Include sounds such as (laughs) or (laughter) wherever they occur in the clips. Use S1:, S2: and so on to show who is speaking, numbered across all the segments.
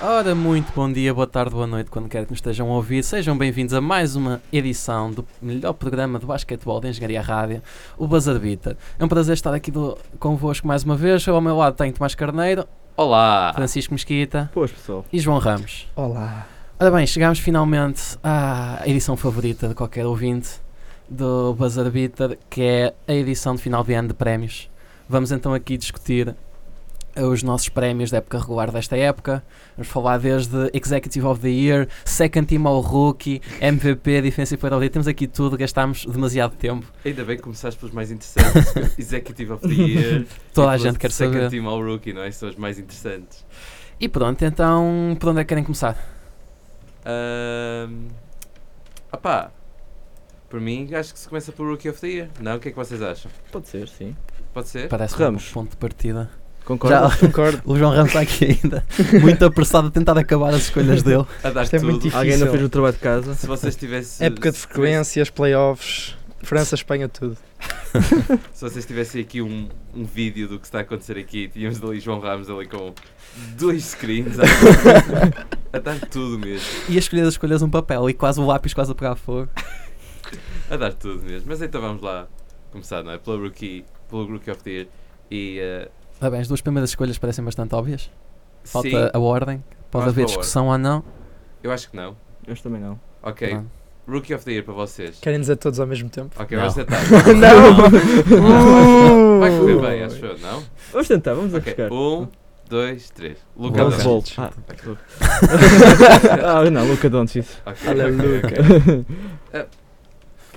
S1: Ora, muito bom dia, boa tarde, boa noite, quando quer que nos estejam a ouvir. Sejam bem-vindos a mais uma edição do melhor programa de basquetebol da Engenharia Rádio, o Buzzer Beater. É um prazer estar aqui do, convosco mais uma vez. Eu, ao meu lado tenho Tomás Carneiro,
S2: Olá!
S1: Francisco Mesquita
S3: Pois, pessoal.
S1: e João Ramos.
S3: Olá.
S1: Ora bem, chegámos finalmente à edição favorita de qualquer ouvinte do Buzzer Beater, que é a edição de final de ano de prémios. Vamos então aqui discutir eh, os nossos prémios da época regular desta época. Vamos falar desde Executive of the Year, Second Team All Rookie, MVP, Defensive Player of the Year. Temos aqui tudo, gastámos demasiado tempo.
S2: Ainda bem que começaste pelos mais interessantes. Executive
S4: (laughs)
S2: of the Year.
S1: Toda a
S2: e pelos
S1: gente quer
S2: second
S1: saber.
S2: Team ao Rookie, não é? São os mais interessantes.
S1: E pronto, então, por onde é que querem começar?
S2: Ahm, opá, por mim, acho que se começa pelo Rookie of the Year. Não? O que é que vocês acham?
S3: Pode ser, sim.
S2: Pode ser?
S1: Parece
S3: Ramos.
S1: um ponto de partida.
S3: Concordo.
S1: Já-
S3: Concordo.
S1: O João Ramos está aqui ainda, muito apressado a tentar acabar as escolhas dele.
S2: A dar
S4: Isto é
S2: tudo.
S4: muito difícil.
S3: Alguém não fez o trabalho de casa.
S2: Se vocês tivessem.
S4: Época de frequências, playoffs, França, Espanha, tudo.
S2: Se vocês tivessem aqui um, um vídeo do que está a acontecer aqui, tínhamos ali João Ramos ali com dois screens a,
S4: (laughs)
S2: a dar tudo mesmo.
S1: E a escolher das escolhas um papel e quase o lápis quase a pegar fogo.
S2: A dar tudo mesmo. Mas então vamos lá começar, não é? Pelo Rookie, pelo rookie of the Year. E ah,
S1: Tá bem, as duas primeiras escolhas parecem bastante óbvias. Falta
S2: Sim,
S1: a ordem. Pode
S2: Vamos
S1: haver
S2: para a
S1: discussão ou não.
S2: eu acho que não.
S3: Eu também não.
S2: Ok,
S1: Pronto.
S2: Rookie of the Year para vocês.
S4: Querem dizer todos ao mesmo tempo?
S2: Ok,
S1: Não.
S2: vamos tentar.
S3: (laughs) não!
S2: Vai correr bem, acho eu, não?
S3: Vamos tentar, vamos
S2: Ok,
S3: arriscar.
S2: um, dois, três. Luca
S3: Luca Doncic.
S2: Doncic.
S3: Ah, ah, não, Luca Doncic.
S2: Ok,
S3: Olha,
S2: ok,
S3: Luca.
S2: ok.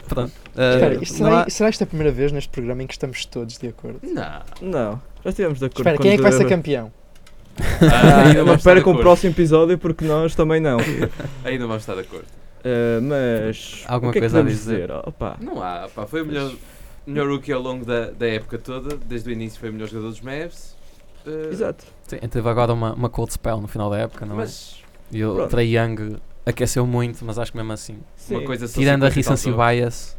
S1: Pronto.
S4: Espera,
S1: Uh,
S4: isto
S1: não
S4: será,
S1: há-
S4: será esta a primeira vez neste programa em que estamos todos de acordo?
S2: Não.
S3: Não, já estivemos de acordo
S4: Espera,
S3: com
S4: quem é que vai ser
S3: tudo.
S4: campeão?
S2: Ah,
S3: (laughs) Ah,
S2: ainda
S3: mas
S2: vamos estar
S3: espera
S2: de
S3: com o
S2: acordo.
S3: próximo episódio porque nós também (laughs) não.
S2: Ainda vamos estar de acordo.
S3: Ah, mas.
S1: Alguma
S3: o que é
S1: coisa a
S3: que podemos
S1: dizer?
S3: Opa.
S2: Não há, pá, foi o melhor, melhor rookie ao longo da, da época toda. Desde o início foi o melhor jogador dos Mavs. Ah,
S3: Exato.
S1: Sim, teve agora uma, uma cold spell no final da época, não é?
S2: Mas
S1: E o
S3: pronto.
S1: Trey Young aqueceu muito, mas acho que mesmo assim.
S3: Sim.
S2: uma coisa só
S1: Tirando a
S2: 50
S1: Rissan
S2: causou.
S1: Bias,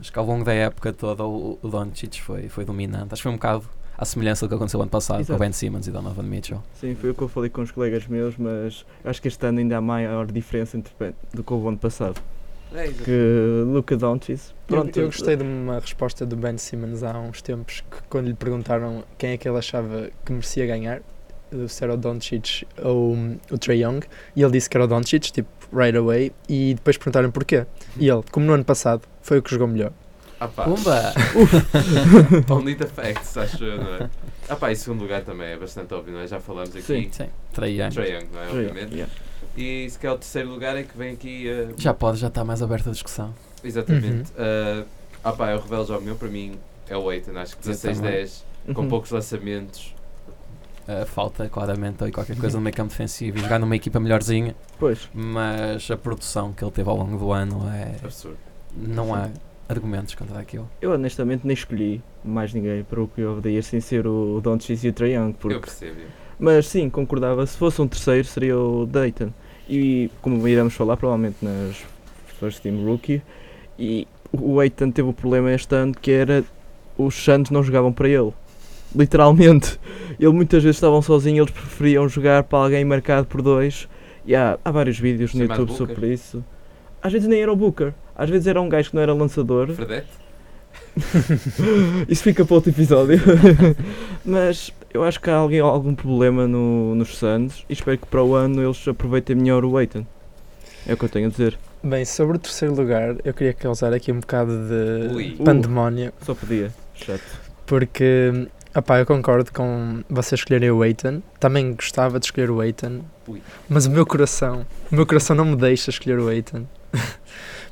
S1: acho que ao longo da época toda o, o Doncic foi, foi dominante. Acho que foi um bocado à semelhança do que aconteceu ano passado com o
S3: Exato.
S1: Ben Simmons e Donovan Mitchell.
S3: Sim, foi o que eu falei com os colegas meus, mas acho que este ano ainda há maior diferença entre, do que o ano passado.
S2: É, exato.
S3: Que Luca Doncic.
S4: Eu,
S3: Pronto,
S4: eu gostei de uma resposta do Ben Simmons há uns tempos que quando lhe perguntaram quem é que ele achava que merecia ganhar, eh, se era o Doncic ou hum, o Trey Young, e ele disse que era o Doncic, tipo, right away, e depois perguntaram porquê. E ele, como no ano passado, foi o que jogou melhor.
S2: Ah, pá,
S1: Pumba!
S2: Only the facts, acho eu, não é? Ah, pá, e segundo lugar também é bastante óbvio, não é? Já falamos aqui.
S3: Sim.
S1: Sim, Trey Young.
S2: Trae Young, não é? Obviamente.
S3: Yeah.
S2: E se calhar o terceiro lugar é que vem aqui. eh,
S1: Já pode, já está mais aberta a discussão.
S2: Exatamente.
S4: Uhum.
S2: Eh, ah pá, eu revelo já o meu, para mim é o Eitan, acho que
S1: Eu
S2: 16-10, com
S4: é?
S3: Uhum.
S2: poucos lançamentos.
S1: Uh, falta claramente ali qualquer coisa no meio campo defensivo e jogar numa equipa melhorzinha,
S3: Pois.
S1: mas a produção que ele teve ao longo do ano é.
S2: Absurdo.
S1: não há argumentos contra aquilo.
S3: Eu honestamente nem escolhi mais ninguém para o que eu odeio sem ser o Doncic e o Trae Young,
S2: Eu
S3: porque...
S2: percebo.
S3: mas sim, concordava, se fosse um terceiro seria o Dayton. E como iremos falar provavelmente nas First Team Rookie, e o Dayton teve o problema este ano que era os Santos não jogavam para ele. Literalmente. Ele muitas vezes estavam sozinho, eles preferiam jogar para alguém marcado por dois. E há, há vários vídeos no
S2: Chamado
S3: YouTube
S2: Booker.
S3: sobre isso. Às vezes nem era o Booker, às vezes era um gajo que não era lançador.
S2: Fredette?
S3: Isso fica para outro episódio. (laughs) Mas eu acho que há alguém, algum problema no, nos Suns e espero que para o ano eles aproveitem melhor o Eitan. É o que eu tenho a dizer.
S4: Bem, sobre o terceiro lugar, eu queria causar aqui um bocado
S2: Ui.
S4: de pandemónio,
S3: Só podia. Chato.
S4: porque opá, eu concordo com vocês escolherem o Eitan. Também gostava de escolher o Eitan,
S2: Ui.
S4: mas o meu coração, (laughs) o meu coração não me deixa escolher o Eitan,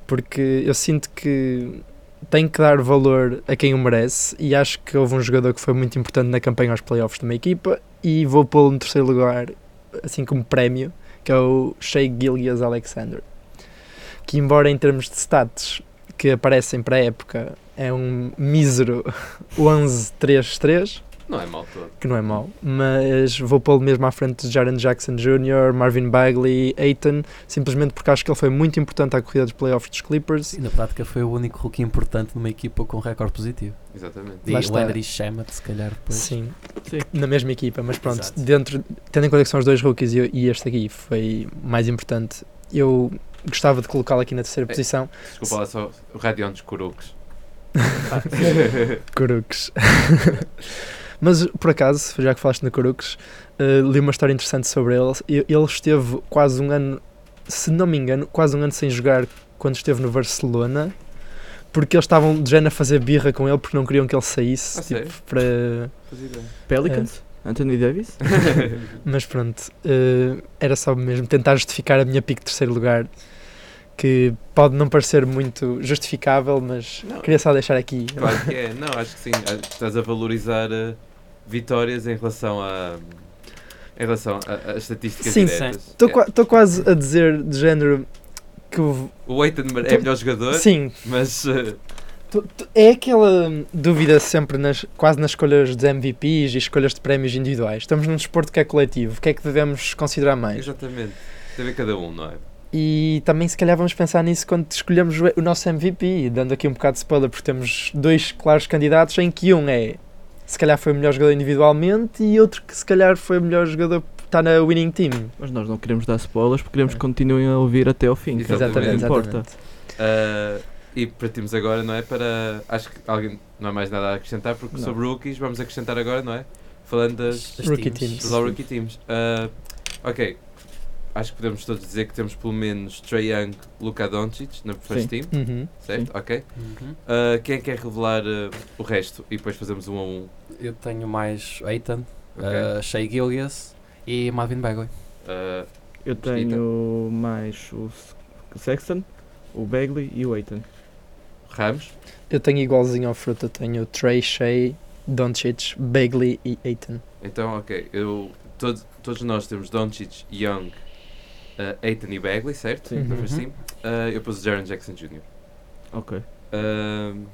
S4: porque eu sinto que tem que dar valor a quem o merece e acho que houve um jogador que foi muito importante na campanha aos playoffs de uma equipa e vou pô-lo no terceiro lugar, assim como prémio, que é o Shea Gilgias Alexander. Que embora em termos de stats que aparecem para a época é um mísero 11-3-3,
S2: Não é mal todo.
S4: que não é mau, mas vou pô-lo mesmo à frente de Jaren Jackson Jr., Marvin Bagley, Ayton, simplesmente porque acho que ele foi muito importante à corrida dos playoffs dos Clippers.
S1: E na prática foi o único rookie importante numa equipa com recorde positivo.
S2: Exatamente.
S1: E
S4: Lá
S1: o
S4: está.
S1: Andrew Shamet, se calhar, depois.
S4: Sim,
S3: Sim.
S4: na mesma equipa, mas pronto,
S1: Exato.
S4: dentro, tendo em conta que são os dois rookies e, e este aqui foi mais importante, eu gostava de colocá-lo aqui na terceira
S2: É.
S4: posição.
S2: Desculpa lá só o Radion dos Curucos.
S4: Coruques. (laughs) Mas por acaso, já que falaste no Coruques, eh, li uma história interessante sobre ele. E- Ele esteve quase um ano, se não me engano, quase um ano sem jogar quando esteve no Barcelona, porque eles estavam de género a fazer birra com ele porque não queriam que ele saísse. tipo,
S2: Ah, sério?
S4: para...
S3: Pelicans? É. Anthony Davis?
S2: (laughs)
S4: Mas pronto, eh, era só mesmo tentar justificar a minha pique de terceiro lugar, que pode não parecer muito justificável, mas
S2: Não.
S4: queria só deixar aqui.
S2: Claro que é, não, acho que sim. Acho que Estás a valorizar eh, vitórias em relação a. em relação a, a estatísticas
S4: Sim,
S2: diretas.
S4: Estou
S2: É.
S4: quase a dizer de género que o-
S2: O Eitan é
S4: Tô-
S2: melhor jogador,
S4: sim,
S2: mas. eh,
S4: tu- tu- é aquela dúvida sempre nas, quase nas escolhas dos MVPs e escolhas de prémios individuais. Estamos num desporto que é coletivo, o que é que devemos considerar mais?
S2: exatamente. Tem a ver cada um, não é?
S4: E também se calhar vamos pensar nisso quando escolhemos o o nosso MVP, dando aqui um bocado de spoiler, porque temos dois claros candidatos em que um é se calhar foi o melhor jogador individualmente e outro que se calhar foi o melhor jogador que está na winning team.
S3: Mas nós não queremos dar spoilers porque queremos que continuem a ouvir até ao fim. que é o que
S4: Exatamente,
S3: importa.
S4: exatamente.
S2: Ah, e partimos agora, não é? Para. Acho que alguém. Não há mais nada a acrescentar, porque
S3: Não.
S2: sobre rookies vamos acrescentar agora, não é? Falando das.
S1: Os
S4: Rookie
S1: times.
S2: dos All Rookie Teams. Ah, ok. Acho que podemos todos dizer que temos pelo menos Trae Young, Luka Doncic na first
S3: Sim.
S2: team,
S4: Uhum.
S2: certo? Ok.
S1: Uhum.
S2: Ah, quem é que quer revelar ah, o resto? E depois fazemos um a um.
S1: Eu tenho mais Aiton,
S2: Ok.
S1: uh, Shea Gillias e Marvin Bagley.
S2: Ah,
S3: Eu tenho mais o S- Sexton, o Bagley e o Aiton.
S2: Ramos.
S4: Eu tenho igualzinho ao Fruta, tenho Trey, Shea, Doncic, Bagley e Aiton.
S2: Então, ok. Eu, todo- todos nós temos Doncic, Young, ah, Ayton e Bagley, certo?
S3: Sim.
S2: Na
S1: Uhum.
S2: first team. Ah, eu pus o Jaron Jackson Ah, Jr.
S3: Ok.
S2: Ahm,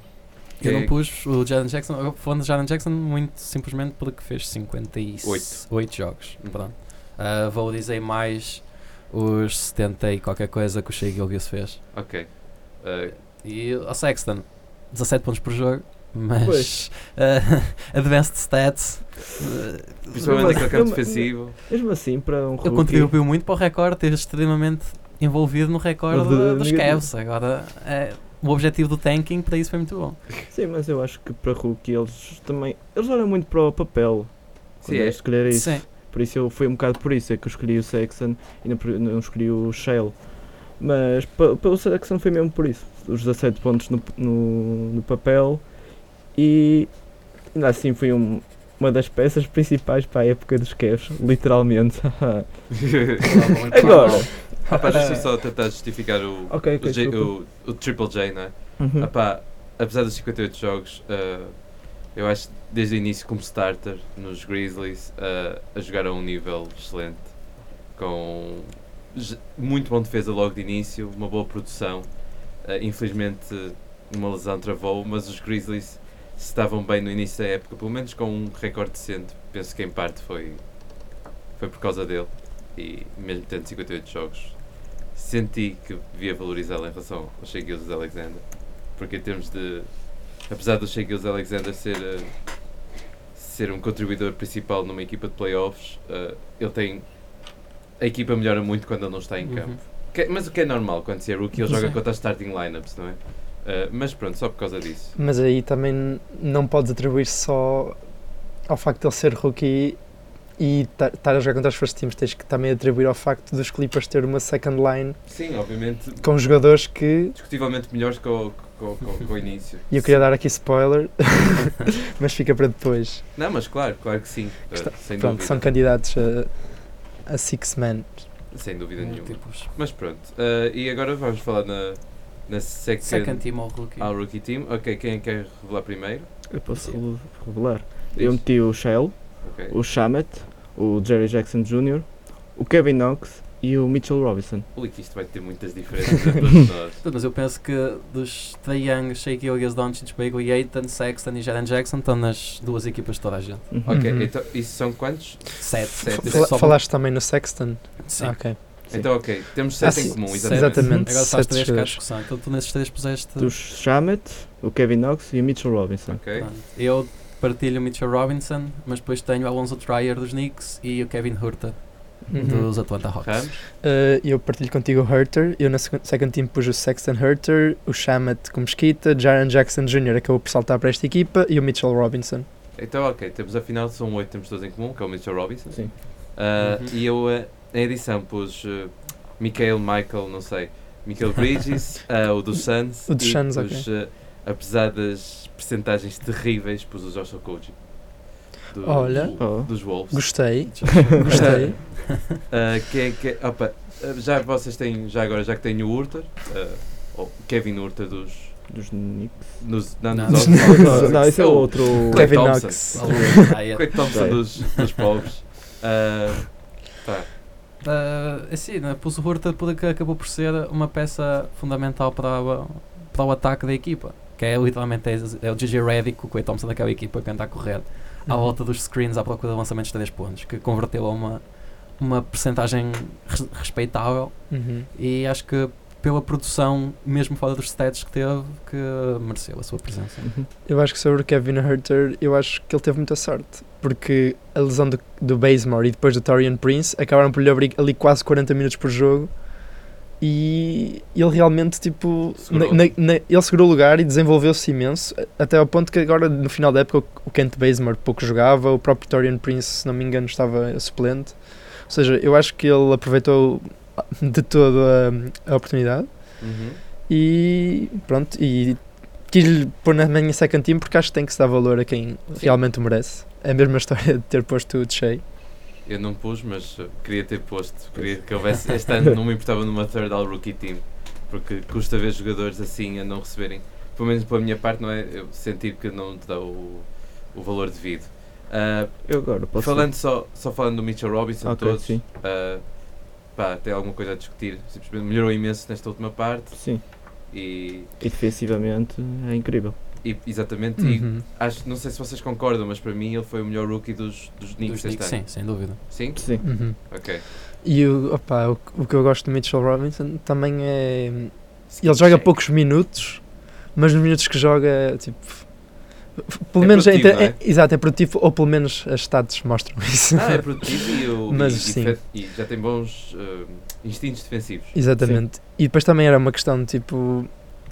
S1: Eu
S2: é-
S1: não pus o Jaren Jackson, eu falando de Jaren Jackson muito simplesmente porque fez 58 oito jogos.
S2: Uhum.
S1: Pronto. Uh, valorizei mais os 70 e qualquer coisa que o Shea Gillias fez.
S2: Ok. Ah,
S1: E o Sexton, 17 pontos por jogo, mas
S3: Pois.
S1: (laughs) uh, Advanced Stats uh,
S2: principalmente
S3: Mas-
S2: aquele campo
S3: mas-
S2: defensivo.
S3: Mesmo assim, para um
S1: ele
S3: rookie,
S1: contribuiu muito para o recorde, esteve extremamente envolvido no recorde
S3: De-
S1: dos Cavs. Agora, é, o objetivo do tanking para isso foi muito bom.
S3: sim, mas eu acho que para rookie eles também, eles olham muito para o papel
S2: Sim,
S3: quando
S2: é.
S3: eles escolherem isso.
S1: Sim.
S3: Por isso eu, foi um bocado por isso é que eu escolhi o Sexton e não, pre- não escolhi o Shale. Mas pa- pelo Sexton foi mesmo por isso. Os 17 pontos no, no, no papel e ainda assim foi um- uma das peças principais para a época dos Cavs, literalmente. (laughs) Agora!
S2: (laughs) Rapaz, deixa só tentar justificar o,
S3: Ok, ok,
S2: o, J-
S3: desculpa.
S2: o- o Triple J, não é?
S3: Uhum.
S2: Apá, apesar dos 58 jogos, ah, eu acho que desde o início como starter nos Grizzlies ah, a jogar a um nível excelente, com j- muito bom defesa logo de início, uma boa produção. Ah, infelizmente uma lesão travou, mas os Grizzlies estavam bem no início da época, pelo menos com um recorde decente. Penso que em parte foi, foi por causa dele. E mesmo tendo 58 jogos, senti que devia valorizá-lo em relação ao Shea Gilles Alexander. Porque em termos de. Apesar do Shea Gilles Alexander ser, eh, ser um contribuidor principal numa equipa de playoffs, eh, ele tem. A equipa melhora muito quando ele não está em
S1: Uhum.
S2: campo. Que- mas o que é normal quando se é rookie, ele
S1: Pois
S2: joga
S1: é.
S2: contra as starting lineups, não é? Ah, mas pronto, só por causa disso.
S4: Mas aí também não podes atribuir só ao facto de ele ser rookie e estar a jogar contra os first teams. Tens que também atribuir ao facto dos Clippers ter uma second line
S2: Sim, obviamente,
S4: com jogadores que.
S2: discutivelmente melhores que o, que o- que o- que o início.
S4: E eu queria dar aqui spoiler, (laughs) mas fica para depois.
S2: Não, mas claro, claro que sim. Ah,
S4: Está-
S2: sem,
S4: Pronto, são
S2: dúvida,
S4: candidatos a, a Six Man.
S1: é
S2: sem dúvida nenhuma. eh,
S1: Tipos.
S2: Mas pronto, ah, e agora vamos falar na, na second,
S1: Second team ou rookie.
S2: ao rookie team. Ok, quem é quer revelar primeiro?
S3: Eu posso
S1: Sim.
S3: revelar.
S2: Diz.
S3: Eu meti o Shell,
S2: Ok.
S3: o Shamet, o Jerry Jackson Jr., o Kevin Knox e o Mitchell Robinson.
S2: Ui, que isto vai ter muitas diferenças entre todos nós.
S1: Mas eu penso que dos Trae Young, Shea Gilgas, Doncic, Bagley, Ayton, Sexton e Jaren Jackson estão nas duas equipas de toda a gente.
S3: Uhum.
S2: Ok,
S4: Uhum.
S2: então isso são quantos?
S1: Sete.
S2: Sete.
S1: Só- um.
S4: Fala- Falaste também no Sexton?
S1: Sim.
S4: Ah, ok.
S3: Sim.
S2: Então, ok, temos
S4: Ah,
S2: sete
S4: sim,
S2: em comum,
S1: sete.
S2: um exatamente.
S4: Exatamente.
S1: Agora só as três
S4: Sete
S1: que há
S4: jogadores.
S1: discussão. Então tu nesses três puseste...
S3: O Shamet, o Kevin Knox e o Mitchell Robinson.
S2: Ok,
S1: Pronto. Eu partilho o Mitchell Robinson, mas depois tenho o Alonso Trier dos Knicks e o Kevin Hurta
S4: Uhum.
S1: dos Atlanta Hawks.
S2: Ramos,
S4: Uh, eu partilho contigo o Herter. Eu na secu- second team pus o Sexton Herter, o Shamet com Mesquita, Jaron Jackson é Jr. acabou por saltar para esta equipa e o Mitchell Robinson.
S2: então ok, temos afinal, são oito, temos todos em comum, que é o Mitchell Robinson.
S3: Sim.
S2: Ah,
S1: Uhum.
S2: E eu, eh, na edição, pus eh, Michael, Michael, não sei, Michael
S4: (laughs)
S2: Bridges, ah, o dos Suns.
S4: O dos
S2: e
S4: Suns,
S2: pus, eh, apesar das percentagens terríveis, pus o Joshua Koji. do-
S4: Olha.
S1: Oh.
S2: do- dos Wolves. (laughs)
S4: Gostei,
S2: Gostei.
S4: gostei.
S2: Ah, quem é que é- opa, ah, já vocês têm, já agora, já que têm o Urter, o Kevin Urter dos.
S3: Dos Knicks.
S2: Nos, não,
S1: Não.
S4: (laughs)
S2: nos
S3: Não, não, esse é
S2: o-
S3: outro.
S2: Clay
S4: Kevin
S2: Thompson.
S4: Knox.
S1: Ah, é.
S2: Craig Thompson
S3: Sei.
S2: dos, dos (laughs) pobres. Ah, pá,
S1: Ah, assim, né, pus o Hurta porque acabou por ser uma peça fundamental para, a- para o ataque da equipa. Que é literalmente é, é o GG Redick, o Clay Thompson daquela equipa que anda a correr à
S4: Uhum.
S1: volta dos screens à procura de lançamentos de 3 pontos, que converteu a uma, uma percentagem res- respeitável
S4: Uhum.
S1: e acho que pela produção, mesmo fora dos stats que teve, que mereceu a sua presença.
S3: Uhum.
S4: Eu acho que sobre o Kevin Herter, eu acho que ele teve muita sorte, porque a lesão do, do Bazemore e depois do Torian Prince acabaram por lhe abrir ali quase 40 minutos por jogo e ele realmente, tipo,
S2: Segurou.
S4: na- na- na- ele segurou o lugar e desenvolveu-se imenso, a- até ao ponto que agora, no final da época, o, o Kent Bazemore pouco jogava, o próprio Torian Prince, se não me engano, estava suplente. Ou seja, eu acho que ele aproveitou de todo a- a oportunidade
S2: uhum.
S4: e pronto, e quis lhe pôr na minha second team porque acho que tem que se dar valor a quem realmente o merece. É a mesma história de ter posto o Shea.
S2: Eu não pus, mas uh, queria ter posto. Queria que houvesse. Este ano não me importava numa third all rookie team. Porque custa ver jogadores assim a não receberem. Pelo menos pela minha parte, não é? Eu sentir que não te dá o, o valor devido. Ah,
S3: Eu agora posso.
S2: falando só, só falando do Mitchell Robinson,
S3: Ok,
S2: todos.
S3: sim.
S2: ah, pá, tem alguma coisa a discutir. Simplesmente melhorou imenso nesta última parte.
S3: Sim.
S2: E,
S3: E defensivamente é incrível.
S2: e- exatamente. E
S3: Uhum.
S4: Uhum.
S2: acho, não sei se vocês concordam, mas para mim ele foi o melhor rookie dos, dos Knicks
S1: Dos
S2: este
S1: Knicks,
S2: ano.
S1: sim, sem dúvida.
S2: Sim?
S3: Sim.
S4: Uhum.
S2: Ok.
S4: E o, opa, o, o que eu gosto do Mitchell Robinson também é. Ele joga poucos minutos, mas nos minutos que joga, tipo. Pelo
S2: É
S4: menos
S2: produtivo,
S4: inter-
S2: não é?
S4: exato, é produtivo, ou pelo menos as stats mostram isso.
S2: Ah, é produtivo e, o,
S4: Mas
S2: e- e
S4: sim.
S2: fe- e já tem bons eh, instintos defensivos.
S4: Exatamente. E depois também era uma questão de tipo.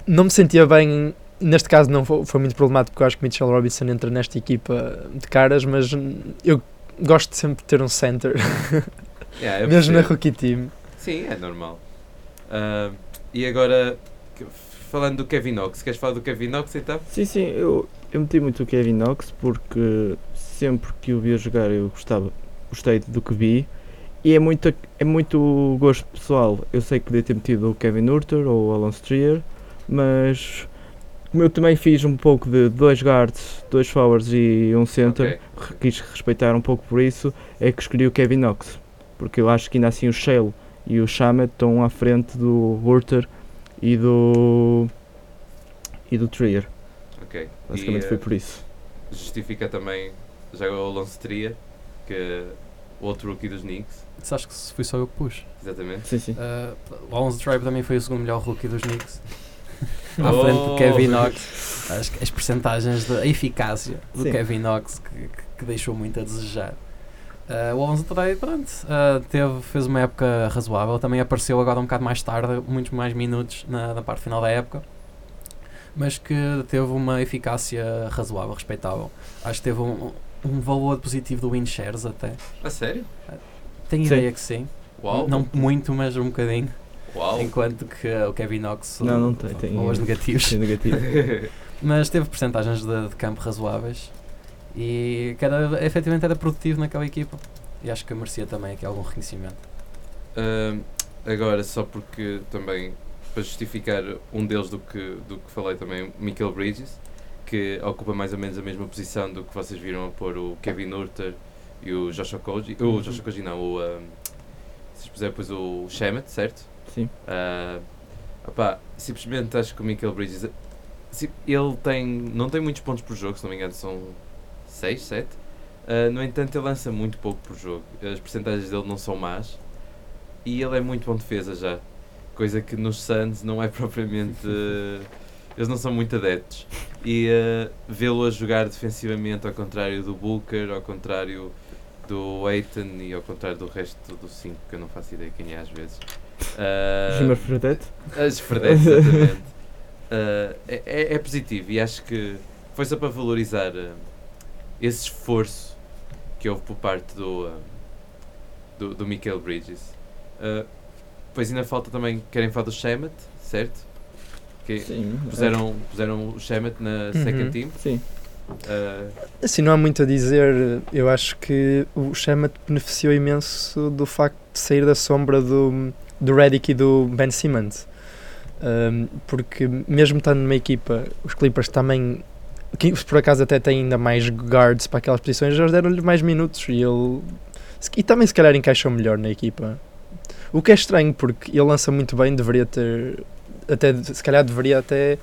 S4: Não me sentia bem. Neste caso não fo- foi muito problemático porque eu acho que Mitchell Robinson entra nesta equipa de caras, mas hum, eu gosto sempre de ter um center,
S2: Yeah, eu
S4: (laughs) mesmo na
S2: percebo.
S4: rookie team.
S2: Sim, é normal. Ah, e agora, que- falando do Kevin Knox, queres falar do Kevin Knox então?
S3: Sim, sim, eu, eu meti muito o Kevin Knox porque sempre que o via jogar eu gostava, gostei do que vi e é muito, é muito gosto pessoal. Eu sei que podia ter metido o Kevin Urter ou o Alonso Trier, mas como eu também fiz um pouco de dois guards, dois forwards e um center,
S2: Ok.
S3: re- quis respeitar um pouco por isso, é que escolhi o Kevin Knox, porque eu acho que ainda assim o Shale e o Shamet estão à frente do Urter e do e do Trier.
S2: Ok.
S3: Basicamente
S2: E,
S3: foi
S2: eh,
S3: por isso.
S2: Justifica também, já agora o Alonso Tria, que é outro rookie dos Knicks,
S1: Isso acho que fui só eu que pus.
S2: exatamente.
S3: Sim, sim.
S1: Uh, o Alonso Tribe também foi o segundo melhor rookie dos Knicks. À
S2: Oh!
S1: frente do Kevin Knox. As, as percentagens da eficácia do
S3: Sim.
S1: Kevin Knox que, que- que deixou muito a desejar. Uh, o Alonso Tribe, pronto, uh, teve, fez uma época razoável. Também apareceu agora um bocado mais tarde, muitos mais minutos na, na parte final da época. Mas que teve uma eficácia razoável, respeitável. Acho que teve um, um valor positivo do win shares até.
S2: A sério?
S1: Tenho
S3: Sim.
S1: ideia que sim.
S2: Uau!
S1: Não muito, mas um bocadinho.
S2: Uau!
S1: Enquanto que o Kevin Knox
S3: Não, não
S1: uh,
S3: tem,
S1: uh,
S3: tem-
S4: um
S1: valores negativos.
S3: Sim,
S2: (laughs)
S3: negativo.
S1: Mas teve percentagens de, de campo razoáveis e que era, efetivamente era produtivo naquela equipa. E acho que merecia também aqui algum reconhecimento.
S2: Ahm, agora, só porque também para justificar um deles do que, do que falei também, o Michael Bridges, que ocupa mais ou menos a mesma posição do que vocês viram a pôr o Kevin Urter e o Joshua Koji. O Joshua Koji não, o. ah, vocês puseram depois o Shemet, certo?
S3: Sim.
S2: Ah, opá, simplesmente acho que o Michael Bridges sim, ele tem, não tem muitos pontos por jogo, se não me engano são 6, 7. no entanto, ele lança muito pouco por jogo. As percentagens dele não são más. E ele é muito bom defesa já. Coisa que nos Suns não é (laughs) propriamente. ah, eles não são muito adeptos. E ah, vê-lo a jogar defensivamente, ao contrário do Booker, ao contrário do Aiton e ao contrário do resto dos 5, que eu não faço ideia quem é às vezes. Ah,
S3: Jimmer Fredette?
S2: as verdades, exatamente. Ah, é- é, é positivo e acho que foi só para valorizar ah, esse esforço que houve por parte do, ah, do, do Michael Bridges. Ah, pois ainda falta também, querem falar do Shemet, certo? Que
S3: Sim.
S2: puseram, puseram o Shemet na
S4: Uhum.
S2: second team.
S3: Sim.
S2: Ah,
S4: Assim, não há muito a dizer. Eu acho que o Shemet beneficiou imenso do facto de sair da sombra do, do Redick e do Ben Simmons. Um, porque, mesmo estando numa equipa, os Clippers também, que por acaso até têm ainda mais guards para aquelas posições, já deram-lhe mais minutos e ele. se- E também, se calhar, encaixou melhor na equipa. O que é estranho, porque ele lança muito bem, deveria ter. Até, se calhar, deveria até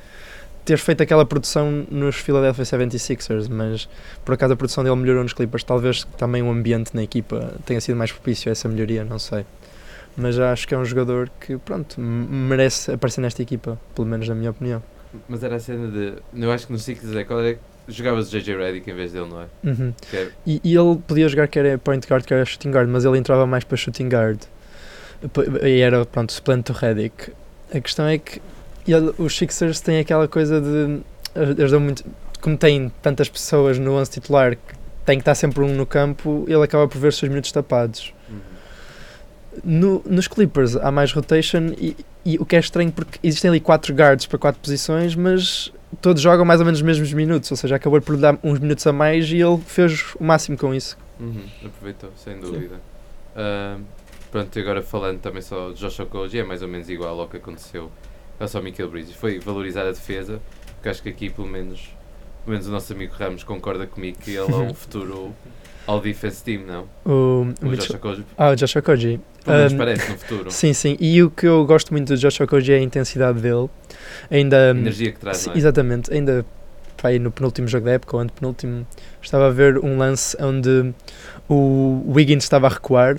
S4: ter feito aquela produção nos Philadelphia 76ers, mas por acaso a produção dele melhorou nos Clippers. Talvez também o ambiente na equipa tenha sido mais propício a essa melhoria, não sei. Mas acho que é um jogador que, pronto, m- merece aparecer nesta equipa, pelo menos na minha opinião.
S2: mas era a cena de. Eu acho que não sei o que dizer. Qual é, jogavas o JJ Redick em vez dele, não é?
S4: Uhum.
S2: Que é-
S4: E, e ele podia jogar quer a point guard, quer a shooting guard, mas ele entrava mais para shooting guard. P- E era, pronto, suplente do Redick. A questão é que ele- os Sixers têm aquela coisa de. Eles dão muito. Como têm tantas pessoas no 11 titular que tem que estar sempre um no campo, ele acaba por ver os seus minutos tapados. No- nos Clippers há mais rotation e, e o que é estranho porque existem ali quatro guards para quatro posições, mas todos jogam mais ou menos os mesmos minutos, ou seja, acabou por lhe dar uns minutos a mais e ele fez o máximo com isso.
S2: Uhum, aproveitou, sem dúvida. Ahm, pronto, e agora falando também só de Joshua Koji, é mais ou menos igual ao que aconteceu ao só Michael Bridges. Foi valorizar a defesa, porque acho que aqui pelo menos, pelo menos o nosso amigo Ramos concorda comigo que ele é
S4: (laughs)
S2: um futuro All Defense Team, não?
S4: O, o
S2: O
S4: Mitchell-
S2: Joshua Koji,
S4: ah, o Joshua Koji.
S2: pelo menos
S4: Ahm,
S2: parece no futuro.
S4: Sim, sim. E o que eu gosto muito do Joshua Koji é a intensidade dele.
S2: A
S4: Ainda.
S2: energia que traz,
S4: Sim,
S2: não é?
S4: Exatamente, ainda para aí no penúltimo jogo da época, ou antepenúltimo, estava a ver um lance onde o Wiggins estava a recuar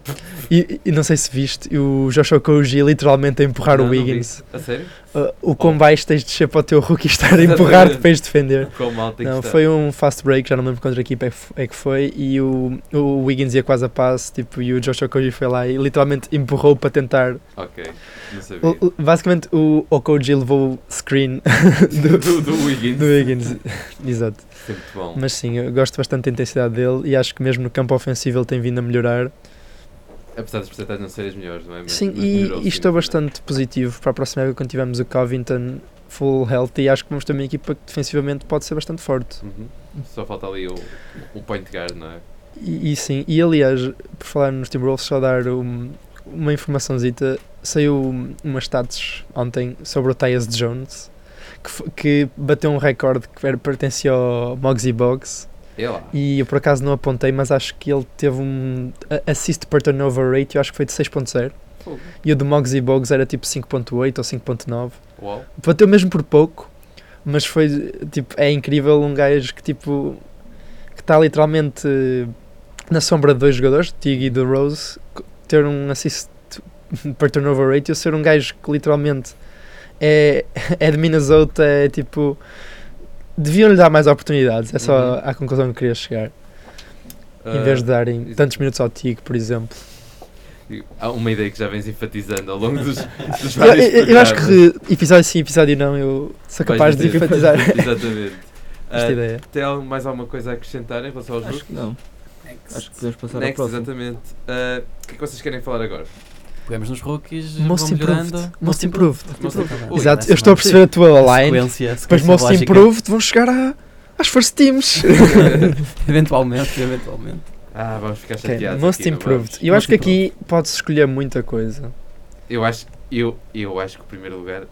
S4: e, e não sei se viste, e o Joshua Koji literalmente a empurrar
S2: Não,
S4: o
S2: não vi. Ah,
S4: Wiggins.
S2: A sério?
S4: Uh, o quão baixo tens de descer para o teu rookie estar a
S2: Exatamente.
S4: empurrar depois de defender.
S2: Quão mal tem
S4: Não,
S2: que
S4: foi um fast break, já não me lembro contra a equipa é que f- é que foi, e o, o Wiggins ia quase a passe, tipo, e o Joshua Koji foi lá e literalmente empurrou para tentar
S2: estar. Ok, não sabia.
S4: o- o- Basicamente, o Okoji levou o screen (laughs) do,
S2: (laughs) Do- do Wiggins.
S4: do Wiggins. Exato.
S2: Sempre bom.
S4: Mas sim, eu gosto bastante da intensidade dele e acho que mesmo no campo ofensivo ele tem vindo a melhorar.
S2: Apesar das percentagens não serem as melhores, não é? Mas-
S4: Sim,
S2: mas
S4: e,
S2: melhorou,
S4: e estou
S2: sim,
S4: bastante positivo para a próxima época quando tivermos o Covington full healthy. Acho que vamos ter uma equipa que defensivamente pode ser bastante forte.
S2: Uhum. Só falta ali o, o point guard, não é?
S4: E, e sim, e aliás, por falar nos Timberwolves, só dar um- uma informaçãozita, saiu umas stats ontem sobre o Tyus Jones, que, fo- que bateu um recorde que era, pertencia ao Moxie Box,
S2: É lá.
S4: e eu por acaso não apontei, mas acho que ele teve um a- assist per turnover rate, eu acho que foi de 6.0,
S2: Fogo.
S4: e o do Moxie Box era tipo 5.8 ou 5.9,
S2: Uau.
S4: bateu mesmo por pouco, mas foi tipo, é incrível um gajo que tipo que está literalmente na sombra de dois jogadores, Tig e The Rose, co- ter um assist (laughs) para turnover ratio, ser um gajo que literalmente é, (laughs) é de Minnesota, é tipo deviam lhe dar mais oportunidades, é só
S2: Uhum.
S4: a conclusão que queria chegar, em
S2: Ah,
S4: vez de darem
S2: isso-
S4: tantos minutos ao Tig, por exemplo.
S2: Há uma ideia que já vens enfatizando ao longo dos, dos
S4: Eu,
S2: vários
S4: eu- eu acho
S2: programas.
S4: que episódio sim, episódio não, eu sou
S2: Vais
S4: capaz de
S2: dizer.
S4: enfatizar (laughs) esta
S2: (laughs) Exatamente. Ah,
S4: ideia.
S2: tem al- mais alguma coisa a acrescentar em relação aos
S3: Acho
S2: grupos?
S3: que não. Acho que podemos passar à
S2: Next,
S3: próxima.
S2: exatamente. Ah, O que é que vocês querem falar agora?
S1: Pegamos nos rookies,
S4: Most
S1: vão melhorando.
S4: improved. Most improved.
S2: Most improved. Ui,
S4: Exato,
S1: parece
S4: eu estou a
S1: bem.
S4: perceber a tua line.
S1: Sequência,
S4: Depois
S1: sequência
S4: Most
S1: lógica.
S4: Improved vão chegar a, às
S2: (laughs)
S4: first teams.
S1: (laughs) eventualmente, eventualmente.
S2: Ah, vamos ficar
S4: Ok,
S2: chateados.
S4: Most
S2: aqui, não é vamos?
S4: Improved. Eu
S1: Most
S2: (laughs)
S4: acho que aqui pode-se escolher muita coisa.
S2: Eu acho, eu, eu acho que o primeiro lugar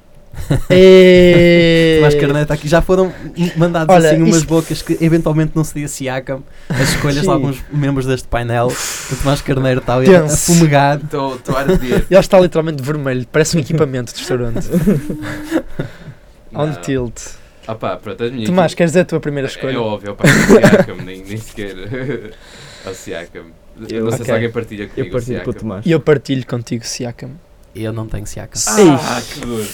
S4: É...
S1: Mas Carneiro está aqui. Já foram mandados
S4: Olha,
S1: assim umas
S4: isso-
S1: bocas que eventualmente não seria Siakam as escolhas de
S4: Sim.
S1: alguns membros deste painel. O Tomás Carneiro está ali a
S4: Tenso.
S1: fumegar.
S2: Estou estou a arder.
S4: Ele está literalmente vermelho, parece um equipamento de restaurante. (laughs)
S2: (laughs)
S4: On
S2: Não.
S4: tilt.
S2: Ah pá, pronto, as minhas...
S4: Tomás, queres dizer a tua primeira
S2: É,
S4: escolha?
S2: óbvio, pá, é o Siakam, nem, nem sequer (laughs) é o Siakam.
S3: Eu-
S2: não sei se
S4: Ok.
S2: alguém partilha comigo
S3: Eu partilho
S2: o
S3: com o
S2: Siakam.
S3: Tomás.
S4: E eu partilho contigo Siakam.
S1: Eu não tenho Siakam.
S2: Ah, que dor.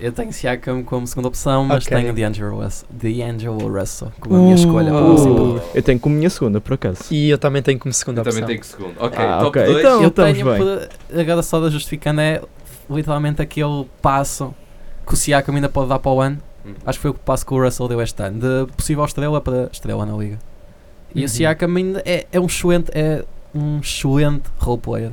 S1: Eu tenho Siakam como segunda opção, mas
S4: Ok.
S1: tenho D'Angelo Russell, D'Angelo Russell como a minha escolha para o
S3: Uh.
S1: segundo.
S3: Eu tenho como minha segunda, por acaso.
S4: E eu também tenho como segunda
S2: Eu também
S4: opção.
S2: tenho que segundo. Ok,
S3: Ah,
S2: top
S3: ok.
S2: 2.
S3: Então-
S1: eu
S3: estamos
S1: tenho,
S3: bem.
S1: por- agora só da justificando, é literalmente aquele passo que o Siakam ainda pode dar para o ano.
S2: Hum.
S1: Acho que foi o passo que o Russell deu este ano, de possível estrela para estrela na liga. E
S4: Uhum.
S1: o Siakam ainda é, é um excelente, é um excelente roleplayer.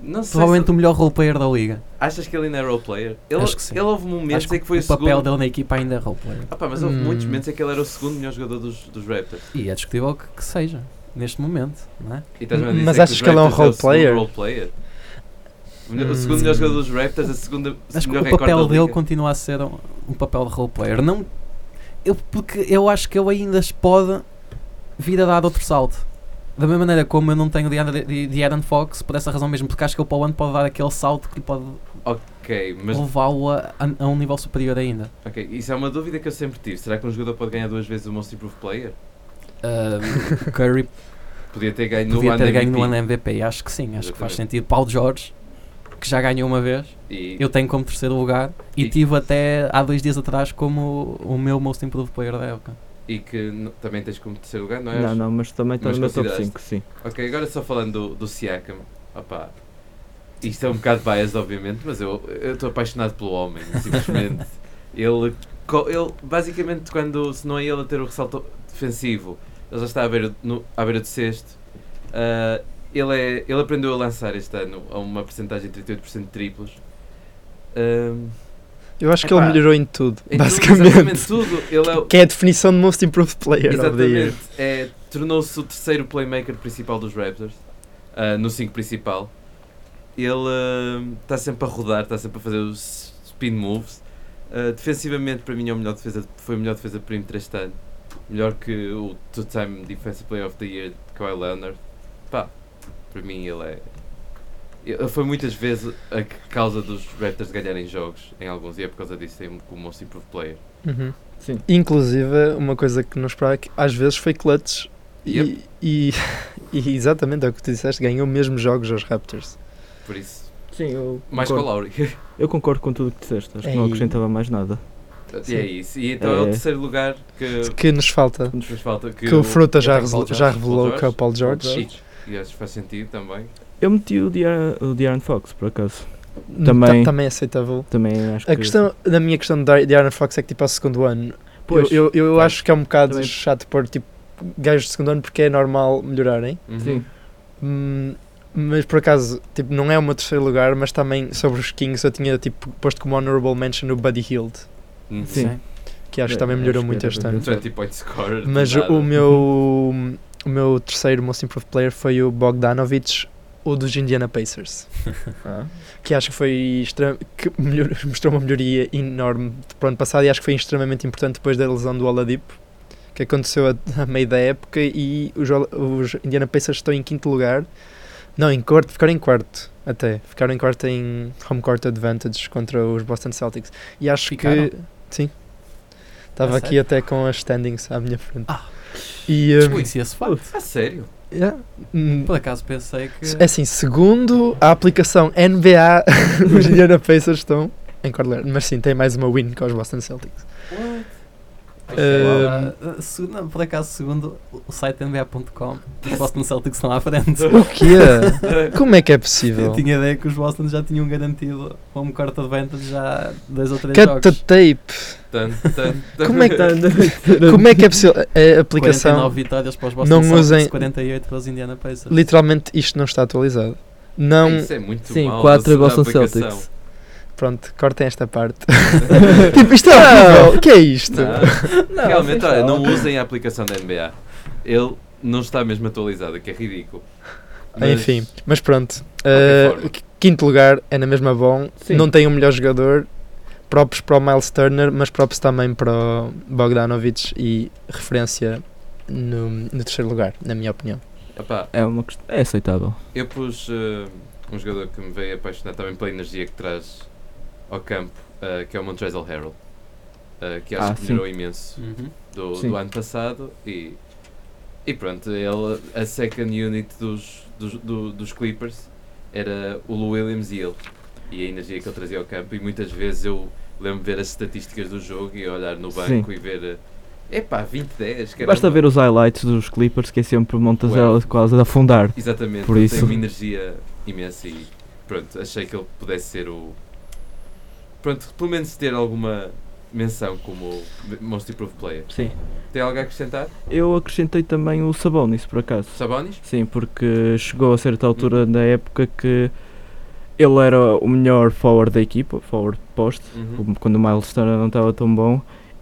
S2: Não sei
S1: Provavelmente
S2: se-
S1: o melhor roleplayer da liga.
S2: Achas que ele ainda é roleplayer? Ele,
S1: Acho que sim.
S2: ele houve momentos
S1: Acho
S2: em que foi o,
S1: o papel
S2: segundo.
S1: dele na equipa ainda é roleplayer.
S2: Ah, pá, mas houve
S4: Hum.
S2: muitos momentos em que ele era o segundo melhor jogador dos, dos Raptors.
S1: E é discutível que, que seja, neste momento, não é?
S2: E estás-me a dizer
S4: Mas
S2: que
S4: achas
S2: os
S4: que ele é um
S2: Raptors o segundo
S4: roleplayer?
S2: roleplayer? O melhor- O
S4: Hum.
S2: segundo melhor jogador dos Raptors, a segunda.
S1: Acho que
S2: melhor
S1: o
S2: recorde
S1: papel
S2: da
S1: dele
S2: liga.
S1: continua a ser um, um papel de roleplayer. Não, eu, porque eu acho que ele ainda se pode vir a dar outro salto. Da mesma maneira como eu não tenho de, Andre- de, de Aaron Fox, por essa razão mesmo, porque acho que ele para o ano pode dar aquele salto que lhe pode
S2: Ok, mas
S1: levá-lo a, a- a um nível superior ainda.
S2: ok, isso é uma dúvida que eu sempre tive. Será que um jogador pode ganhar duas vezes o Most Improved Player?
S1: Ahm, Curry
S2: Podia ter ganho (laughs) no
S1: podia
S2: ano
S1: ter ganho
S2: MVP.
S1: no ano MVP, acho que sim, acho que faz
S2: Exatamente.
S1: sentido. Paulo Jorge, que já ganhou uma vez,
S2: E-
S1: eu tenho como terceiro lugar e,
S2: E-
S1: tive até há dois dias atrás como o meu most improved player da época.
S2: E que n- também tens como terceiro lugar, não é?
S3: Não, não, mas também está
S2: Mas
S3: no meu top
S2: consideraste.
S3: 5, sim.
S2: Ok, agora só falando do, do Siakam. Opá, isto é um bocado biased, obviamente, mas eu eu estou apaixonado pelo homem,
S1: (laughs)
S2: simplesmente. ele, co- ele, basicamente, quando se não é ele a ter o ressalto defensivo, ele já está à beira, no, à beira do sexto. Ah, ele, é, ele aprendeu a lançar este ano a uma percentagem de 38% de triplos. Ahm,
S4: Eu acho que
S2: Epá.
S4: ele melhorou em tudo,
S2: em tudo,
S4: basicamente.
S2: exatamente tudo. Ele é, o-
S4: que é a definição de Most Improved (laughs) Player of the Year.
S2: Exatamente. É, Tornou-se o terceiro playmaker principal dos Raptors, ah, no 5 principal. Ele está sempre a rodar, está sempre a fazer os spin moves. Ah, defensivamente, para mim, é o melhor defesa, foi o melhor defesa de perímetro este ano. Melhor que o two-time Defensive Player of the Year de Kawhi Leonard. Pá, para mim, ele é. Ele foi muitas vezes a causa dos Raptors ganharem jogos em alguns, e é por causa disso, é como Most Improved Player.
S4: Uhum.
S3: Sim.
S4: Inclusive, uma coisa que não esperava é que às vezes foi clutch. E-
S2: Yep.
S4: E, (laughs) e exatamente é o que tu disseste, ganhou mesmo jogos aos Raptors.
S2: Por isso,
S3: Sim, eu
S2: mais com o
S3: concordo.
S2: Lowry. (laughs)
S3: Eu concordo com tudo o que disseste, acho que não
S4: Ei.
S3: acrescentava mais nada.
S2: E é
S4: Sim.
S2: isso. E então é, o
S3: É.
S2: terceiro lugar que
S4: Que nos falta.
S2: nos falta. Que,
S4: Que o Fruta já,
S1: eu tenho Paul
S4: revelou- já
S1: George,
S4: revelou
S2: Paul
S4: que é o Paul George.
S2: E acho que faz sentido também.
S3: Eu meti o De'Aaron o De'Aaron Fox, por acaso.
S4: Hum,
S3: Também.
S4: tá- também é aceitável.
S3: Também acho
S4: A
S3: que.
S4: questão da minha questão de Aaron Fox é que tipo ao segundo ano.
S3: Pois,
S4: eu eu, eu
S3: Tá.
S4: acho que é um bocado
S3: Também-
S4: chato pôr tipo gajos de segundo ano porque é normal melhorarem.
S2: Uhum.
S3: Sim.
S4: Hum, mas por acaso, tipo, não é o meu terceiro lugar, mas também sobre os Kings eu tinha tipo posto como honorable mention o Buddy Hield,
S2: Uhum.
S3: Sim.
S4: que acho que
S3: É,
S4: também melhorou
S3: acho que
S4: muito
S3: era
S4: este
S3: bem
S4: ano.
S2: 20 point scorer. de
S4: Mas
S2: nada.
S4: o meu o meu terceiro most improved player foi o Bogdanovich, o dos Indiana Pacers, que acho que foi extra- que melhor- (laughs) mostrou uma melhoria enorme para o ano passado e acho que foi extremamente importante depois da lesão do Oladipo, que aconteceu a, (laughs) a meio da época e os, Ola- os Indiana Pacers estão em quinto lugar. Não, em quarto, ficaram em quarto até. Ficaram em quarto em home court advantage contra os Boston Celtics. E acho
S1: Ficaram?
S4: que sim. Estava
S1: Ah,
S4: aqui
S1: sério?
S4: até com as standings à minha frente.
S1: Ah.
S4: E, um,
S1: Desconhecia esse facto.
S2: A Ah, sério?
S4: yeah, hum,
S1: Por acaso pensei que.
S4: é assim, segundo a aplicação NBA, (laughs) os Indiana Pacers estão em quarto lugar. Mas sim, tem mais uma win com os Boston Celtics. Eh,
S1: Ah,
S4: um,
S1: ah, segundo- não, por acaso, segundo o site NBA.com, os Boston Celtics estão à
S2: (laughs)
S1: frente.
S4: O quê? Como é que é
S1: Eu
S4: possível?
S1: tinha ideia que os Boston já tinham garantido home court advantage já dois ou três
S4: Cata
S1: jogos.
S4: tape.
S2: Tan, tan, tan.
S4: Como é que,
S2: (laughs)
S4: como é, que é possível? A- A aplicação,
S1: 49 vitórias para os Boston
S4: Não
S1: Celtics,
S4: usem-
S1: 48 para os Indiana Pacers.
S4: literalmente, isto não está atualizado. Não,
S2: Isso é muito
S3: Sim,
S2: mau,
S3: quatro
S2: da- da
S3: Boston
S2: aplicação. (laughs)
S3: Celtics.
S4: pronto, cortem esta parte. tipo, isto é horrível. O que é isto?
S2: Não,
S3: Não,
S2: Realmente,
S3: sim,
S2: olha,
S3: está.
S2: não usem a aplicação da NBA. Ele não está mesmo atualizado, que é ridículo. Mas-
S4: Ah, Enfim, mas pronto.
S2: qualquer
S4: Uh,
S2: forma.
S4: qu- quinto lugar é na mesma bom.
S3: Sim.
S4: Não tem o melhor jogador. Props para o Miles Turner, mas props também para o Bogdanovich e referência no, no terceiro lugar, na minha
S2: (laughs)
S4: opinião.
S2: Epá,
S3: É, uma, quest- é aceitável.
S2: eu pus eh, um jogador que me veio apaixonar também pela energia que traz ao campo, eh, que é o Montrezl Harrell, eh, que acho
S3: Ah,
S2: que
S3: sim.
S2: melhorou imenso do,
S3: Sim.
S2: do ano passado e, e pronto, ele, a second unit dos, dos, do- dos Clippers era o Lou Williams e ele e a energia que ele trazia ao campo e muitas vezes eu lembro de ver as estatísticas do jogo e olhar no banco e ver eh, epá, 20-10 caramba.
S3: Basta ver os highlights dos Clippers que é sempre montas
S2: Well.
S3: ela quase a afundar.
S2: Exatamente,
S3: Por
S2: ele
S3: isso-
S2: tem uma energia imensa e pronto, achei que ele pudesse ser o. Pronto, pelo menos ter alguma menção como Most Improved Player.
S3: Sim.
S2: Tem algo a acrescentar?
S3: Eu acrescentei também o Sabonis, por acaso.
S2: Sabonis?
S3: Sim, porque chegou a certa altura da época que ele era o melhor forward da equipa, forward post,
S2: Uhum.
S3: Tipo, quando o Miles Turner não estava tão bom,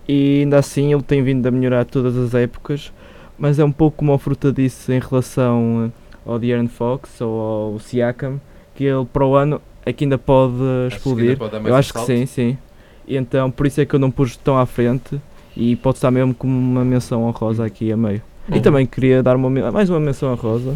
S3: e ainda assim ele tem vindo a melhorar todas as épocas, mas é um pouco uma fruta disso em relação eh, ao De'Aaron Fox ou ao Siakam, que ele para o ano é que ainda pode eh,
S2: Acho que ainda
S3: explodir.
S2: pode dar mais
S3: Eu
S2: um
S3: acho que
S2: salto.
S3: sim, sim. E então por isso é que eu não pus tão à frente e pode estar mesmo como uma menção honrosa
S2: Hum.
S3: aqui a meio. E
S2: Uhum.
S4: Bom.
S3: também queria dar uma, men- mais uma menção
S2: (laughs)
S3: honrosa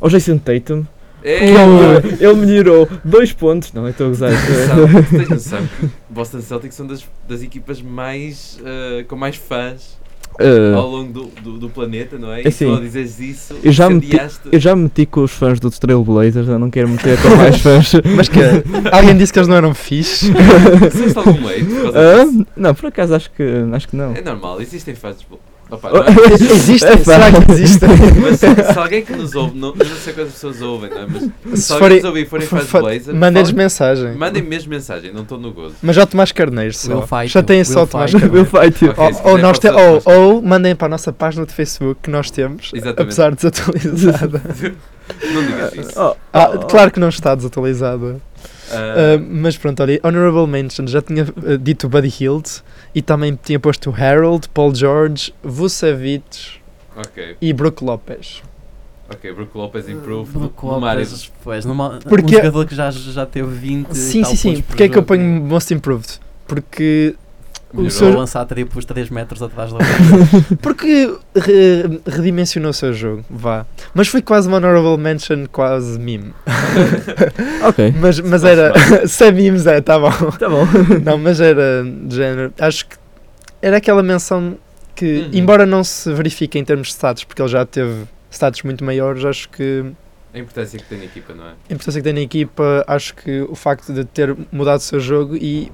S3: ao Jason Tatum. que
S2: É,
S3: Ele, ele melhorou dois pontos. Não, eu estou a
S2: (laughs)
S3: gozar.
S2: Sabe, tens noção que Boston Celtics são das, das equipas mais eh, com mais fãs
S3: Eh,
S2: ao longo do, do, do planeta, não é? E
S3: Assim,
S2: tu ao dizeres isso,
S3: eu já me ti-
S2: incendiaste.
S3: Eu já me meti com os fãs do Trailblazers, eu não quero meter com
S2: (laughs)
S3: mais fãs.
S4: Mas que alguém disse que eles não eram fixe.
S2: Disseste algum leite por causa
S3: Hã?
S2: disso?
S3: não, por acaso acho que, acho que não.
S2: É normal, existem fases boas.
S4: (laughs)
S2: Opa, não (laughs) é-
S4: Existem?
S3: Epá.
S4: Será que existem?
S2: Mas se se alguém que nos ouve, não, eu não sei quantas pessoas ouvem, não é? Mas se
S4: Se
S2: alguém
S4: forem.
S2: nos ouvir e
S4: (laughs)
S2: forem
S4: for-
S2: fãs de
S4: for-
S2: Blazer,
S4: Mandem-lhes
S2: falem-
S4: mensagem.
S2: mandem mesmo mensagem, não estou no
S4: (laughs)
S2: gozo.
S4: Mas já Tomás Carneiro só.
S1: Will fight
S4: Já
S1: you.
S4: têm
S1: Will
S4: só
S1: fight
S4: Tomás
S1: you.
S3: Will (laughs)
S4: Carneiro.
S3: fight you.
S2: Ok, se
S4: Ou, ou,
S2: quiserem,
S4: nós te-
S2: pode ser
S4: ou,
S2: Tomás
S4: ou mandem para a nossa página de Facebook que nós temos,
S2: Exatamente.
S4: apesar de
S2: (laughs)
S4: desatualizada.
S2: Não digas
S4: (laughs)
S2: isso.
S3: Oh,
S4: Ah,
S3: oh, oh.
S4: claro que não está desatualizada.
S2: Ah,
S4: Ah, mas pronto, olha, Honorable Mention já tinha ah, dito Buddy Hield e também tinha posto Harold, Paul George, Vucevic
S2: ok,
S4: e Brook Lopes.
S2: ok, Brook Lopez improve.
S1: Brook
S2: numa área-
S1: Lopez, pois, numa,
S4: Porque-
S1: um jogador que já, já teve 20 e
S4: Sim,
S1: tal
S4: sim, sim.
S1: pontos por
S4: Porquê é que eu
S1: jogo,
S4: ponho
S1: né?
S4: Most Improved? Porque.
S2: Melhorou.
S4: O
S1: Só
S4: seu,
S1: lançar triplos 3 metros atrás da
S4: (laughs)
S1: bola.
S4: porque re- redimensionou o seu jogo, vá. Mas foi quase uma Honorable Mention, quase meme.
S3: oh,
S2: (laughs)
S3: Ok,
S4: Mas, mas
S2: Faz
S4: era. (laughs) Se é memes, é, tá bom.
S3: tá bom.
S4: Não, mas era de género. Acho que era aquela menção que,
S2: Uhum.
S4: embora não se verifique em termos de status, porque ele já teve status muito maiores, acho que
S2: A importância que tem na equipa, não é?
S4: a importância que tem na equipa, acho que o facto de ter mudado o seu jogo e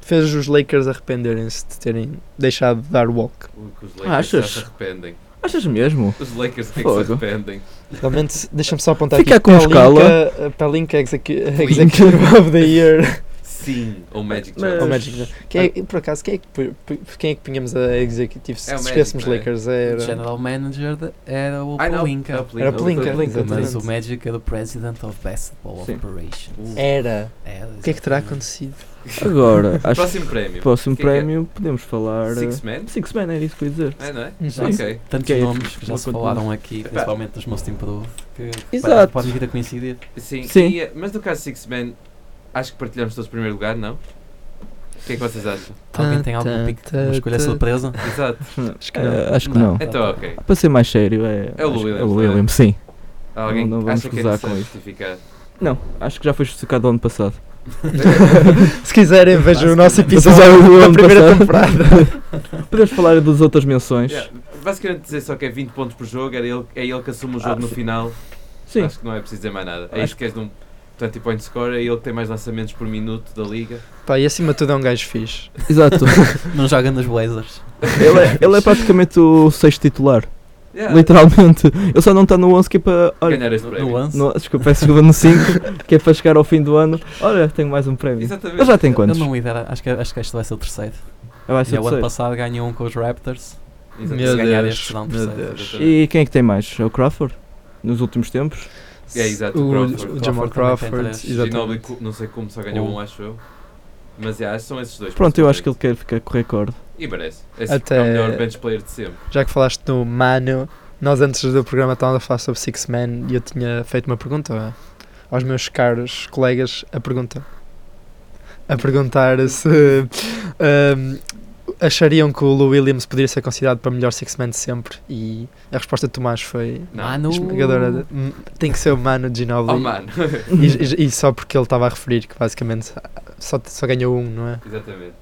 S4: fez os Lakers arrependerem-se de terem deixado de dar walk.
S2: O que os
S3: Ah,
S2: Lakers já
S3: achas?
S2: se arrependem.
S3: Achas mesmo?
S2: Os Lakers têm que se
S3: Fogo.
S2: arrependem.
S4: Realmente, deixa-me só apontar
S3: Fica
S4: Tá aqui.
S3: com
S4: Pelinka, a Pelinka Execu- Executive of the Year.
S2: Sim, ou Magic
S3: Mas- Ah,
S4: Ou
S2: Johnson. (laughs)
S4: Magic. Quem
S2: Ah.
S4: é- por acaso, quem é, que, pu- pu- quem é que punhamos a Executive se
S2: É o Magic,
S4: esquecemos
S2: não é?
S4: Lakers? Era...
S1: General Manager de- era o
S2: Ah, não,
S1: Polinka.
S4: Era Pelinka,
S3: Pelinka,
S1: Mas
S4: exatamente.
S1: o Magic era o President of Basketball
S3: Sim.
S1: Operations.
S2: Uh,
S4: Era.
S1: É,
S4: O que é que terá
S1: exatamente.
S4: acontecido?
S2: (laughs)
S3: Agora, acho que
S2: Próximo prémio.
S3: o próximo
S2: Quem é que é?
S3: prémio podemos falar. eh,
S2: Six Man?
S3: Six Man, era isso que eu ia dizer.
S2: É, não é?
S1: Já
S3: Sim.
S2: Ok.
S1: Tantos
S3: Que é
S1: nomes que já
S3: uma
S1: se
S3: quantidade.
S1: falaram aqui, principalmente dos Most Improved, que
S3: Exato.
S1: podem vir a coincidir.
S2: Sim,
S3: Sim.
S2: e, eh, mas no caso de Six Man, acho que partilhamos todos o primeiro lugar, não? O que é que
S3: (laughs)
S2: vocês acham?
S3: Tá,
S1: Alguém tem algum
S4: Tan,
S1: pique,
S4: tan,
S1: uma escolha
S4: tan.
S1: surpresa?
S2: Exato.
S4: Acho que não.
S3: Eh, acho que não.
S2: Então, ok.
S3: Para ser mais sério, é,
S2: É o
S3: acho que
S2: Williams,
S3: É o
S2: não é?
S3: Williams, sim.
S2: Há Alguém
S3: Não- não
S2: que
S3: vamos
S2: acha que é
S3: gozar
S2: necessário
S3: com isso.
S2: justificar?
S3: Não, acho que já foi justificado o ano passado.
S4: (laughs) Se quiserem, vejam o nosso
S3: Vocês já
S4: episódio
S3: ouviram o
S4: da
S3: ano
S4: primeira
S3: passado?
S4: temporada.
S3: (laughs) Podemos falar das outras menções?
S2: Yeah, Basicamente dizer só que é 20 pontos por jogo, é ele, é ele que assume o jogo
S3: Ah,
S2: no
S3: sim.
S2: final.
S3: Sim.
S2: Acho que não é preciso dizer mais nada. É
S3: Acho
S2: isto que és de um 20 point score, é ele que tem mais lançamentos por minuto da liga.
S4: Pá, e acima de tudo é um gajo fixe.
S2: (laughs)
S3: Exato.
S1: Não joga nos Blazers.
S3: ele, é, ele é praticamente o sexto titular.
S2: Yeah,
S3: Literalmente. Ele só não está no 11 que é para. Olha,
S2: Ganhar este
S1: No,
S2: prémio.
S1: no lance.
S3: no, desculpa, peço desculpa no 5, que é para chegar ao fim do ano. Olha, tenho mais um prémio.
S2: Exatamente.
S3: Ele já tem quantos?
S1: Eu não lidera, acho que, acho que este vai ser o terceiro.
S3: Ah, vai ser
S1: E o ano
S3: terceiro.
S1: passado ganhou um com os Raptors.
S2: Exatamente.
S1: Meu Se ganhar Deus, este, dá um
S4: meu
S1: meu terceiro.
S4: Deus.
S1: Deus.
S2: Exatamente.
S3: E quem é que tem mais? É o Crawford? Nos últimos tempos?
S2: É, exato,
S4: O,
S2: Crawford.
S4: o
S1: Crawford
S4: Jamal
S1: também
S4: Crawford.
S1: tem três.
S2: Ginobili,
S4: Exatamente.
S2: cu- não sei como só ganhou
S1: Um.
S2: um, acho eu. Mas yeah, acho que são esses dois.
S3: Pronto, eu acho que ele
S2: principalmente.
S3: quer ficar com o recorde.
S2: E merece. Esse
S4: Até-
S2: é o melhor bench player de sempre.
S4: Já que falaste no Mano, nós antes do programa estávamos a falar sobre Six Man e eu tinha feito uma pergunta aos meus caros colegas. A pergunta: a perguntar se ehm, achariam que o Lou Williams poderia ser considerado para melhor six-man de sempre e a resposta de Tomás foi
S2: Não.
S1: Manu.
S4: esmagadora.
S3: é
S4: de, "Hum, Tem que ser o Mano
S2: Oh,
S4: Ginobili.
S2: mano. (laughs)
S4: e, e- e só porque ele estava a referir que basicamente só, só ganhou um, não é?
S2: Exatamente.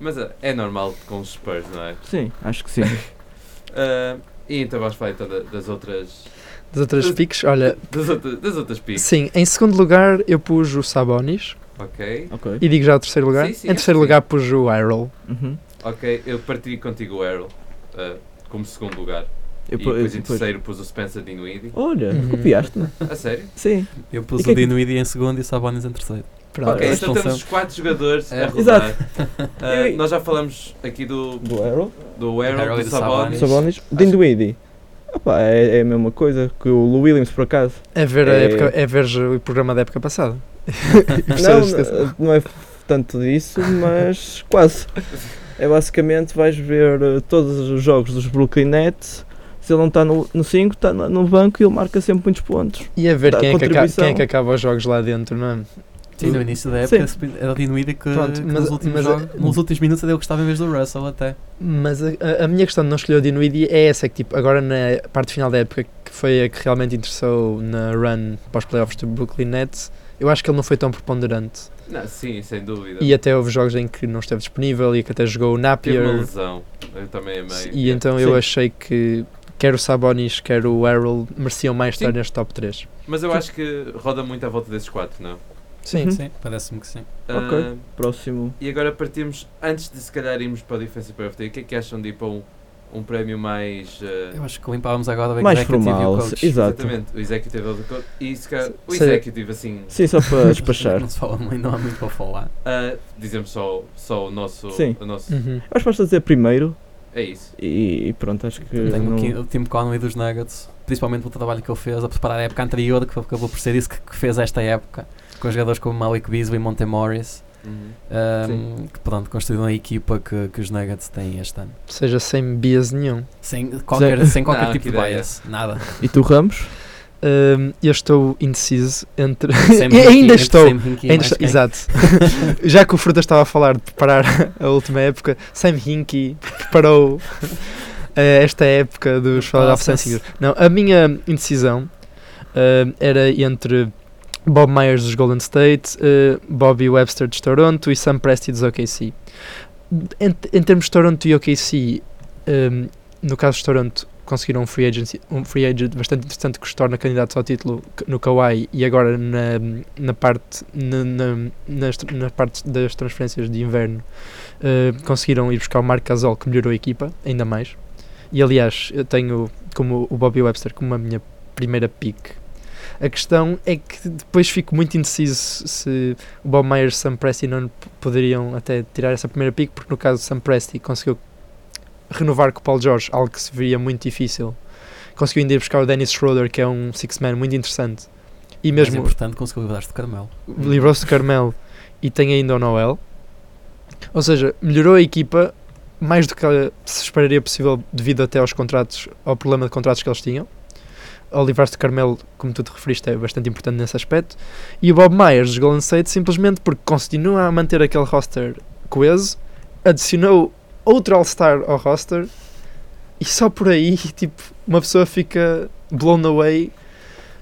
S2: Mas uh, é normal com os Spurs, não é?
S3: Sim, acho que sim.
S2: Uh, e então vamos falar então da- das outras.
S4: Das outras piques, olha,
S2: Das, outra- das outras picks.
S4: sim, em segundo lugar eu pus o Sabonis
S2: Ok.
S3: ok.
S4: e digo já o terceiro lugar.
S2: Sim, sim,
S4: em terceiro
S2: sim.
S4: lugar pus o Iroll.
S3: Uhum.
S2: Ok. Eu partilho contigo o Errol uh, como segundo lugar.
S3: Eu, Oh.
S2: e
S3: pô-
S2: depois em
S3: eu- pô-
S2: terceiro pus o Spencer Dinwiddie.
S3: Olha,
S4: Uhum.
S3: copiaste-me.
S2: A sério?
S3: Sim.
S1: Eu pus
S3: E que é
S1: o
S3: que-
S1: Dinuidi em segundo e o Sabonis em terceiro.
S4: Pronto.
S3: Ok.
S2: Ok,
S1: eles
S2: então
S1: não
S2: temos quatro jogadores
S1: É.
S2: a rodar.
S3: Exato.
S2: Uh,
S3: Eu-
S2: nós já falamos aqui do,
S3: Do Arrow.
S2: do Errol,
S1: Errol e
S2: do
S1: do
S2: Sabonis.
S1: Sabonis.
S3: Sabonis. Dinwiddie. Opa, é, é a mesma coisa que o Lou Williams, por
S4: (laughs)
S3: acaso.
S4: É ver, a
S3: É-
S4: época- é ver o programa da época passada. percebes
S3: não, não, não é tanto disso, mas quase. É basicamente, vais ver eh, todos os jogos dos Brooklyn Nets. Se ele não está no 5, está no no banco e ele marca sempre muitos pontos.
S4: E a ver
S3: Dá
S4: quem é, que acaba,
S3: contribuição.
S4: quem é que acaba os jogos lá dentro, não é?
S1: Sim, no início da
S3: Sim.
S1: época se- era o Dinuidi que,
S4: Pronto,
S1: que
S4: mas-
S1: nos, últimos
S3: é-
S4: mas-
S1: jogos- nos últimos minutos eu gostava em vez do Russell até.
S4: Mas a, a- a minha questão de não escolher o Dinwiddie é essa, que tipo, agora na parte final da época, que foi a que realmente interessou na run para os playoffs do Brooklyn Nets, eu acho que ele não foi tão preponderante.
S2: Não, sim, sem dúvida.
S4: E até houve jogos em que não esteve disponível e que até jogou o
S2: Então. Teve uma
S4: Napier.
S2: lesão. Eu também amei.
S4: E então eu
S3: Sim.
S4: achei que quer o Sabonis, quer o Errol mereciam mais estar
S2: Sim.
S4: neste top 3.
S2: Mas eu acho que roda muito à volta desses quatro, não? é?
S3: Sim.
S1: Sim, parece-me que sim.
S3: Ok.
S2: Ah,
S3: Próximo.
S2: E agora partimos, antes de se calhar irmos para o Defensive Player of the Year, o que é que acham de ir para um, um prémio mais...
S1: Eu
S2: ah,
S1: acho que limpávamos agora o
S3: Mais
S1: executive e o
S3: formal.
S1: coach.
S3: Exato.
S2: Exatamente, o Executive of the Coach. E se calhar, o
S4: Se-
S2: Executive, assim,
S3: Sim, só
S1: (laughs)
S3: para despachar.
S1: Não se fala muito, não há muito para falar.
S2: ah, dizemos só, só o nosso...
S3: Sim. Hum.
S2: O nosso
S4: Uhum.
S3: Acho que basta dizer primeiro
S2: É isso.
S3: e, e pronto, acho que.
S1: Tenho
S4: um
S3: não-
S1: aqui o Tim Conley dos Nuggets, principalmente pelo trabalho que ele fez a preparar a época anterior, que acabou por ser isso que, que fez esta época, com jogadores como Malik Beasley e Monte Morris,
S2: Uhum.
S1: ahm, que pronto, construíram a equipa que, que os Nuggets têm este ano.
S4: Ou seja, sem bias nenhum.
S1: Sem qualquer,
S3: Zero.
S1: sem qualquer
S2: Não,
S1: tipo
S2: que
S1: de
S2: ideia.
S1: bias,
S4: (laughs)
S1: nada.
S3: E tu, Ramos?
S4: Hum, eu estou indeciso entre.
S1: Sam
S4: Eu
S1: Hinkie,
S4: ainda
S1: entre
S4: estou.
S1: Sam Hinkie e
S4: Ainda
S1: mais
S4: estou-
S1: quem.
S4: Exato. (laughs) Já que o Fruta estava a falar de preparar (laughs) a última época, Sam Hinkie preparou (laughs) eh, esta época dos Philadelphia
S1: Process.
S4: 76ers. Não, a minha indecisão hum, era entre Bob Myers dos Golden State, eh, Bobby Webster dos Toronto e Sam Presti dos OKC. Em, em termos de Toronto e OKC, hum, no caso de Toronto, conseguiram um free, agency, um free agent bastante interessante que os torna candidatos ao título c- no Kawhi e agora na, na parte na, na, nas, tr- na parte das transferências de inverno eh, conseguiram ir buscar o Marc Gasol que melhorou a equipa ainda mais e aliás eu tenho como o Bobby Webster como a minha primeira pick a questão é que depois fico muito indeciso se o Bob Myers, Sam Presti não p- poderiam até tirar essa primeira pick porque no caso Sam Presti conseguiu renovar com o Paul George, algo que se veria muito difícil. Conseguiu ainda ir buscar o Dennis Schroeder, que é um six-man muito interessante. E
S1: Mais
S4: mesmo
S1: importante, conseguiu livrar-se do Carmelo.
S4: livrou-se do Carmelo e tem ainda o Noel. Ou seja, melhorou a equipa mais do que se esperaria possível devido até aos contratos, ao problema de contratos que eles tinham. Ao livrar-se do Carmelo, como tu te referiste, é bastante importante nesse aspecto. E o Bob Myers dos Golden State simplesmente porque continua a manter aquele roster coeso, adicionou outro All-Star ao roster e só por aí, tipo, uma pessoa fica blown away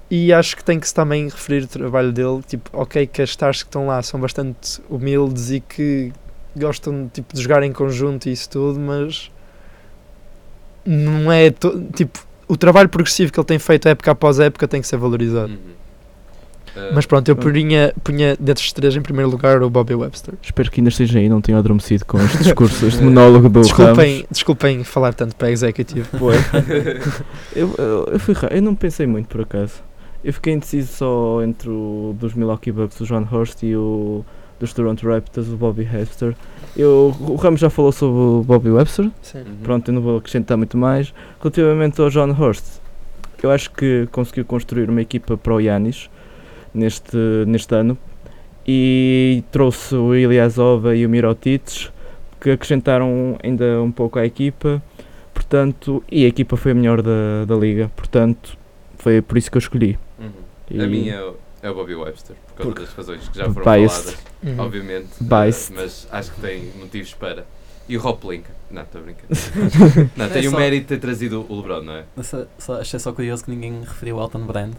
S4: e acho que tem que se também referir o trabalho dele, tipo, ok, que as stars que estão lá são bastante humildes e que gostam tipo, de jogar em conjunto e isso tudo, mas não é to- tipo o trabalho progressivo que ele tem feito época após época tem que ser valorizado.
S2: Uhum. Ah,
S4: Mas pronto, eu
S3: Pronto.
S4: punha, punha destes três em primeiro lugar o Bobby Webster.
S3: Espero que ainda esteja aí, não tenha adormecido com este discurso, este monólogo do
S4: Desculpem, desculpem falar tanto para executivo.
S3: Ramos. Foi. (laughs) eu, eu, eu fui ra- eu não pensei muito, por acaso. Eu fiquei indeciso só entre o dos Milwaukee Bucks, o John Hurst, e o dos Toronto Raptors, o Bobby Webster. Eu, o Ramos já falou sobre o Bobby Webster,
S2: uhum.
S3: Pronto, eu não vou acrescentar muito mais. Relativamente ao John Hurst, eu acho que conseguiu construir uma equipa para o Yanis neste, neste ano e trouxe o Ilyasova e o Mirotic que acrescentaram ainda um pouco à equipa. Portanto, e a equipa foi a melhor da, da liga, portanto, foi por isso que eu escolhi.
S2: Uhum.
S3: E
S2: A minha é o Bobby Webster, por causa
S3: Porque-
S2: das razões que já foram
S3: Biased.
S2: faladas,
S4: Uhum.
S2: obviamente. eh,
S3: Biased.
S2: mas acho que tem motivos para. E o Rob Lincoln. Não, estou brincando. Não, tem
S1: É
S2: o
S1: só-
S2: mérito de ter trazido o LeBron, não é?
S1: Só- só- achei só curioso que ninguém referiu o Elton Brand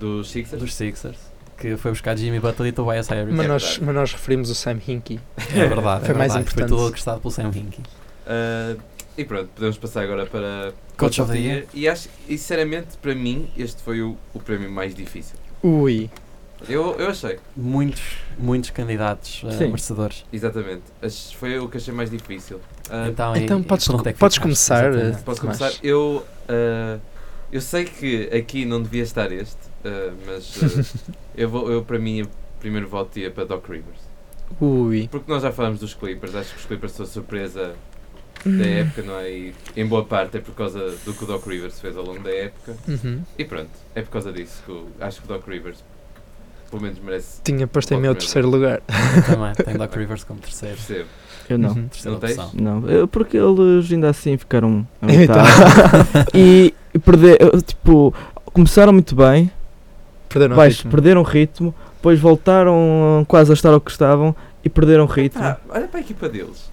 S2: Do Sixers.
S1: dos Sixers, que foi buscar Jimmy Butler e Tobias Harris.
S4: Mas,
S2: É
S4: nós,
S2: verdade.
S4: mas nós referimos o Sam Hinkie.
S1: É verdade, é
S4: Foi
S1: verdade.
S4: mais
S1: Foi
S4: importante.
S1: tudo orquestrado pelo Sam Hinkie.
S2: Ah, e pronto, podemos passar agora para
S1: Coach of the Year.
S2: E acho, e sinceramente, para mim, este foi o, o prémio mais difícil.
S4: Ui.
S2: Eu, eu achei,
S1: Muitos, muitos candidatos eh,
S3: Sim.
S1: merecedores.
S2: exatamente. Ach- foi o que achei mais difícil. Ah,
S1: Então, e-
S4: Então
S1: e
S4: podes,
S1: por onde é que
S4: podes
S1: ficaste,
S4: começar.
S1: exatamente?
S2: Posso
S4: Tomás.
S2: começar? Eu, ah, eu sei que aqui não devia estar este, ah, mas ah, eu, vou, eu, para mim, o primeiro voto ia para Doc Rivers.
S4: Ui.
S2: Porque nós já falamos dos Clippers, acho que os Clippers são a surpresa da época, não é? E em boa parte é por causa do que o Doc Rivers fez ao longo da época.
S4: Uhum.
S2: E pronto, é por causa disso que eu acho que o Doc Rivers, pelo menos merece,
S4: Tinha posto em meu
S2: Logo
S4: terceiro lugar. (laughs)
S1: Então, Eu também, tem Doc Rivers como terceiro.
S2: percebo.
S3: Eu não.
S4: Uhum.
S1: terceira
S2: Não tens?
S1: opção.
S3: Não, eh, porque eles ainda assim ficaram a
S4: Então.
S3: metade. e perder, eh, tipo, começaram muito bem,
S4: Perderam o
S3: vais,
S4: ritmo.
S3: perderam um ritmo, depois voltaram quase a estar ao que estavam e perderam ritmo.
S2: Ah, olha para a equipa deles.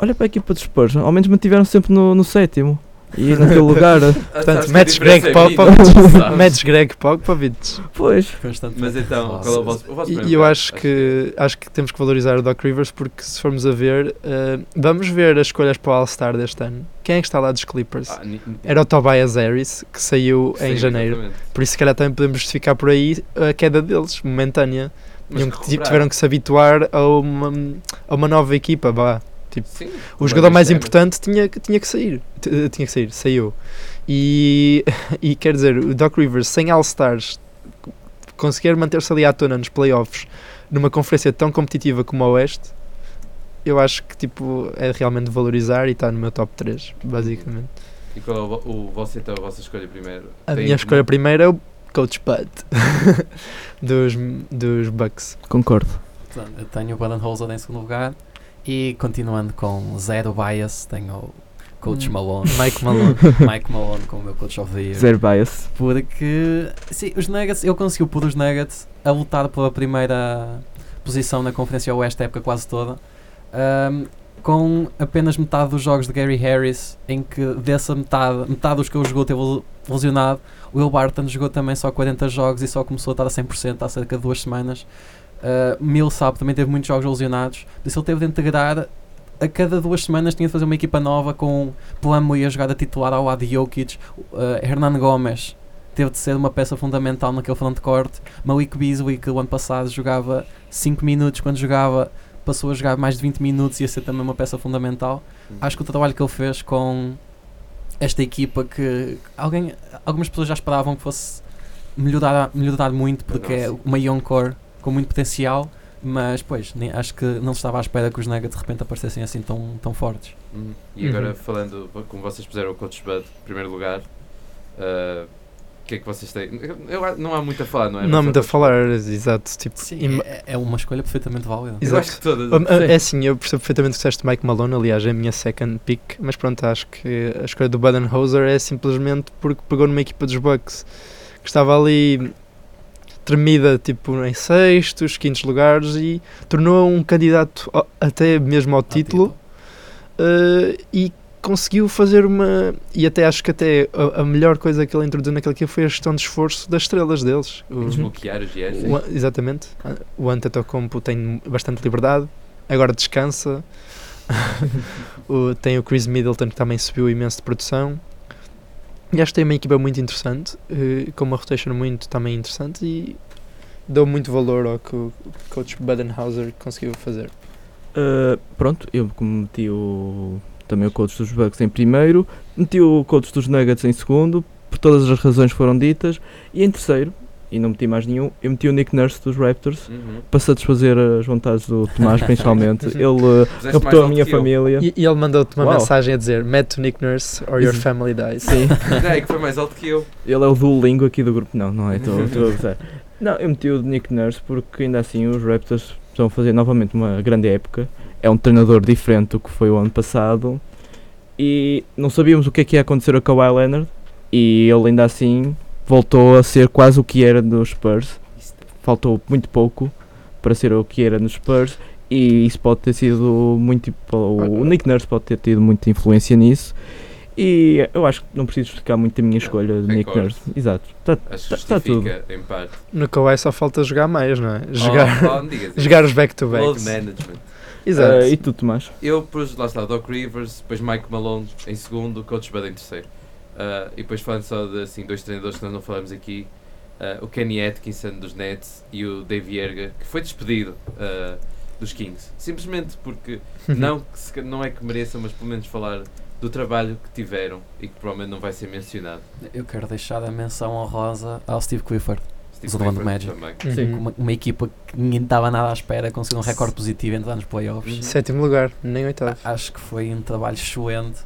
S3: Olha para a equipa dos Spurs, ao menos mantiveram sempre no, no sétimo
S2: (laughs)
S3: e naquele lugar.
S4: Portanto,
S2: Sabes que a
S4: metes
S2: diferença
S4: Greg
S2: é
S4: Pop-
S2: mínima,
S4: (laughs)
S2: sabes?
S4: Medes Greg Pogpovich.
S3: Pois,
S1: Constante.
S2: Mas então, qual é o vosso, o vosso
S4: E
S2: primeiro
S4: eu
S2: lugar?
S4: acho que, acho que temos que valorizar o Doc Rivers porque se formos a ver, eh, vamos ver as escolhas para o All-Star deste ano. Quem é que está lá dos Clippers?
S2: Ah, ni- ni-
S4: Era o Tobias Harris, que saiu
S2: sim,
S4: em janeiro.
S2: exatamente.
S4: Por isso, se calhar, também podemos justificar por aí a queda deles, momentânea.
S2: Mas
S4: Tinham que- tipo,
S2: recuperaram.
S4: tiveram que se habituar a uma, a uma nova equipa. vá.
S2: Sim,
S4: tipo, O
S2: mas é,
S4: jogador mais
S2: este ano-
S4: importante tinha, que- tinha que sair. T- eh, Tinha que sair, saiu. E, (laughs) e quer dizer, o Doc Rivers, sem All-Stars, conseguir manter-se ali à tona nos playoffs, numa conferência tão competitiva como a Oeste, eu acho que tipo, é realmente de valorizar e está no meu top 3, basicamente.
S2: E qual é o, vo- o vosso, então, a vossa escolha primeiro?
S4: A
S2: Tem- um
S4: minha escolha primeira é o Coach Bud (laughs) dos, dos Bucks.
S3: concordo.
S1: Portanto, eu tenho o Budenholzer em segundo lugar e continuando com zero bias, tenho o Coach
S4: Hum.
S1: Malone,
S4: Mike Malone.
S1: (laughs) Mike Malone como meu Coach of the Year.
S3: Zero bias.
S1: Porque, sim, os Nuggets, ele conseguiu pôr os Nuggets a lutar pela primeira posição na Conferência Oeste a época quase toda, ahm, com apenas metade dos jogos de Gary Harris, em que dessa metade, metade dos que ele jogou teve lesionado, o Will Barton jogou também só 40 jogos e só começou a estar a 100% há cerca de duas semanas. Uh, Millsap também teve muitos jogos lesionados, por isso ele teve de integrar a cada duas semanas tinha de fazer uma equipa nova com Plamo e a jogada titular ao lado de Jokic, uh, Hernan Gomes teve de ser uma peça fundamental naquele frontcourt, Malik Beasley que o ano passado jogava 5 minutos quando jogava, passou a jogar mais de 20 minutos e a ser também uma peça fundamental
S2: Hum.
S1: acho que o trabalho que ele fez com esta equipa que alguém, algumas pessoas já esperavam que fosse melhorar, melhorar muito porque é
S2: Nossa.
S1: uma young core com muito potencial mas pois, nem- acho que não se estava à espera que os Nuggets de repente aparecessem assim tão, tão fortes
S2: Uhum. E agora,
S4: Uhum.
S2: falando, vo- como vocês puseram o Coach Bud em primeiro lugar, ah, o que é que vocês têm? Eu- eu- não há muito a falar, não é?
S4: Não me dá a
S2: Mas-
S4: falar, exato. Tipo, im-
S1: é, é uma escolha perfeitamente válida
S2: Eu acho que todas.
S4: Um, É assim, eu percebo perfeitamente o que disseste de Mike Malone, aliás, é a minha second pick, mas pronto, acho que a escolha do Budenholzer é simplesmente porque pegou numa equipa dos Bucks que estava ali tremida, tipo, em sextos, quintos lugares e tornou um candidato ao- até mesmo ao
S1: Ao
S4: título eh, e conseguiu fazer uma. E até acho que até a, a melhor coisa que ele introduziu naquele que foi a gestão de esforço das estrelas deles.
S2: Vamos
S4: Os-
S2: bloquear os yes.
S4: o, exatamente. O Antetokounmpo tem bastante liberdade, agora descansa. (laughs) O- tem o Chris Middleton que também subiu imenso de produção. E acho que tem uma equipa muito interessante, eh, com uma rotation muito também interessante e dou muito valor ao que o coach Budenhauser conseguiu fazer.
S3: Uh, pronto, eu como meti o também o coach dos Bucks em primeiro, meti o coach dos Nuggets em segundo, por todas as razões que foram ditas, e em terceiro, e não meti mais nenhum, eu meti o Nick Nurse dos Raptors
S2: Uhum.
S3: para satisfazer as vontades do
S2: (laughs)
S3: Tomás principalmente. Ele uh,
S2: Puseste mais
S3: raptou a
S2: alto
S3: minha
S2: que eu.
S3: família.
S4: E, e ele mandou-te uma
S3: Uau.
S4: mensagem a dizer: Mete o Nick Nurse or your
S3: Isso.
S4: family dies.
S3: Sim.
S2: Não, é que foi mais alto que eu.
S3: Ele é o Duolingo aqui do grupo. Não, não é, estou estou a gozar. Não, eu meti o Nick Nurse porque ainda assim os Raptors estão a fazer novamente uma grande época. É um treinador diferente do que foi o ano passado. E não sabíamos o que é que ia acontecer ao Kawhi Leonard. E ele ainda assim voltou a ser quase o que era dos Spurs. faltou muito pouco para ser o que era nos Spurs e isso pode ter sido muito o Nick Nurse pode ter tido muita influência nisso e eu acho que não preciso explicar muito a minha escolha
S4: É
S3: de Nick
S2: concordo.
S3: Nurse exato Tá-
S2: Acho que
S3: Tá- tá tudo.
S2: justifica, em parte.
S4: No Kawhi só falta jogar mais, não é? Jogar,
S2: Oh, oh, não digas isso.
S4: jogar os back-to-backs.
S2: Load management.
S4: Exato.
S3: Ah, e tu Tomás
S2: Eu pus, lá está, Doc Rivers, depois Mike Malone em segundo, Coach Bud em terceiro. Ah, e depois falando só de assim, dois treinadores que nós não falamos aqui, ah, o Kenny Atkinson dos Nets e o Dave Erga, que foi despedido ah, dos Kings. Simplesmente
S4: (laughs)
S2: porque, não, que se ca- não é que mereçam, mas pelo menos falar do trabalho que tiveram e que provavelmente não vai ser mencionado.
S1: Eu quero deixar a menção honrosa ao Steve Clifford.
S2: Steve
S1: Os Orlando
S2: Clifford
S1: Magic.
S2: também.
S4: Uhum.
S3: Sim,
S1: Uma, uma equipa que ninguém estava nada à espera, conseguiu um recorde positivo entre anos playoffs.
S4: Sétimo lugar, nem oitavo.
S1: A- Acho que foi um trabalho excelente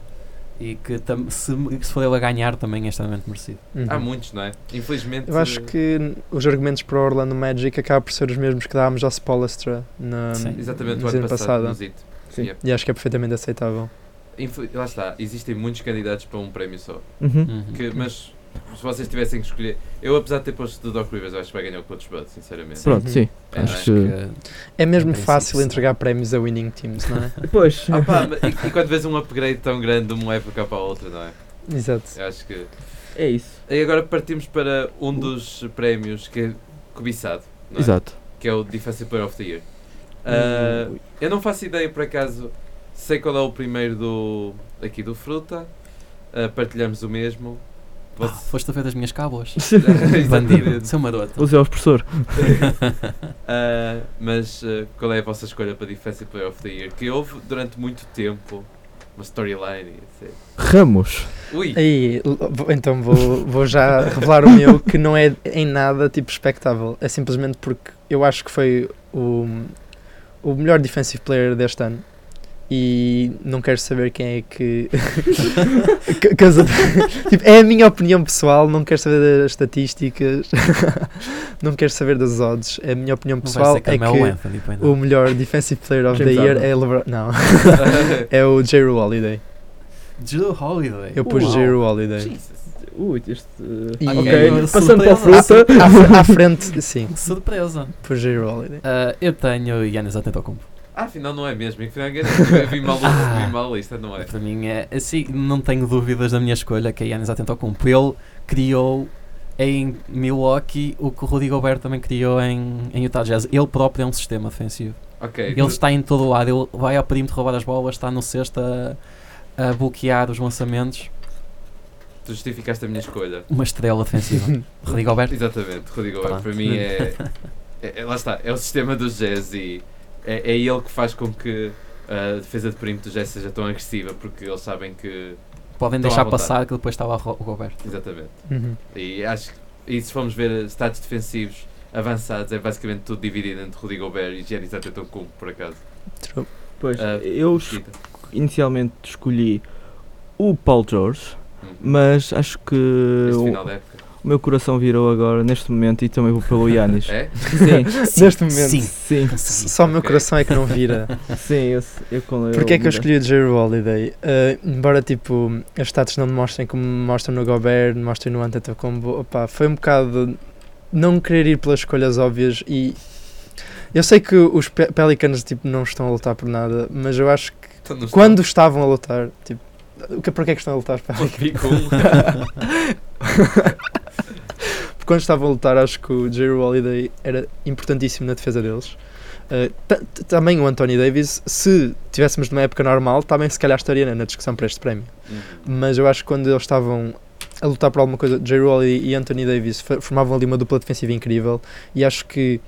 S1: e que tam- se, se for ele a ganhar também é extremamente merecido.
S4: Uhum.
S2: Há muitos, não é? Infelizmente.
S4: Eu acho que os argumentos para o Orlando Magic acabam por ser os mesmos que dávamos ao Spolstra na
S1: Sim.
S2: Exatamente,
S4: no
S2: o ano
S4: ano
S2: passado. no
S4: passado.
S2: Zito.
S3: Sim.
S2: Yep.
S4: E acho que é perfeitamente aceitável.
S2: Infel- Lá está, existem muitos candidatos para um prémio só.
S3: Uhum.
S1: Uhum.
S2: Que- mas se vocês tivessem que escolher, eu apesar de ter posto do Doc Rivers, eu acho que vai ganhar o Coach Bud, sinceramente.
S3: pronto sim
S2: É,
S3: acho
S2: não é?
S3: que
S4: É mesmo
S1: Em princípio,
S4: fácil
S1: sim.
S4: entregar prémios a winning teams, não é?
S3: depois
S2: Ah pá, mas- e, e quando vês um upgrade tão grande de uma época para a outra, não é?
S4: Exato.
S2: Eu acho que.
S3: é isso
S2: E agora partimos para um dos prémios que é cobiçado, não é?
S3: exato
S2: que é o Defensive Player of the Year.
S4: (laughs)
S2: Ah,
S3: Ui.
S2: eu não faço ideia, por acaso, sei qual é o primeiro do aqui do Fruta, Ah, partilhamos o mesmo.
S1: Ah,
S2: Você-
S1: foste a ver das minhas cábulas.
S2: Exatamente.
S1: Bandido, seu
S3: (laughs)
S1: maroto.
S3: Você é o professor
S2: (laughs) Ah, mas ah, qual é a vossa escolha para Defensive Player of the Year? Que houve durante muito tempo uma storyline. e etc.
S3: Ramos
S2: Ui,
S4: Aí, l- vou- então vou, vou já revelar o meu que não é em nada tipo espectável. É simplesmente porque eu acho que foi o, o melhor defensive player deste ano. E não quero saber quem é que. (laughs) que- que as outras- tipo, é a minha opinião pessoal, não quero saber das estatísticas, (laughs) não quero saber das odds. A minha opinião
S1: Não vai
S4: pessoal
S1: ser
S4: é que
S1: Carmelo Anthony, pois não.
S4: o melhor defensive player of
S3: James
S4: the year
S3: Harden.
S4: é, LeBron- não, é o Jero Holiday.
S1: Drew Holiday.
S4: Eu pus
S1: Uau.
S4: Jero Holiday.
S3: Ui, este
S4: E-
S3: ok
S1: Ok.
S3: passando para a
S1: Surpresa.
S3: fruta
S4: à, fr-
S3: (laughs)
S4: à frente, sim,
S1: Que Surpresa.
S4: por Jay Holiday.
S1: Ah, eu tenho Yannis Antetokounmpo.
S2: (laughs) ah, afinal não é mesmo. Afinal, eu vi mal, vi mal a lista, não é?
S1: Para mim é assim, não tenho dúvidas da minha escolha que é Yannis Antetokounmpo. Ele criou em Milwaukee o que o Rudy Gobert também criou em, em Utah Jazz. Ele próprio é um sistema defensivo.
S2: Ok.
S1: Ele está em todo o lado, ele vai ao perímetro roubar as bolas, está no cesto a, a bloquear os lançamentos.
S2: Tu justificaste a minha escolha.
S1: Uma estrela
S4: (laughs)
S1: defensiva. Rudy Gobert.
S2: Exatamente, Rodrigo.
S1: Pronto.
S2: Para mim é, é- é- Lá está, é o sistema do jazz e é, é ele que faz com que a defesa de perímetro do jazz seja tão agressiva porque eles sabem que.
S1: Podem
S2: Estão Então, à
S1: deixar
S2: vontade.
S1: passar que depois estava o Gobert.
S2: Exatamente.
S4: Uhum.
S2: E acho que. E se formos ver status defensivos avançados, é basicamente tudo dividido entre Rodrigo Gobert e Giannis Antetokounmpo, por acaso.
S4: True.
S3: Pois,
S2: Ah,
S3: eu es-
S2: Kita.
S3: inicialmente escolhi o Paul George,
S2: Uhum.
S3: mas acho que
S2: Este
S3: o,
S4: é.
S2: final da época.
S3: o meu coração virou agora neste momento e também vou pelo
S4: (laughs)
S3: Yanis.
S2: É?
S3: sim,
S4: Neste momento,
S3: (laughs)
S1: Sim.
S3: sim,
S1: Consegui.
S4: só o meu
S2: Ok.
S4: coração é que não vira.
S3: sim, eu, eu quando
S4: Porquê é que eu escolhi o Jay Holiday? Eh, embora tipo, as status não mostrem como mostram no Gobert, mostrem no Antetokounmpo, opá, foi um bocado de não querer ir pelas escolhas óbvias e eu sei que os Pe- Pelicans tipo, não estão a lutar por nada, mas eu acho que
S2: Então não está.
S4: quando (laughs) estavam a lutar, tipo, o que- porquê é que estão a lutar os Pelicans?
S2: Pico um.
S4: Porque quando estavam a lutar, acho que o Jerry Holiday era importantíssimo na defesa deles. Uh, ta- ta- também o Anthony Davis, se tivéssemos numa época normal, também se calhar estaria né, na- na discussão para este prémio.
S2: Uhum.
S4: Mas eu acho que quando eles estavam a lutar por alguma coisa, Jerry Holiday e Anthony Davis fa- formavam ali uma dupla defensiva incrível. E acho que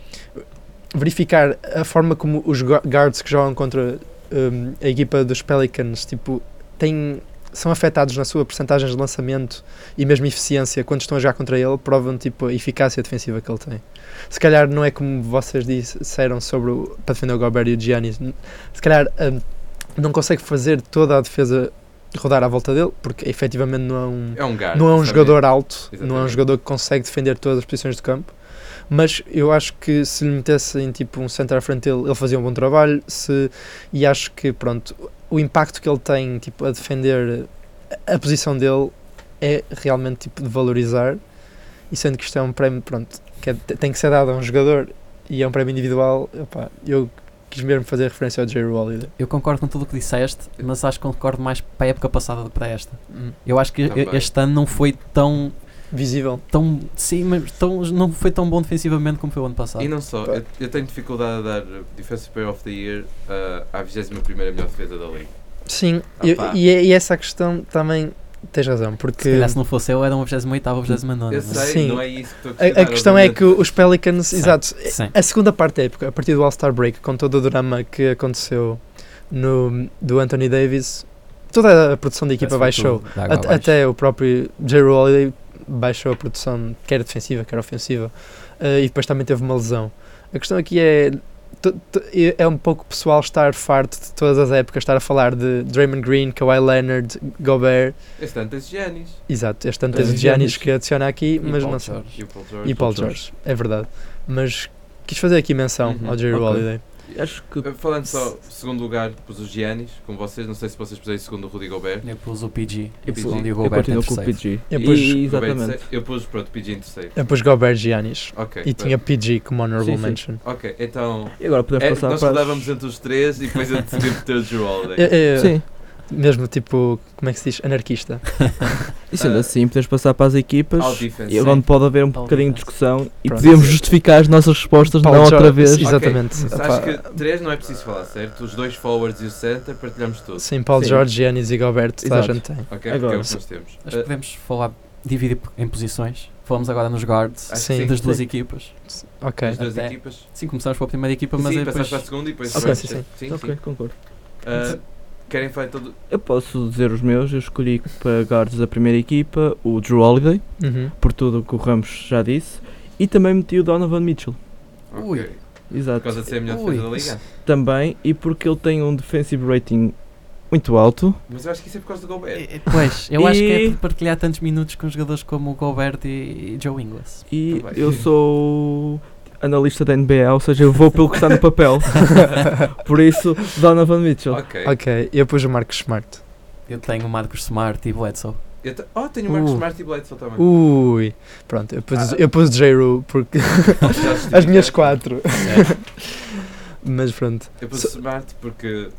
S4: verificar a forma como os gu- guards que jogam contra um, a equipa dos Pelicans tipo, têm, são afetados na sua percentagem de lançamento e mesmo eficiência quando estão a jogar contra ele, provam tipo, a eficácia defensiva que ele tem. Se calhar não é como vocês disseram sobre o, para defender o Gobert e o Giannis, n- se calhar um, não consegue fazer toda a defesa rodar à volta dele, porque efetivamente não é um,
S2: É um gajo.
S4: não é um jogador alto, não é um
S2: Exatamente.
S4: jogador que consegue defender todas as posições do campo. Mas eu acho que se lhe metessem tipo um centro à frente dele, ele fazia um bom trabalho. Se, e acho que pronto, o impacto que ele tem tipo, a defender a a posição dele é realmente tipo, de valorizar. E sendo que isto é um prémio, pronto, que é- tem que ser dado a um jogador e é um prémio individual, opá, eu quis mesmo fazer referência ao Jerry Holiday.
S1: Eu concordo com tudo o que disseste, mas acho que concordo mais para a época passada do que para esta. Eu acho que e-
S2: Também.
S1: este ano não foi tão.
S4: Visível.
S1: tão sim, mas tão, não foi tão bom defensivamente como foi o ano passado.
S2: E não só, eu, eu tenho dificuldade a dar Defensive Player of the Year ah, à 21 primeira melhor defesa da liga.
S4: Sim,
S2: Ah,
S4: e-
S2: pá.
S4: e, é- e essa questão também tens razão,
S1: Se
S4: porque
S1: calhar se não fosse eu, era um 28 ou 29.
S2: Eu
S1: mas-
S2: sei,
S4: Sim.
S2: não é isso que estou a
S4: a, a
S2: questionar,
S4: questão é
S2: obviamente.
S4: que os Pelicans,
S1: Sim.
S4: exato,
S1: Sim.
S4: A segunda parte da época, a partir do All-Star Break, com todo o drama que aconteceu no, do Anthony Davis, toda a produção da equipa
S1: Parece
S4: baixou.
S1: tudo de água
S4: At-
S1: abaixo.
S4: Até o próprio Jerry Holiday baixou a produção, quer defensiva, quer ofensiva, eh, e depois também teve uma lesão. A questão aqui é. to- to- é- É um pouco pessoal estar farto de todas as épocas, estar a falar de Draymond Green, Kawhi Leonard, Gobert.
S2: Este ano tens Giannis
S4: Exato, este ano
S2: Eh,
S4: tens o
S3: Giannis.
S4: Giannis que adiciona aqui,
S1: E
S4: mas
S1: Paul
S4: não sei.
S1: George.
S2: e o Paul George.
S4: E Paul George, é verdade. Mas quis fazer aqui menção
S2: Uhum,
S4: ao Jerry
S3: ok.
S4: Holiday.
S3: Acho que
S2: Ah, Falando só, segundo lugar, pus o Giannis com vocês. Não sei se vocês puseram em segundo o Rudy Gobert.
S1: Eu pus o PG.
S3: eu,
S1: Eu
S2: pus-
S1: pus onde o
S3: eu
S1: Gobert em
S3: continuo com o
S1: terceiro.
S3: PG.
S4: Eu pus-
S3: E-
S2: Gobert em
S3: exatamente.
S2: terceiro. Eu pus, pronto, PG em terceiro.
S4: Eu pus Gobert Giannis.
S2: Ok.
S4: E
S2: pronto.
S4: tinha PG como honorable
S3: Sim, sim.
S4: mention.
S2: Ok, então.
S3: E agora podemos
S2: É,
S3: passar
S2: nós
S3: para.
S2: rodávamos entre os três e depois eu decidi meter o Drew Holiday.
S4: Eu- eu-
S3: Sim.
S4: É, Mesmo tipo, como é que se diz? Anarquista.
S3: E sendo
S2: Ah.
S3: assim, podemos passar para as equipas.
S2: All defense.
S3: E onde pode haver um
S1: All
S3: bocadinho de
S1: defense.
S3: discussão e
S4: Pronto.
S3: podemos justificar as nossas respostas,
S4: Paul
S3: não outra
S4: George,
S3: vez.
S4: exa- exatamente.
S2: Ok,
S3: Epá.
S2: Acho que três não é preciso falar, certo? Os dois forwards e o center partilhamos tudo.
S4: Sim, Paulo
S3: Sim.
S4: George, Giannis e Gobert, toda a
S3: Exato.
S4: gente tem.
S2: Ok,
S3: Agora,
S2: porque é o que
S4: se-
S2: nós temos.
S1: Acho que
S2: Ah,
S1: podemos falar, dividir p- em posições. Falamos agora nos guards
S2: acho que
S4: sim.
S1: das duas
S3: Sim.
S1: equipas.
S4: Ok.
S2: As duas
S1: Até-
S2: equipas.
S1: Sim, começamos pela primeira equipa, mas
S2: Mas sim,
S1: aí
S2: passamos
S1: depois.
S2: para a segunda e depois.
S4: Ok,
S2: para a
S4: sim,
S2: terceira. sim.
S3: Ok, concordo.
S2: Ah, querem fazer todo.
S3: Eu posso dizer os meus, eu escolhi para guardas da primeira equipa o Drew Holiday,
S4: Uhum.
S3: por tudo o que o Ramos já disse, e também meti o Donovan Mitchell.
S1: Ui.
S2: Ok. Por
S3: Exato.
S2: causa de ser a melhor
S1: Ui.
S2: defesa da liga?
S3: Também, e porque ele tem um defensive rating muito alto.
S2: Mas eu acho que isso é por causa do Gobert.
S1: Eh, eh, Pois, eu acho que é
S3: E-
S1: por partilhar tantos minutos com jogadores como o Gobert e, e Joe Ingles.
S3: E
S2: Também.
S3: eu sou analista da NBA, ou seja, eu vou pelo que está no papel. Por isso, Donovan Mitchell.
S2: Ok.
S4: Ok, eu pus o Marcos Smart.
S1: Eu tenho o Marcos Smart e Bledsoe.
S2: Eu te- Oh, tenho o Marcos
S4: Uh.
S2: Smart e Bledsoe também.
S4: Ui. Pronto, eu pus,
S2: Ah.
S4: eu pus J-Ru porque
S2: Posso já justificar?
S4: as minhas quatro. (laughs) Mas pronto.
S2: Eu pus
S4: So-
S2: Smart porque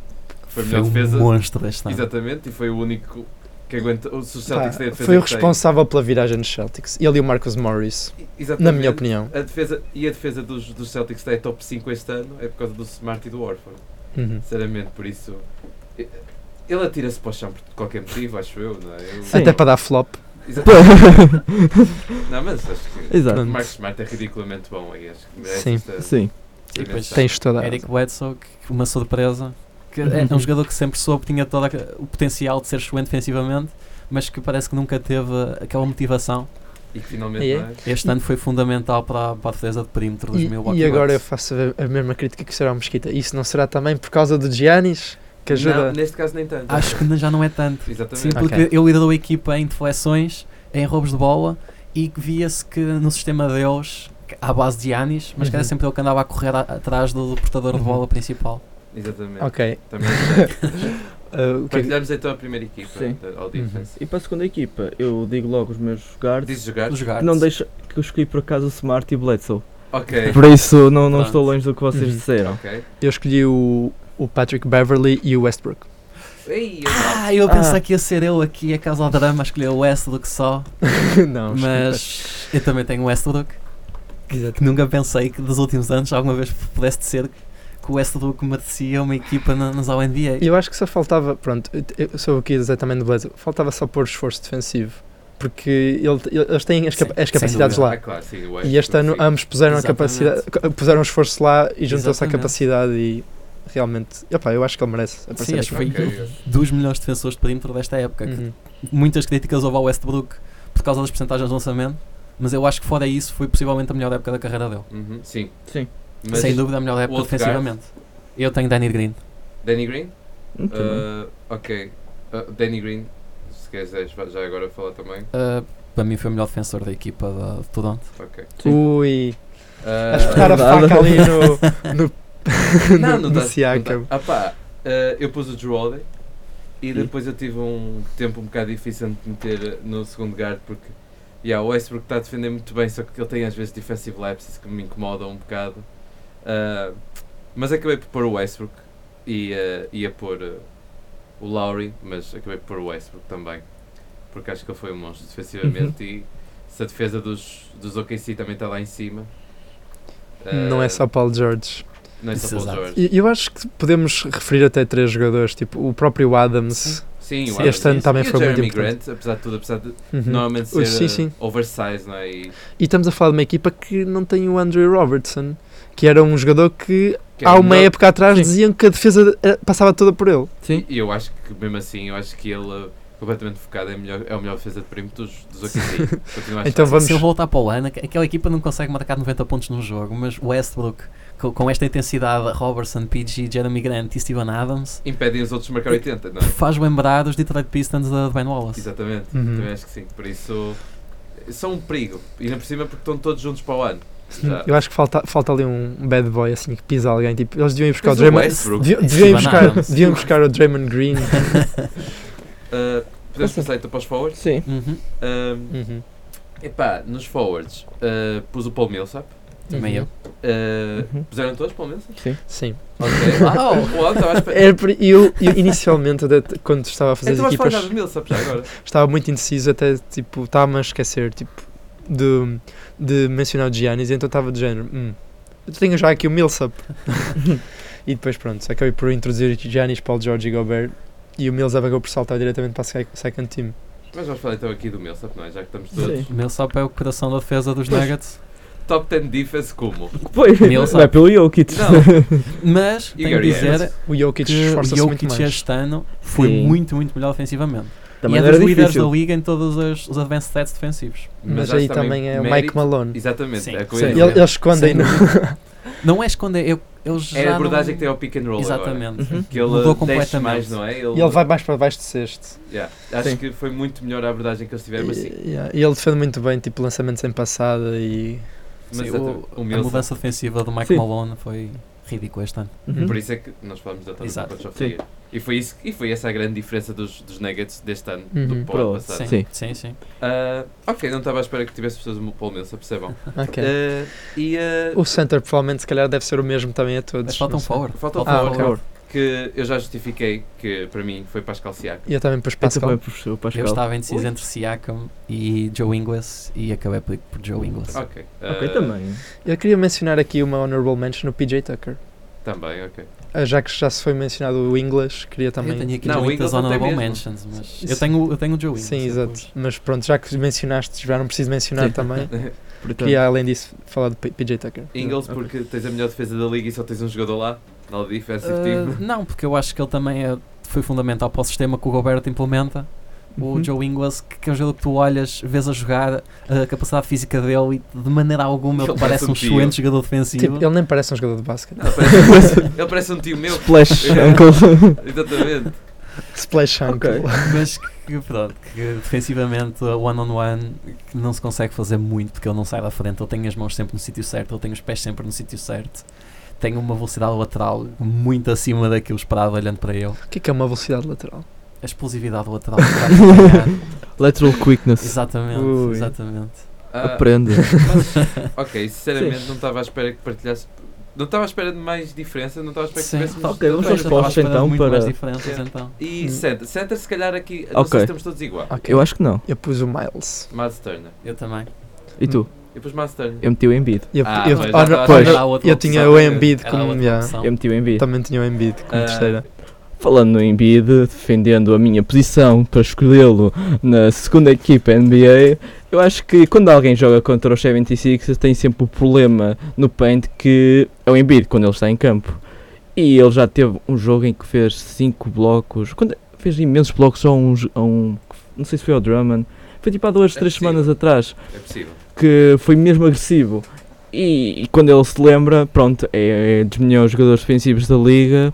S2: foi
S1: Foi
S2: a melhor
S1: um
S2: defesa.
S1: monstro deste ano.
S2: Exatamente, e foi o único que aguentou. Se os Celtics
S4: Pá,
S2: têm a defesa
S4: foi o
S2: que têm.
S4: responsável pela viragem dos Celtics. Ele e o Marcus Morris,
S2: Exatamente.
S4: na minha opinião.
S2: A defesa, e a defesa dos, dos Celtics está em top 5 este ano é por causa do Smart e do Orford.
S4: Uhum.
S2: Sinceramente, por isso. e- Ele atira-se para o chão por qualquer motivo, acho eu, não é? Eu-
S3: Sim.
S4: Até para dar flop.
S2: (laughs) Exatamente. não, mas acho que.
S3: Exato.
S2: O Marcos Smart é ridiculamente bom aí, acho que merece
S4: Sim.
S2: esta-
S3: Sim.
S1: E depois
S4: Tens toda a
S1: Eric Bledsoe, que- uma surpresa. Que é
S4: Uhum.
S1: um jogador que sempre soube que tinha todo aqu- o potencial de ser excelente defensivamente, mas que parece que nunca teve aquela motivação.
S2: E que finalmente
S4: E é?
S2: não é.
S1: Este ano foi fundamental para, a- para a defesa de perímetro dos
S4: E,
S1: Milwaukee
S4: e agora eu
S1: Bucks.
S4: faço a, a mesma crítica que o Sr. Mesquita. Isso não será também por causa do Giannis? Que ajuda.
S2: Não, neste caso nem tanto.
S1: Acho que já não é tanto. Sim,
S2: Exatamente.
S4: Ok.
S1: porque ele liderou a equipa em deflexões, em roubos de bola e que via-se que no sistema deles, que- à base de Anis, mas que era
S4: Uhum.
S1: sempre ele que andava a correr a- atrás do portador de
S4: Uhum.
S1: bola principal.
S2: Exatamente.
S4: Ok. (laughs)
S2: Também acho.
S4: uh, o que Uhum. é que-
S2: Partilhamos então a primeira equipa
S3: Sim.
S2: da All Defense.
S3: E para a segunda equipa, eu digo logo os meus jogadores.
S2: Diz jogar?
S1: Os
S3: que
S1: guards.
S3: Não deixa que eu escolhi por acaso o Smart e o Bledsoe.
S2: Ok.
S3: Por isso, não, não
S1: Pronto.
S3: estou longe do que vocês
S4: Uhum.
S3: disseram.
S2: Ok.
S4: eu escolhi o, o Patrick Beverly e o Westbrook. (laughs)
S2: Ei, eu-
S1: Ah, eu
S3: Ah.
S1: pensei que ia ser eu aqui a causar drama, a escolher o Westbrook só,
S4: não,
S1: mas eu também tenho o Westbrook,
S4: Exato.
S1: que nunca pensei que dos últimos anos alguma vez pudesse ser que o Westbrook merecia uma equipa na- nas All-NBA.
S4: Eu acho que só faltava. Pronto, eu- eu sou o que ia dizer também do Blazer. Faltava só pôr esforço defensivo. Porque ele, ele- eles têm as,
S1: Sim,
S4: capa- as
S1: sem
S4: capacidades
S1: dúvida.
S2: Ah,
S4: lá.
S2: claro, sim, o
S4: E este
S2: Westbrook,
S4: ano
S2: sim.
S4: ambos puseram, a
S1: Exatamente.
S4: capacidade, puseram esforço lá e juntou-se à
S1: Exatamente.
S4: capacidade. E realmente, opá, eu acho que ele merece. aparecer
S1: Sim, acho que
S4: aqui.
S1: foi
S2: Ok.
S1: dos melhores defensores de perímetro desta época, que
S4: Uhum.
S1: muitas críticas houve ao Westbrook por causa das percentagens de lançamento, mas eu acho que fora isso foi possivelmente a melhor época da carreira dele.
S2: Uhum, Sim.
S3: Sim.
S2: Mas
S1: Sem dúvida a melhor época
S2: outro
S1: defensivamente. Eu tenho Danny Green.
S2: Danny Green?
S3: Hum, tá bem.
S2: Ah, ok. Ah, Danny Green, se quiseres vá já agora falar também.
S1: Uh, para mim foi o melhor defensor da equipa da- de Toronto.
S2: Ok.
S3: Sim.
S4: Ui.
S2: Ah,
S4: A espetar a
S3: Verdade.
S4: faca ali
S1: (laughs)
S4: no. no
S2: não,
S4: (laughs) no-
S2: não
S4: no
S2: dá.
S4: Siakam.
S2: não dá. Ah, pá, ah, eu pus o Drew Holiday e depois eu tive um tempo um bocado difícil de meter no segundo guard porque Yeah, o Westbrook está a defender muito bem, só que ele tem às vezes defensive lapses que me incomodam um bocado. Ah, mas acabei por pôr o Westbrook e ah, ia pôr ah, o Lowry, mas acabei por pôr o Westbrook também. Porque acho que ele foi um monstro defensivamente
S4: Uhum.
S2: e se a defesa dos, dos OKC também está lá em cima. ah,
S4: Não é só Paul George.
S2: Não é só Paul
S1: Exato.
S2: George.
S4: E Eu acho que podemos referir até três jogadores, tipo o próprio Adams.
S2: Sim, o
S4: Sim,
S2: Adams
S4: este ano
S2: e-
S4: também
S2: e o
S4: foi muito
S2: Jeremy
S4: importante.
S2: Grant, apesar de tudo, apesar de
S4: Uhum.
S2: normalmente
S4: Ui,
S2: ser
S4: sim,
S2: ah,
S4: sim.
S2: oversized, não é? E
S4: E estamos a falar de uma equipa que não tem o Andrew Robertson, que era um jogador que,
S2: que
S4: há
S2: era um
S4: uma
S2: não-
S4: época atrás
S1: Sim.
S4: diziam que a defesa eh, passava toda por ele.
S1: Sim.
S2: E eu acho que mesmo assim, eu acho que ele completamente focado é, melhor, é o melhor defesa de perímetro dos,
S4: (laughs)
S2: dos OKC. Continua a achar.
S4: Então vamos.
S1: Se eu voltar para o ano, aqu- aquela equipa não consegue marcar 90 pontos num jogo, mas Westbrook, co- com esta intensidade, Robertson, PG, Jeremy Grant e Steven Adams,
S2: Impedem os outros de marcar 80, não é?
S1: faz lembrar os Detroit Pistons de Ben Wallace.
S2: Exatamente.
S4: Uhum.
S2: Também acho que sim. Por isso, são um perigo. E ainda por cima porque estão todos juntos para o ano. Já.
S4: (laughs) Eu acho que falta, falta ali um bad boy assim que pisa alguém. Tipo, eles deviam ir buscar
S2: Mas
S4: o
S2: o
S4: Draymond.
S2: Westbrook-
S4: deviam- Deviam ir
S1: Steven
S4: buscar,
S1: Adams.
S4: deviam ir buscar o Draymond Green.
S2: Ah, podemos passar então para os forwards?
S3: Sim.
S1: Uhum.
S2: Ah,
S4: Uhum.
S2: epá, nos forwards, ah, pus o Paul Millsap.
S4: Uhum.
S1: Também eu.
S2: Ah,
S3: (laughs) Uhum.
S2: Puseram todos Paul Millsap?
S4: Sim. (laughs)
S2: Ok.
S1: (laughs)
S2: Uau! Uau, estava a esperar.
S4: Era Oh. É por- eu, eu inicialmente, até t- quando estava a fazer as
S2: Então vais falar
S4: equipas,
S2: já do Millsap já agora.
S4: estava muito indeciso, até tipo, estava-me a esquecer tipo, de, de mencionar o Giannis, então estava de género. Hum, eu tenho já aqui
S1: (laughs)
S4: o Millsap. e depois pronto, acabei por introduzir Giannis, Paul George e Gobert. E o Millsap acabou por saltar diretamente para o sec- second team.
S2: Mas vamos falar então aqui do Millsap, não é? Já que estamos todos.
S3: Sim.
S1: O meu só é o coração da defesa dos Nuggets,
S2: Top 10 defense como?
S3: Pois,
S1: Millsap.
S3: não é pelo Jokic. (laughs)
S2: Não,
S1: mas
S2: E
S1: tenho
S2: Gary
S1: de dizer
S2: Harris.
S4: O Jokic
S1: que o
S4: esforça-se muito
S1: Jokic é
S4: mais.
S1: este ano foi
S3: Sim.
S1: muito, muito melhor defensamente.
S3: Também
S1: e
S3: não
S1: é
S3: era
S1: dos líderes
S3: difícil.
S1: da liga em todos os, os advanced stats defensivos.
S4: Mas,
S2: acho
S4: aí também é o
S2: mérito-
S4: Mike Malone.
S2: Exatamente,
S1: Sim.
S2: é a
S3: Sim.
S4: Ele,
S2: coisa.
S4: ele esconde aí
S1: Sem
S4: no.
S2: (laughs)
S1: Não é esconder, eu, eles já
S2: É a abordagem
S1: não...
S2: que tem ao pick and roll agora.
S1: Exatamente.
S3: Uhum.
S2: Que ele
S1: Mudou
S2: desce
S1: completamente.
S2: mais, não é?
S4: E ele vai mais para baixo de sexto.
S2: Yeah. Acho
S3: Sim.
S2: que foi muito melhor a abordagem que eles tiveram, mas
S4: E-
S2: sim.
S4: yeah, E ele defende muito bem, tipo, lançamentos em passada e.
S2: Mas
S1: Sim,
S2: exatamente,
S1: o-
S2: o
S1: a
S2: Millsap.
S1: mudança defensiva do Mike
S3: Sim.
S1: Malone foi ridícula este ano.
S4: Eh,
S3: Uhum.
S2: Por isso é que nós falamos da Tony
S1: Exato.
S2: Contra Sofia. E foi, isso, e foi essa a grande diferença dos, dos Nuggets deste ano,
S4: Uhum.
S2: do
S3: Para o
S2: Paul passado.
S1: Sim,
S3: Sim.
S1: sim, sim.
S2: Ah, ok, não estava à espera que tivesse pessoas do Paul Millsap, percebam.
S4: Ok.
S2: Ah, e ah,
S4: O center provavelmente se calhar deve ser o mesmo também a todos.
S1: Mas falta
S4: não
S1: um
S4: sei.
S1: forward.
S2: Falta um
S4: Ah,
S2: forward.
S4: ok.
S2: que eu já justifiquei que para mim foi Pascal Siakam.
S4: E eu também
S1: É
S3: Eu
S4: pus
S1: tipo,
S3: também
S4: Pascal.
S3: é professor o
S1: Eu
S3: Pascal.
S1: estava indeciso
S2: Ui.
S1: entre Siakam e Joe Ingles e acabei por, por Joe Ingles.
S2: Ok.
S3: Ok,
S2: ah,
S3: também.
S4: Eu queria mencionar aqui uma honorable mention no PJ Tucker.
S2: Também, ok.
S4: Ah, Já que já se foi mencionado o English, queria também.
S1: Eu tenho aqui
S2: Não, o
S1: muitas
S2: Ingles não tem
S1: honorable
S2: mesmo.
S1: mentions, mas
S4: Sim.
S1: eu tenho, eu tenho o Joe Ingles. é
S4: Sim,
S1: eu
S4: exato.
S1: pus.
S4: Mas pronto, já que mencionaste, já não preciso mencionar
S3: Sim. (laughs)
S2: (laughs)
S4: também.
S3: Portanto,
S4: Queria além disso falar do P- PJ Tucker.
S2: Ingles,
S3: Ok.
S2: porque tens a melhor defesa da liga e só tens um jogador lá, na defensive
S1: Ah,
S2: team.
S1: não, porque eu acho que ele também é- foi fundamental para o sistema que o Gilberto implementa. O
S3: Uhum.
S1: Joe Ingles, que, que é um jogador que tu olhas, vês a jogar, a capacidade física dele e de maneira alguma ele
S2: Ele
S1: parece
S2: parece
S1: um
S2: um tio.
S1: excelente jogador defensivo.
S4: Tipo, ele nem parece um jogador de basquete.
S2: Não, parece- (laughs) ele parece um tio meu. (laughs)
S3: Splash Uncle.
S2: Exatamente.
S4: Splash Uncle.
S1: mas que, pronto, que defensivamente, one on one, que não se consegue fazer muito porque ele não sai da frente. Ele tem as mãos sempre no sítio certo, ele tem os pés sempre no sítio certo, tem uma velocidade lateral muito acima daquilo esperado olhando para ele.
S4: O que é que é uma velocidade lateral?
S1: A explosividade lateral. que está
S3: (laughs)
S1: a trabalhar.
S3: Lateral Quickness.
S1: exatamente,
S3: Ui.
S1: exatamente.
S2: Ah,
S3: Aprenda.
S2: ok, sinceramente não estava à espera que partilhasse. Não estava à espera de mais diferença, não estava à espera que
S1: Sim.
S2: tivéssemos.
S3: Ok, vamos
S2: Bem,
S3: aos
S1: Eu estava à
S3: postos,
S1: espera de
S3: então,
S1: muito
S3: para-
S1: mais diferenças,
S2: Sim.
S1: então.
S2: E
S4: Hum.
S2: center, center se calhar aqui, não
S3: Ok.
S2: sei se estamos todos iguais.
S4: Ok.
S3: Eu acho que não.
S4: Eu pus o Miles.
S2: Mads Turner.
S1: Eu também.
S3: E tu?
S2: Eu pus Mads Turner.
S3: Eu meti o Embiid.
S4: Eu,
S2: Ah,
S4: eu,
S2: pois,
S4: ah,
S2: já
S4: não,
S2: estava
S4: pois,
S2: a
S1: dar outra
S4: eu tinha
S1: opção.
S4: o Embiid
S1: Era a
S4: como.
S1: outra
S4: yeah.
S1: opção.
S3: Eu meti o Embiid.
S4: Também tinha o Embiid como
S2: Ah,
S4: terceira.
S3: Falando no Embiid, defendendo a minha posição para escolhê-lo na segunda equipa NBA, eu acho que quando alguém joga contra os 76 tem sempre o problema no paint que é o Embiid quando ele está em campo. E ele já teve um jogo em que fez 5 blocos, quando- fez imensos blocos a um, j- a um- não sei se foi ao Drummond, foi tipo há duas,
S2: É
S3: três
S2: possível.
S3: semanas atrás
S2: É possível.
S3: que foi mesmo agressivo. E, e quando ele se lembra, pronto, é, é dos melhores jogadores defensivos da liga.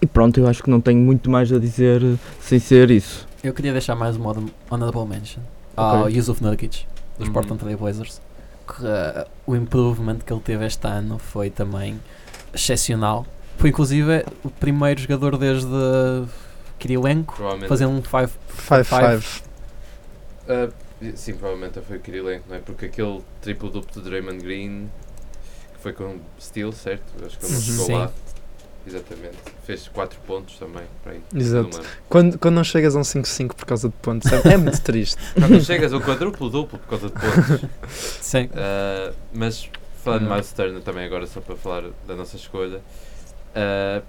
S3: E pronto, eu acho que não tenho muito mais a dizer eh, sem ser isso.
S1: Eu queria deixar mais uma hon- honorable mention ao Yusuf Nurkic, dos
S2: Uhum.
S1: Portland Trail Blazers. Que, uh, o improvement que ele teve este ano foi também excepcional. Foi inclusive o primeiro jogador desde Kirilenko um
S2: Provavelmente.
S1: a fazer um 5
S4: 5-5.
S2: Ah, Sim, provavelmente foi o Kirilenko, não é? Porque aquele triplo duplo de Draymond Green, que foi com Steel, certo? Acho que ele
S4: Uhum.
S2: chegou
S1: Sim.
S2: lá. Exatamente. Fez 4 pontos também, para aí.
S4: Exato.
S2: Não lembro.
S4: Quando, quando não chegas a um 5-5 por causa de pontos, é, é muito triste.
S2: (laughs) Quando chegas ao quadruplo duplo por causa de pontos.
S1: Sim.
S2: Ah, mas falando de
S4: Uhum.
S2: Miles Turner também agora, só para falar da nossa escolha. Ah,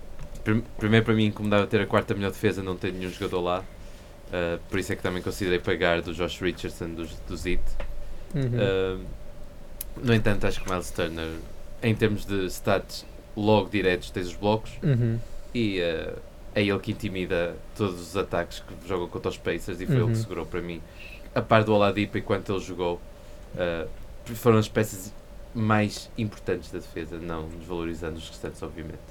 S2: prim- primeiro para mim incomodava ter a quarta melhor defesa, não ter nenhum jogador lá. Ah, por isso é que também considerei pagar do Josh Richardson dos do Zit.
S4: Uhum.
S2: Ahm, no entanto, acho que Miles Turner, em termos de stats logo diretos, tens os blocos
S4: Uhum.
S2: e ah, é ele que intimida todos os ataques que jogam contra os Pacers e foi ele
S4: Uhum.
S2: que segurou para mim. A par do Oladipo, enquanto ele jogou, ah, foram as peças mais importantes da defesa, não desvalorizando os restantes, obviamente.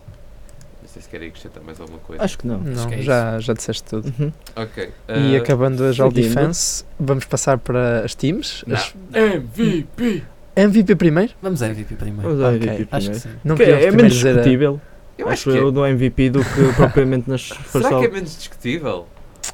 S2: Não sei se querem acrescentar mais alguma coisa.
S3: Acho que não.
S4: Não,
S1: que é
S4: já, já disseste tudo.
S3: Uhum.
S2: Ok.
S4: E
S2: ah,
S4: acabando as All
S3: seguindo.
S4: Defense, vamos passar para as teams.
S2: não,
S4: As-
S2: não.
S5: MVP!
S4: MVP primeiro?
S1: Vamos a MVP primeiro.
S3: Vamos ao
S4: Ok,
S3: MVP
S1: Acho
S3: primeiro.
S1: que sim.
S4: Não
S3: Que
S4: podíamos
S3: é,
S4: primeiro
S3: menos
S4: dizer a-
S3: discutível,
S2: Eu acho
S3: acho
S2: que é.
S3: eu, do MVP do
S2: (laughs)
S3: que propriamente nas
S2: Será que é
S3: parcelas.
S2: menos discutível?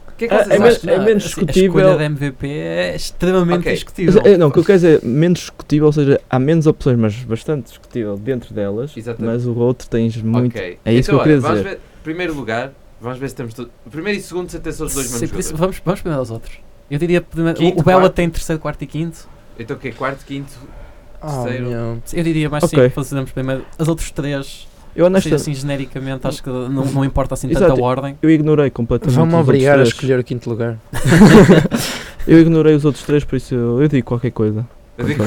S2: O que é que
S3: Ah,
S2: vocês
S3: é
S2: acham?
S3: mais-
S1: Acho que não,
S3: menos
S1: a- A
S3: discutível.
S1: escolha da MVP é extremamente
S2: Ok.
S1: discutível.
S3: É, Não, o que eu quero dizer é menos discutível, ou seja, há menos opções, mas bastante discutível dentro delas.
S2: Exatamente.
S3: Mas o outro tens muito.
S2: Ok.
S3: É isso que
S2: então,
S3: eu queria
S2: olha, vamos
S3: dizer.
S2: Ver, primeiro lugar, vamos ver se temos tudo. Primeiro e segundo, se até são os dois
S1: Sim,
S2: mesmos
S1: por isso,
S2: jogadores.
S1: vamos, vamos primeiro aos outros. Eu diria primeiro,
S2: Quinto,
S1: o Bela
S2: quarto.
S1: tem terceiro, quarto e quinto.
S2: Então, o que é quarto, quinto?
S4: Oh,
S2: Terceiro.
S4: meu.
S1: Eu diria mais
S3: Ok.
S1: sim, fazemos primeiro os outros três.
S3: Eu
S1: Assim,
S3: honestamente
S1: assim, genericamente, acho que não, não importa assim
S3: Exato. (laughs)
S1: tanta ordem.
S3: eu ignorei completamente.
S4: Vão-me
S3: os outros
S4: obrigar a
S3: três.
S4: escolher o quinto lugar.
S3: (laughs) Eu ignorei os outros três, por isso eu, eu digo qualquer coisa.
S2: Eu digo-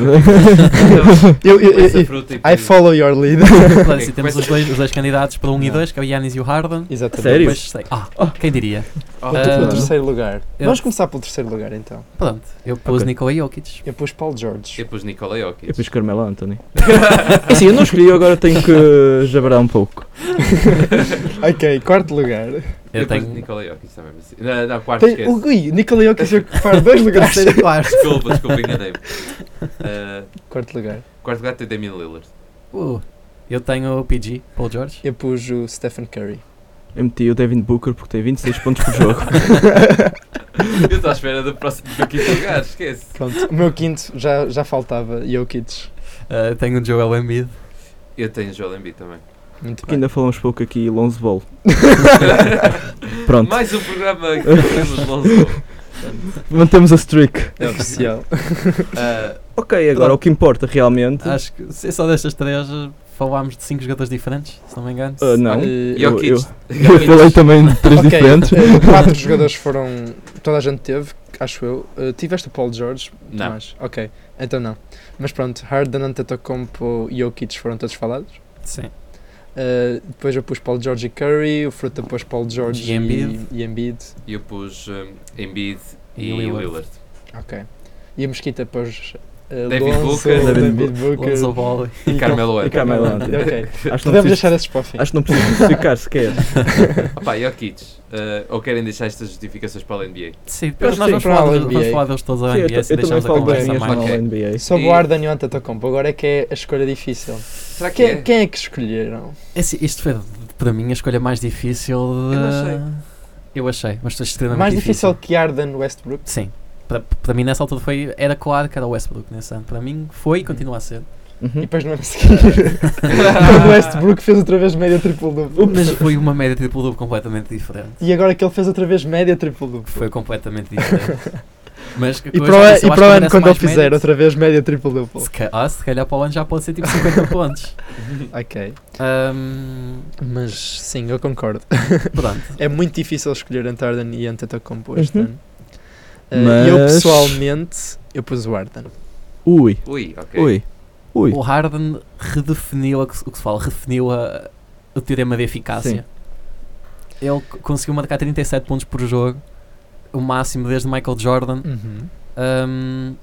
S4: Eu- eu-
S2: Começa
S4: eu-
S2: fruta e
S4: I
S2: depois-
S4: follow your lead.
S1: Claro, assim,
S2: Ok,
S1: temos
S2: começa-
S1: os dois, os dois candidatos para 1 um e
S4: Não.
S1: 2, que é o Yanis e o Harden.
S4: Exatamente.
S3: Sério?
S1: Depois, sei- ah, quem diria?
S2: Oh,
S3: Ah,
S4: Pelo
S3: Não.
S4: terceiro lugar.
S1: Eu-
S4: Vamos começar pelo terceiro lugar então.
S1: Pronto, eu pus
S3: Ok.
S1: Nikola Jokic.
S4: Eu pus Paulo George.
S2: Eu pus Nicola
S3: Eu
S2: Jokic.
S3: fiz Carmelo Anthony. Assim, eu não escolhi, eu agora tenho
S1: (laughs)
S3: que jabrar um pouco.
S4: ok, quarto lugar.
S1: Eu
S2: Eu pus
S1: tenho
S2: Nicola Jokic também. Mas... Não, não,
S3: Ah,
S2: quarto,
S4: Tem
S2: esquece.
S4: o Gui,
S3: (laughs)
S4: Nicola Jokic a ocupar dois lugares.
S1: terceiro, e quarto.
S2: Desculpa, desculpa, enganei-me. Ah,
S4: quarto lugar.
S2: quarto lugar tem Damian Lillard.
S1: Uh, eu tenho o PG, Paul George.
S4: Eu pus o Stephen Curry.
S3: Eu meti o David Booker porque tem 26 pontos por (laughs) jogo.
S2: Eu estou à espera do próximo do quinto lugar, esquece.
S4: Pronto, o meu quinto já, já faltava. Jokic.
S1: Ah, eu tenho o Joel Embiid.
S2: Eu tenho Joel Embiid também.
S4: Muito
S3: Porque
S4: bem.
S3: ainda falamos pouco aqui, Lonzo Ball. Pronto,
S2: (laughs) Mais um programa que temos Lonzo.
S3: mantemos a streak.
S4: É oficial.
S2: Ah,
S3: Ok, agora o que importa realmente.
S1: Acho que se só destas três eh, falámos de cinco jogadores diferentes, se não me engano.
S3: Ah, não,
S4: Eh,
S3: Eu-
S2: Jokic.
S3: eu- eu
S2: Jokic.
S3: falei também de três
S4: (laughs) Ok,
S3: diferentes.
S4: eh,
S3: (laughs)
S4: quatro jogadores foram. Toda a gente teve, acho eu. Eh, tiveste o Paul George,
S2: Não.
S4: Tomás? Ok, então não. Mas pronto, Harden, Antetokounmpo e Jokic foram todos falados.
S1: Sim.
S4: Eh, depois eu pus Paul George e Curry, o Fruta pôs Paul George
S1: E Embiid.
S4: e, e Embiid.
S2: E eu pus um, Embiid
S1: E
S2: e,
S1: Lillard.
S2: Lillard.
S4: Ok. E a Mesquita pôs eh,
S2: David
S4: Lonzo,
S2: Booker.
S4: David,
S3: David
S4: Booker
S1: Lonzo Ball.
S4: e
S2: Carmelo
S3: E
S2: Anthony. (laughs)
S3: Carmelo Anthony.
S4: Ok.
S3: Acho que (laughs) não
S4: Podemos
S3: preciso,
S4: deixar esses para o fim.
S3: acho que não preciso justificar sequer.
S2: Opa, Jokic, eh, ou querem deixar estas justificadas para a NBA?
S1: Sim, depois
S3: acho
S1: nós
S3: que
S1: vamos
S4: sim, para
S1: falar,
S4: a
S1: de- vamos
S4: NBA.
S1: falar deles todos a
S3: Sim, eu,
S1: NBA
S3: ta-
S1: se
S3: eu também
S1: deixarmos a
S3: falo das
S1: conversa
S3: minhas
S1: mais.
S3: mal
S2: Ok.
S3: NBA.
S4: Sobre
S2: E-
S4: o Arden e o Antetokounmpo, agora é que é a escolha difícil.
S2: Será que
S4: Quem,
S2: é?
S4: quem é que escolheram?
S1: Esse- É assim, isto foi, para mim, a escolha mais difícil de...
S2: Eu achei.
S1: Eu achei, mas foi extremamente
S4: Mais difícil que Arden Westbrook?
S1: Sim. Para, para mim, nessa altura, foi, era claro que era o Westbrook nesse ano. Para mim, foi e continua a ser.
S4: E
S3: Uhum.
S4: depois
S2: (laughs)
S4: no ano seguinte, o Westbrook fez outra vez média triplo duplo.
S1: Mas foi uma média triplo duplo completamente diferente.
S4: E agora que ele fez outra vez média triplo duplo.
S1: Foi completamente diferente.
S4: (laughs)
S1: Mas que
S4: E
S1: coisa,
S4: para o ano-
S1: isso eu acho
S4: e para o
S1: que
S4: ano,
S1: merece
S4: quando ele
S1: mais
S4: fizer
S1: mérito.
S4: outra vez média triplo duplo.
S1: Se, ca- ah, se calhar para o ano já pode ser tipo
S4: (laughs)
S1: 50 pontos.
S4: Ok.
S1: Ahm,
S4: Mas sim, eu concordo.
S1: pronto.
S4: É muito difícil escolher entre Arden e Antetokounmpo este
S3: Uhum.
S4: ano. Eh, Eu
S3: Mas-
S4: pessoalmente, eu pus o Arden. Ah,
S3: Ui,
S2: Ui, ok.
S3: é- ui, ui.
S1: O Harden redefiniu a que se- o que se fala, redefiniu a, o teorema de eficácia. Ele c- conseguiu marcar 37 pontos por jogo, o máximo desde Michael Jordan. Ahm,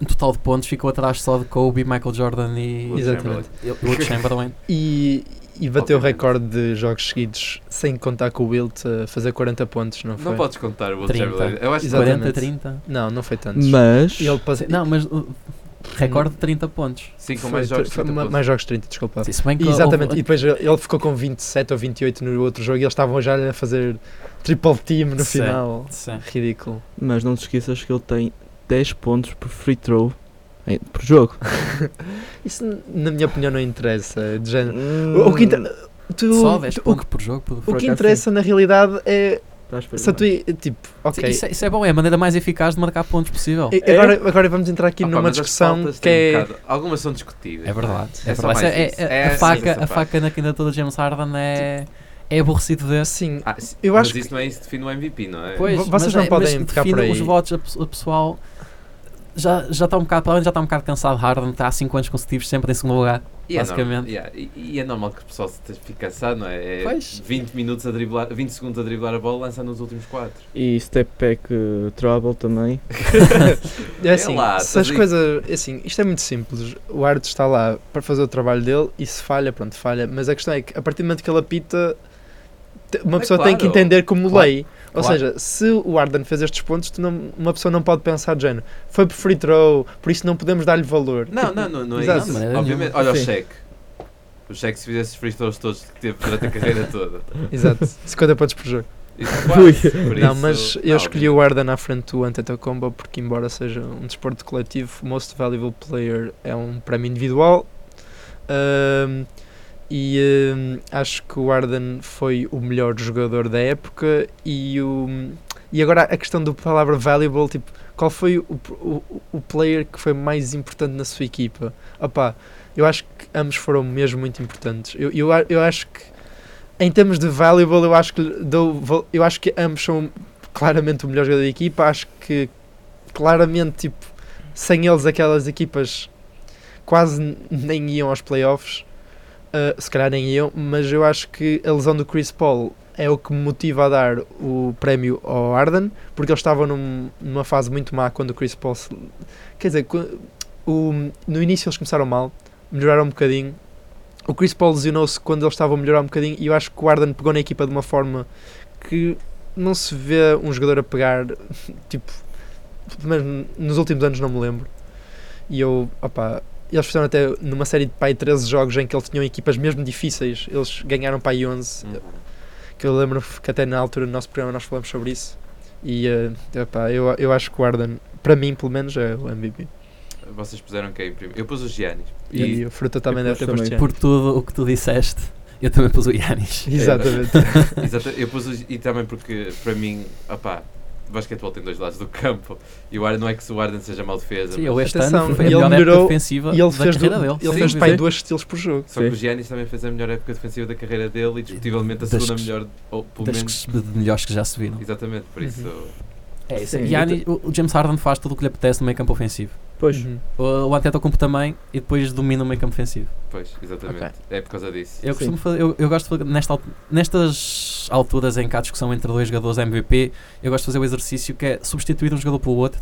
S1: no total de pontos ficou atrás só de Kobe, Michael Jordan e
S2: Will Chamberlain.
S4: Exatamente.
S1: e- Will Chamberlain.
S4: E, e bateu o
S2: Obviamente.
S4: recorde de jogos seguidos sem contar com o Wilt a fazer 40 pontos, não foi?
S2: Não podes contar o Will
S1: 30.
S2: Chamberlain. Eu acho que
S4: Exato.
S1: 40,
S4: Exatamente.
S1: 30.
S4: Não, não foi tantos.
S3: Mas.
S4: E ele tá pas-
S1: Não, mas uh, recorde de 30 pontos.
S2: sim, com
S4: foi-
S2: mais jogos.
S4: foi-
S2: trinta
S4: ma-
S2: pontos.
S4: mais jogos 30, desculpa.
S1: Sim, se bem que
S4: E Exatamente, e
S1: houve- um-
S4: depois ele ele ficou com 27 ou 28 no outro jogo e eles estavam já a fazer triple team no
S1: Sim.
S4: final.
S1: Sim.
S4: Ridículo. (laughs)
S3: Mas não te esqueças que ele tem 10 pontos por free throw em- por jogo.
S4: Ah. Isso, n- na minha opinião, não interessa. De género.
S3: Hum,
S4: O, o que inter- tu-
S1: Só 10
S4: tu- o
S1: pontos por jogo. por-
S4: O
S3: acaso,
S4: que
S3: sim. um
S4: interessa na realidade é
S3: estás para
S4: se a
S3: baixo.
S4: tu, tipo, ok.
S1: Isso, é- isso é bom, é a maneira mais eficaz de marcar pontos possível.
S4: E- Agora, agora vamos entrar aqui
S2: Ah, pá,
S4: numa
S2: mas as
S4: discussão
S2: faltas
S4: que
S2: têm
S4: é.
S2: um bocado- Algumas são discutíveis.
S1: É verdade.
S2: É
S1: É
S2: só
S1: verdade.
S2: mais
S1: É-
S2: isso.
S1: é-
S2: É
S1: a,
S2: essa
S1: faca, a
S2: parte.
S1: faca na candidatura de James Harden é, é aborrecido desse.
S4: Sim,
S2: Ah, sim,
S4: Eu
S2: mas
S4: acho
S2: isso não é isso que define o MVP, não é?
S1: Pois,
S4: Vocês
S1: mas
S4: não
S1: é-
S4: podem
S1: mas
S4: pegar por
S1: define
S4: aí.
S1: os votos, a pe- o pessoal já, já está um bocado, provavelmente já está um bocado cansado de Harden, está há 5 anos consecutivos sempre em segundo lugar.
S2: E é
S1: basicamente.
S2: normal- yeah, e, e é normal que o pessoal se te- fique cansado, não é? é
S1: Pois.
S2: 20 minutos a driblar, 20 segundos a driblar a bola, lança nos últimos 4.
S3: E step back eh, trouble também.
S4: é assim,
S2: lá,
S4: se as
S2: estás aí.
S4: coisas, é assim, isto é muito simples. O árbitro está lá para fazer o trabalho dele e se falha, pronto, falha. Mas a questão é que a partir do momento que ele apita, te- uma
S2: É
S4: pessoa tem que
S2: claro.
S4: entender como
S2: Claro.
S4: lei. Ou
S2: Claro.
S4: seja, se o Arden fez estes pontos, tu não- uma pessoa não pode pensar de género. Foi por free throw, por isso não podemos
S2: (laughs)
S4: dar-lhe valor.
S2: Não, não, não, não é
S4: Exato.
S2: isso.
S1: Não, de maneira
S2: Obviamente, olha
S4: Sim.
S2: o cheque. O cheque se fizesse os free throws todos que teve durante
S4: (laughs)
S2: a carreira toda.
S4: Exato, 50 pontos por jogo.
S2: Isso é quase, por
S4: Não,
S2: isso- tá,
S4: mas eu
S2: não,
S4: escolhi o Arden à frente do Antetokounmpo porque embora seja um desporto coletivo, o Most Valuable Player é um prémio individual Ahm, e ahm, acho que o Arden foi o melhor jogador da época e o e agora a questão do palavra valuable, tipo, qual foi o, o, o player que foi mais importante na sua equipa? Opá, eu acho que ambos foram mesmo muito importantes. Eu, eu, a- eu acho que em termos de valuable, eu acho que lhe dou, val- eu acho que ambos são claramente o melhor jogador da equipa. Acho que claramente tipo sem eles aquelas equipas quase n- nem iam aos playoffs. Ah, se calhar nem iam, mas eu acho que a lesão do Chris Paul é o que me motiva a dar o prémio ao Arden, porque eles estavam num- numa fase muito má quando o Chris Paul se, quer dizer, qu- o- no início eles começaram mal, melhoraram um bocadinho. O Chris Paul lesionou-se quando eles estavam a melhorar um bocadinho e eu acho que o Arden pegou na equipa de uma forma que não se vê um jogador a pegar, (laughs) tipo, pelo menos nos últimos anos não me lembro. E eu, opá, eles fizeram até numa série de pai 13 jogos em que eles tinham equipas mesmo difíceis, eles ganharam pai 11,
S2: Uhum.
S4: que eu lembro que até na altura do nosso programa nós falamos sobre isso. E eh, epá, eu, eu acho que o Arden, para mim pelo menos, é o MVP.
S2: Vocês puseram quem em primeiro? Eu pus os Giannis.
S4: E,
S2: E,
S4: o Fruta também
S3: e
S4: deve ter
S3: depois
S4: posto
S3: também.
S1: Por
S4: Giannis.
S1: tudo o que tu disseste, eu também pus o Yanis.
S4: Exatamente.
S2: (laughs) exata- eu pus os, e também porque, para mim, opá, o basquetebol tem dois lados do campo. E o Arden, não é que se o Arden seja mal defesa,
S1: Sim,
S2: mas-
S1: ele este
S4: Atenção,
S1: ano foi a
S4: ele
S1: melhor
S4: melhorou
S1: época defensiva
S4: E
S1: da
S4: ele fez,
S1: É. carreira
S4: du-
S1: dele.
S4: ele
S1: sem
S4: fez
S1: dúvida.
S4: pai dois estilos por jogo.
S2: Só que
S3: Sim.
S2: o Giannis também fez a melhor época defensiva da carreira dele e discutivelmente a
S1: Das
S2: segunda
S1: que-
S2: melhor, ou pelo
S1: das
S2: menos.
S1: que- de melhores que já se viram.
S2: Exatamente, por isso.
S1: É isso.
S3: Sim,
S1: Giannis- o o James Harden faz tudo o que lhe apetece no meio campo ofensivo.
S3: então, Pois,
S4: Uhum.
S1: O, o Antetokounmpo também e depois domina o meio campo ofensivo.
S2: Pois, exatamente. É por causa disso.
S1: Eu
S3: Sim.
S1: costumo fazer, eu, eu gosto de fazer, nesta, al- nestas alturas em que há discussão entre dois jogadores da MVP, eu gosto de fazer o exercício que é substituir um jogador pelo outro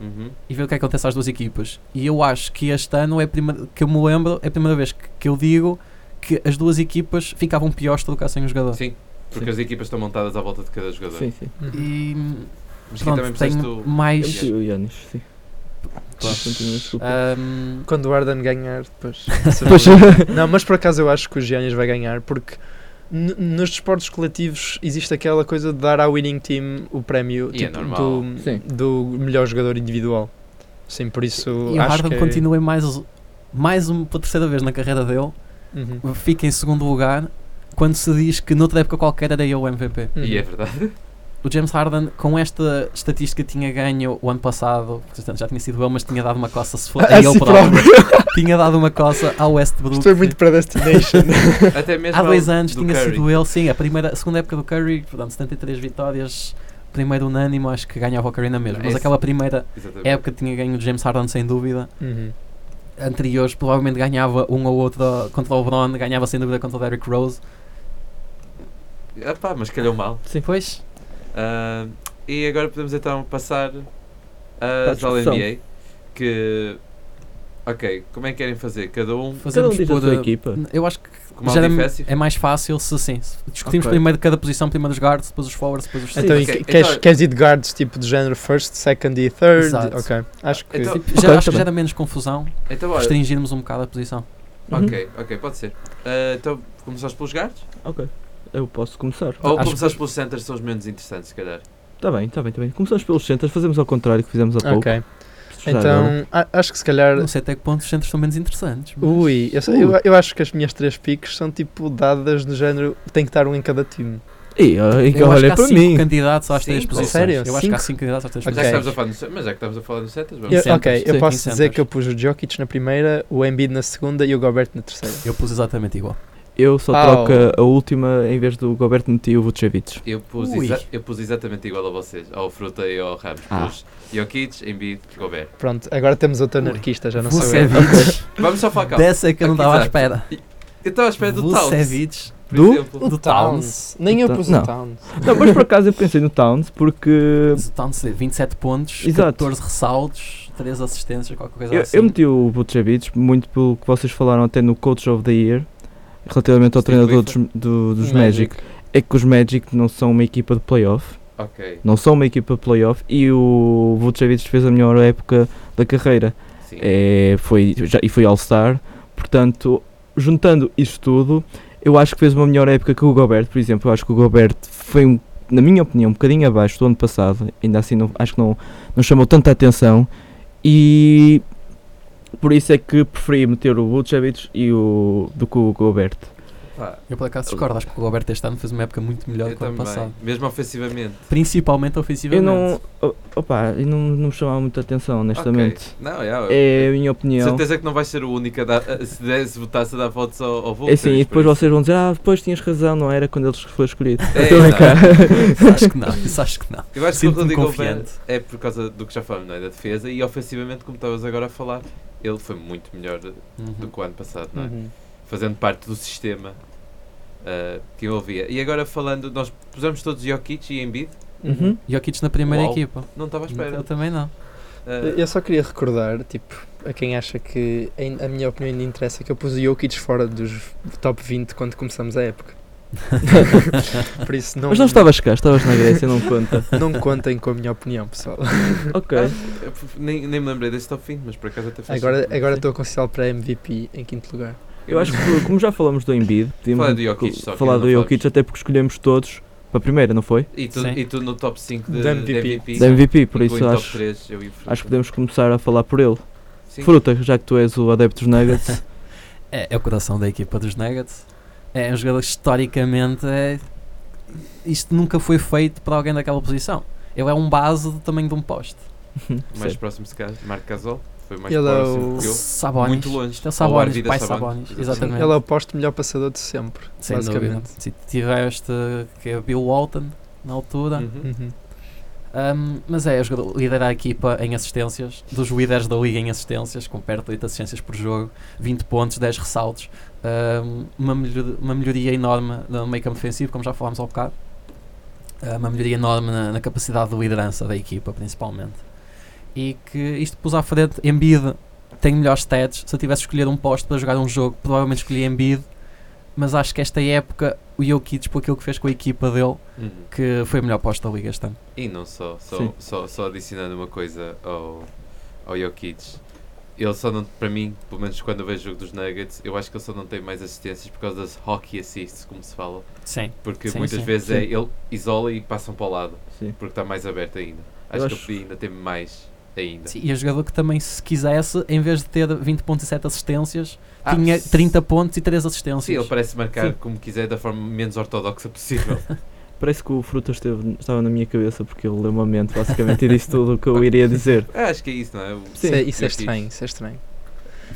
S2: Uhum.
S1: e ver o que é que acontece às duas equipas. E eu acho que este ano é a primeira, que eu me lembro, é a primeira vez que, que eu digo que as duas equipas ficavam piores se trocassem um jogador.
S2: Sim, porque
S3: Sim.
S2: as equipas estão montadas à volta de cada jogador.
S3: sim, sim.
S1: E
S2: Mas aqui
S1: pronto,
S2: também precisaste
S1: tenho
S2: do.
S3: Eu
S1: mais.
S3: meti o Yanis, sim. Pronto, continua, desculpa.
S1: Ah,
S3: um
S1: ahm,
S4: Quando o Arden ganhar, depois.
S3: Pois.
S4: Não, mas por acaso eu acho que o Giannis vai ganhar, porque n- nos desportos coletivos existe aquela coisa de dar ao winning team o prémio
S2: E é
S4: tipo,
S2: normal.
S4: do,
S3: Sim.
S4: do melhor jogador individual. Sim, por isso
S1: e o
S4: acho
S1: Harden
S4: que... é-
S1: continua em mais, mais uma pela terceira vez na carreira dele,
S4: Uhum.
S1: fica em segundo lugar quando se diz que noutra época qualquer era eu o MVP.
S4: Uhum.
S2: E é verdade. (laughs)
S1: O James Harden, com esta estatística, tinha ganho o ano passado. portanto, Já tinha sido ele, mas tinha dado uma coça se for,
S4: A- a
S1: a ele
S4: si
S1: próprio. (laughs) tinha dado uma coça ao Westbrook.
S4: Estou é muito predestination.
S2: Até mesmo
S1: Há dois
S2: ao-
S1: anos
S2: do
S1: tinha
S2: Curry.
S1: sido ele, sim. A, primeira, a segunda época do Curry, portanto, 73 vitórias, primeiro unânimo, acho que ganhava o Curry na mesma.
S2: É
S1: Mas
S2: isso.
S1: aquela primeira
S2: Exatamente.
S1: época tinha ganho o James Harden, sem dúvida.
S4: Uhum.
S1: Anteriores, provavelmente ganhava um ou outro contra o LeBron, ganhava sem dúvida contra o Derrick Rose.
S2: Ah, pá, mas calhou mal.
S1: Sim, pois.
S2: Ah, e agora podemos então passar
S3: Para a
S2: às
S3: discussão.
S2: All-NBA. Que. Ok, como é que querem fazer? Cada um.
S3: Cada um
S1: Fazemos
S3: diz a
S1: por,
S3: sua
S1: uh,
S3: equipa.
S1: Eu acho que
S2: Como
S1: já
S2: algo
S1: é-
S2: difícil?
S1: é mais fácil se sim. se discutimos
S3: Ok.
S1: primeiro cada posição, primeiro os guards, depois os forwards, depois os
S4: Então, e
S2: Ok,
S4: que- queres,
S2: então-
S4: queres ir de guards tipo de género first, second e third?
S1: Exato.
S4: Ok, acho que.
S2: Então-
S1: Tipo, já,
S3: Ok,
S1: acho
S3: tá
S1: que já
S3: bem.
S1: era menos confusão
S2: Então, olha.
S1: restringirmos um bocado a posição.
S3: Uhum.
S2: Ok, ok, pode ser. Ah, então, começaste pelos guards?
S3: Ok. Eu posso começar. Tá
S2: Ou
S1: Acho
S2: começaste pelos centers, são os menos interessantes, se calhar.
S3: Está bem, está bem, está bem. Começamos pelos centros, fazemos ao contrário que fizemos há pouco.
S4: Ok.
S3: Já agora.
S4: Então, a- acho que se calhar.
S1: Não sei até que ponto os centros são menos interessantes. mas-
S4: Ui, eu, sei- eu, eu acho que as minhas três piques são tipo dadas do género. Tem que estar um em cada time.
S3: E, ó, e que
S1: Eu acho que
S3: olha
S1: há
S3: para
S1: cinco
S3: mim.
S1: candidatos às três
S2: Cinco?
S1: posições.
S4: Sério?
S1: Eu acho que há
S4: Cinco?
S1: cinco candidatos às três
S4: Ok.
S2: Já é
S1: posições.
S2: que estamos a falar no set- mas já que estamos a falar no setas, vamos.
S4: Eu-
S1: centers,
S4: ok,
S1: sim,
S4: eu posso
S1: em
S4: dizer
S1: centers.
S4: que eu pus o Jokic na primeira, o Embiid na segunda e o Gobert na terceira.
S1: Eu pus exatamente igual.
S3: Eu só
S4: Ah,
S3: troco a- a última em vez do Goberto meti o
S1: (laughs)
S3: Vucevic.
S2: Eu pus,
S1: Ui.
S2: exa- eu pus exatamente igual a vocês, ao Fruta e ao Ramos.
S3: Ah.
S2: Pus Jokic, Embiid, Gobert.
S4: Pronto, agora temos outro
S1: Ui, é
S4: anarquista, já não sou eu.
S1: Vucevic.
S2: Vamos só falar (laughs) calma.
S1: Dessa que eu não
S2: Aqui
S1: estava à
S2: está.
S1: espera.
S2: Eu estava à espera do Taus.
S1: Vucevic.
S2: por
S3: Do?
S2: exemplo.
S1: é Do Towns.
S4: Nem eu
S3: Então,
S4: pus
S3: não.
S4: o Towns.
S3: Não, mas por acaso eu pensei no Towns porque
S1: Do Towns, 27 pontos,
S3: Exato.
S1: 14 ressaltos, 3 assistências, qualquer coisa
S3: eu,
S1: assim.
S3: eu meti o Vucevic muito pelo que vocês falaram até no Coach of the Year relativamente ao
S2: Steve
S3: treinador dos, do- dos Magic. É que os Magic não são uma equipa de playoff,
S2: Ok,
S3: não são uma equipa de playoff e o Vucevic fez a melhor época da carreira.
S2: sim.
S3: é, foi, já, e foi All-Star. Portanto, juntando isto tudo, eu acho que fez uma melhor época que o Gobert, por exemplo. Eu acho que o Gobert foi, um- na minha opinião, um bocadinho abaixo do ano passado. Ainda assim, não, acho que não, não chamou tanta atenção. E por isso é que preferi meter o Vucevic e o, do que o Gobert.
S2: Pá,
S1: Eu por acaso discordo, acho que o Roberto este ano fez uma época muito melhor
S2: eu
S1: que o ano
S2: também.
S1: passado.
S2: Mesmo ofensivamente.
S1: Principalmente
S3: Eu
S1: ofensivamente.
S3: não, o- opa, eu não, não me chamava muita atenção, honestamente.
S2: Ok. Não, é.
S3: É a minha
S2: De
S3: opinião.
S2: certeza que não vais ser o único a dar, (laughs) a- se, der, se votasse a dar votos ao, ao Vultures.
S3: É assim, e
S2: por
S3: depois
S2: isso.
S3: vocês vão dizer, ah, depois tinhas razão, não era quando ele foi escolhido.
S2: É,
S3: Estou a brincar. (laughs)
S1: Isso acho que não, isso acho que não.
S2: Eu acho que o
S1: Sinto-me
S2: Rodrigo
S1: confiante.
S2: Gobert é por causa do que já falamos, não é? Da defesa e ofensivamente, como estavas agora a falar, ele foi muito melhor do
S1: Uhum.
S2: que o ano passado, não é?
S4: Uhum.
S2: Fazendo parte do sistema ah, que envolvia. E agora falando, nós pusemos todos Jokic e Embiid,
S4: Uhum.
S1: Jokic na primeira
S2: Uau.
S1: equipa.
S2: não estava à
S1: Eu
S2: espera.
S1: também não.
S2: Ah,
S4: Eu só queria recordar, tipo, a quem acha que ain- a minha opinião ainda interessa, que eu pus o Jokic fora dos top 20 quando começamos a época. Por isso não,
S3: Mas não estavas cá, estavas na Grécia, não
S2: (laughs)
S3: conta.
S4: não contem com a minha opinião, pessoal.
S3: ok.
S2: eu f- ah, nem, nem me lembrei desse top 20, mas por acaso até assim. fez.
S4: Agora,
S2: sentido.
S4: agora estou a aconselhá-lo para MVP em quinto lugar.
S3: Eu acho que, como já falamos do Embiid, podíamos
S2: Falar do Jokic só, que
S3: falar
S2: ainda
S3: do
S2: não
S3: Jokic, até porque escolhemos todos para a primeira, não foi?
S2: E tu,
S1: Sim.
S2: e tu no top 5 de,
S4: Da
S2: de
S4: MVP.
S2: MVP.
S3: Da MVP, por
S2: incluindo
S3: isso
S2: top
S3: acho,
S2: 3, eu e o Fruta.
S3: acho que podemos começar a falar por ele.
S2: Sim.
S3: Fruta, já que tu és o adepto dos
S2: (laughs)
S3: Nuggets,
S1: É, é o coração da equipa dos Nuggets. É um jogador que historicamente é- isto nunca foi feito para alguém daquela posição. Ele é um base do tamanho de um poste.
S2: Mais
S3: Sim.
S2: próximo se calhar, Marco Gasol. Foi mais
S4: Ele é
S2: próximo
S4: o-
S2: que eu.
S1: Sabonis.
S2: Muito longe.
S1: Isto é o
S2: Ao
S1: Sabonis,
S2: Arvida
S1: pai
S2: Sabonis.
S1: Sabonis.
S4: Sim,
S1: Exatamente.
S4: ele é o posto melhor passador de sempre,
S3: é
S1: Sem dúvida.
S4: basicamente.
S1: Se tiveste que é Bill Walton na altura.
S2: Uhum.
S4: Uhum.
S1: Um, mas é, o jogador líder da equipa em assistências, dos líderes da liga em assistências, com perto de 8 assistências por jogo, 20 pontos, 10 ressaltos. Um, uma, melhoria, uma melhoria enorme no meio campo defensivo, como já falámos há bocado. Uh, uma melhoria enorme na, na capacidade de liderança da equipa, principalmente. E que isto pôs à frente Embiid, tem melhores stats. Se eu tivesse escolhido um posto para jogar um jogo, provavelmente escolhi Embiid. Mas acho que esta época, o Jokic, por aquilo que fez com a equipa dele,
S2: Uhum.
S1: que foi o melhor posto da liga este ano.
S2: E não só, só,
S3: Sim.
S2: só, só adicionando uma coisa ao, ao Jokic. Ele só não, para mim, pelo menos quando eu vejo o jogo dos Nuggets, eu acho que ele só não tem mais assistências por causa das hockey assists, como se fala.
S1: Sim.
S2: Porque
S1: Sim,
S2: muitas
S1: sim.
S2: vezes é
S3: Sim.
S2: ele isola e passam para o lado,
S3: Sim.
S2: porque está mais aberto ainda. Acho,
S3: Eu
S2: que eu
S3: acho-
S2: podia ainda ter mais ainda.
S1: Sim, e é jogador que também, se quisesse, em vez de ter 20.7 assistências,
S2: Ah,
S1: tinha
S2: s-
S1: 30 pontos e 3
S2: Sim,
S1: assistências.
S2: ele parece marcar como quiser da forma menos ortodoxa possível.
S3: parece que o Fruta esteve- estava na minha cabeça porque ele leu uma mente basicamente e disse tudo o que eu iria dizer.
S2: Ah, acho que é isso, não é? O-
S4: Isso é- Isso é
S2: Jokic.
S4: estranho, isso é estranho.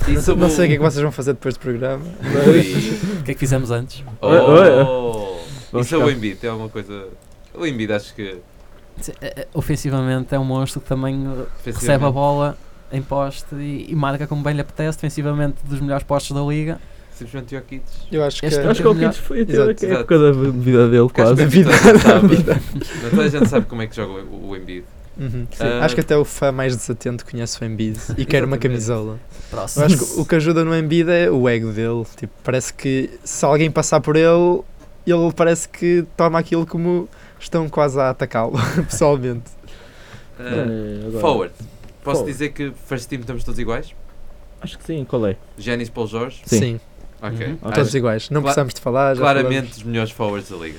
S2: E
S4: Não,
S2: sobre
S4: não sei o que é que vocês vão fazer depois do programa.
S2: Ui.
S1: O que é que fizemos antes?
S2: Oh!
S3: Vamos
S2: Isso é o
S3: ficar.
S2: Embiid, tem alguma coisa... O Embiid acho que...
S1: Sim, é- é- Ofensivamente é um monstro que também uh, recebe a
S2: ofensivamente,
S1: bola em poste e, e marca como bem lhe apetece, defensivamente dos melhores postos da liga.
S2: Simplesmente Jokic.
S4: Eu acho que.
S1: Este-
S3: Eu acho que o Jokic foi até
S4: Exato,
S3: a época da vida dele,
S2: Acho que
S3: quase.
S2: toda a gente sabe. Não, Toda a gente sabe como é que joga o, o Embiid.
S4: Uhum.
S2: Sim. Ah.
S4: Acho que até o fã mais desatento conhece o Embiid e quer uma
S2: Exatamente.
S4: camisola. Eu
S1: Próximo.
S4: acho
S3: (laughs)
S4: que o que ajuda no Embiid é o ego dele. Tipo, parece que se alguém passar por ele, ele parece que toma aquilo como estão quase a atacá-lo, (laughs) pessoalmente.
S2: Ah,
S3: É, agora.
S2: forward. Posso
S3: Forward.
S2: dizer que first team estamos todos iguais?
S3: Acho que sim, qual é?
S2: Giannis Paul Jorge?
S3: Sim.
S2: Ok.
S1: Uhum.
S2: Acho
S4: todos iguais. Não
S2: Cla-
S4: precisamos de falar. já
S2: claramente
S4: falamos.
S2: os melhores forwards da liga.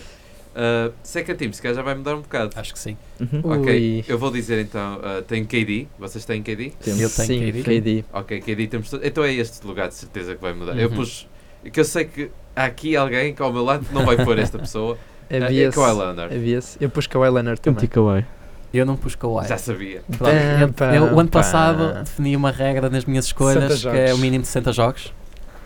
S2: Uh, second team, se calhar já vai mudar um bocado.
S1: Acho que sim.
S3: Uhum.
S2: Ok,
S4: Ui.
S2: eu vou dizer então, uh, tem KD, vocês têm KD?
S3: Temos.
S1: Eu tenho
S4: Sim,
S1: KD.
S4: KD.
S2: Ok, KD temos todos. Então é este lugar de certeza que vai mudar.
S1: Uhum.
S2: Eu pus, que eu sei que há aqui alguém que ao meu lado não vai pôr esta pessoa, é, é
S4: Havia-se.
S2: Kawhi Leonard.
S4: Havia-se. Eu pus Kawhi
S3: Eu
S4: Leonard também.
S3: meti Kawhi.
S1: Eu não pus Kawhi.
S2: Já sabia.
S1: Pronto, eu-
S4: Pam,
S1: eu, o ano
S4: pam,
S1: passado
S4: pam.
S1: defini uma regra nas minhas escolhas
S4: 60
S1: que é o
S4: jogos.
S1: mínimo de 60 jogos.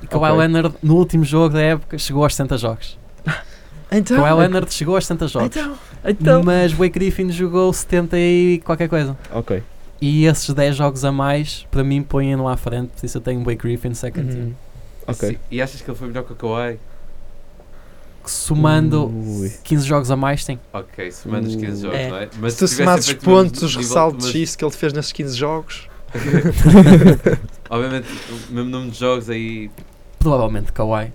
S1: E Kawhi
S3: Ok.
S1: Leonard, no último jogo da época, chegou aos 60 jogos.
S2: Tá.
S4: Então,
S1: Kawhi Leonard chegou aos 60 jogos.
S4: então,
S1: Mas Blake Griffin jogou 70 e qualquer coisa.
S3: Ok.
S1: E esses 10 jogos a mais, para mim, põem-no à frente. Por isso eu tenho Blake Griffin second team.
S4: Uhum.
S3: Ok.
S2: Sim. E achas que ele foi melhor que o Kawhi?
S1: Que somando
S3: Ui.
S1: 15 jogos a mais, tem.
S2: Ok, semanas 15
S3: Hum,
S2: jogos,
S4: É.
S2: não é? Mas
S4: se tu
S2: tivesse
S4: somares
S2: feito o mesmo
S4: pontos,
S2: nível-
S4: ressaltos
S2: mas-
S4: e isso que ele fez nesses 15 jogos,
S2: (laughs) Obviamente, o mesmo número de jogos aí.
S1: Provavelmente Kawhi.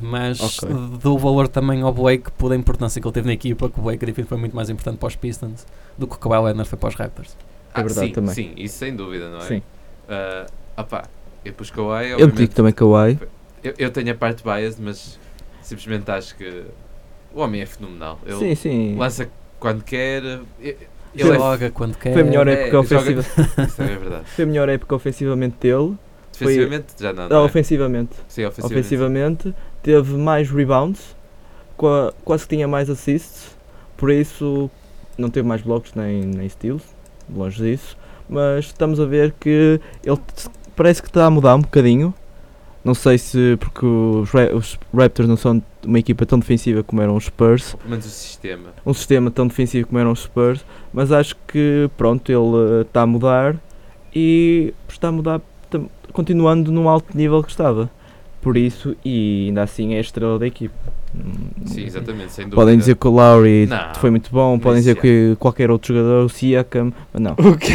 S1: Mas
S3: Ok.
S1: dou valor também ao Blake pela importância que ele teve na equipa, que o Blake Griffin foi muito mais importante para os Pistons do que o Kawhi Leonard foi para os Raptors.
S3: É verdade
S2: Ah, sim,
S3: também.
S2: Sim, isso sem dúvida, não é?
S3: Sim.
S2: Ah, opá, eu pus
S3: Eu
S2: Kawhi,
S3: meti
S2: obviamente.
S3: também Kawhi.
S2: Eu, eu tenho a parte biased, mas simplesmente acho que o homem é fenomenal. Ele
S3: Sim, sim.
S2: lança quando quer. e- Ele é,
S1: Joga quando quer.
S3: Foi a melhor
S2: É,
S3: época
S2: joga-
S3: ofensiva.
S2: isso é verdade.
S3: Foi a melhor época ofensivamente dele.
S2: Defensivamente já não.
S3: Ah,
S2: não é?
S3: ofensivamente.
S2: Sim, ofensivamente.
S3: ofensivamente, teve mais rebounds, qua- quase que tinha mais assists, por isso não teve mais blocos nem, nem steals, longe disso, mas estamos a ver que ele t- parece que está a mudar um bocadinho. Não sei se porque os, Ra- os Raptors não são uma equipa tão defensiva como eram os Spurs,
S2: Pelo menos o sistema.
S3: um sistema tão defensivo como eram os Spurs, mas acho que pronto, ele eh, está a mudar e está a mudar tam- continuando num alto nível que estava. Por isso, e ainda assim é a estrela da equipe. Hum,
S2: Sim, exatamente, sem dúvida.
S3: Podem dizer que o Lowry
S2: Não.
S3: foi muito bom, podem dizer que qualquer outro jogador, o Siakam, mas não.
S4: o (laughs) que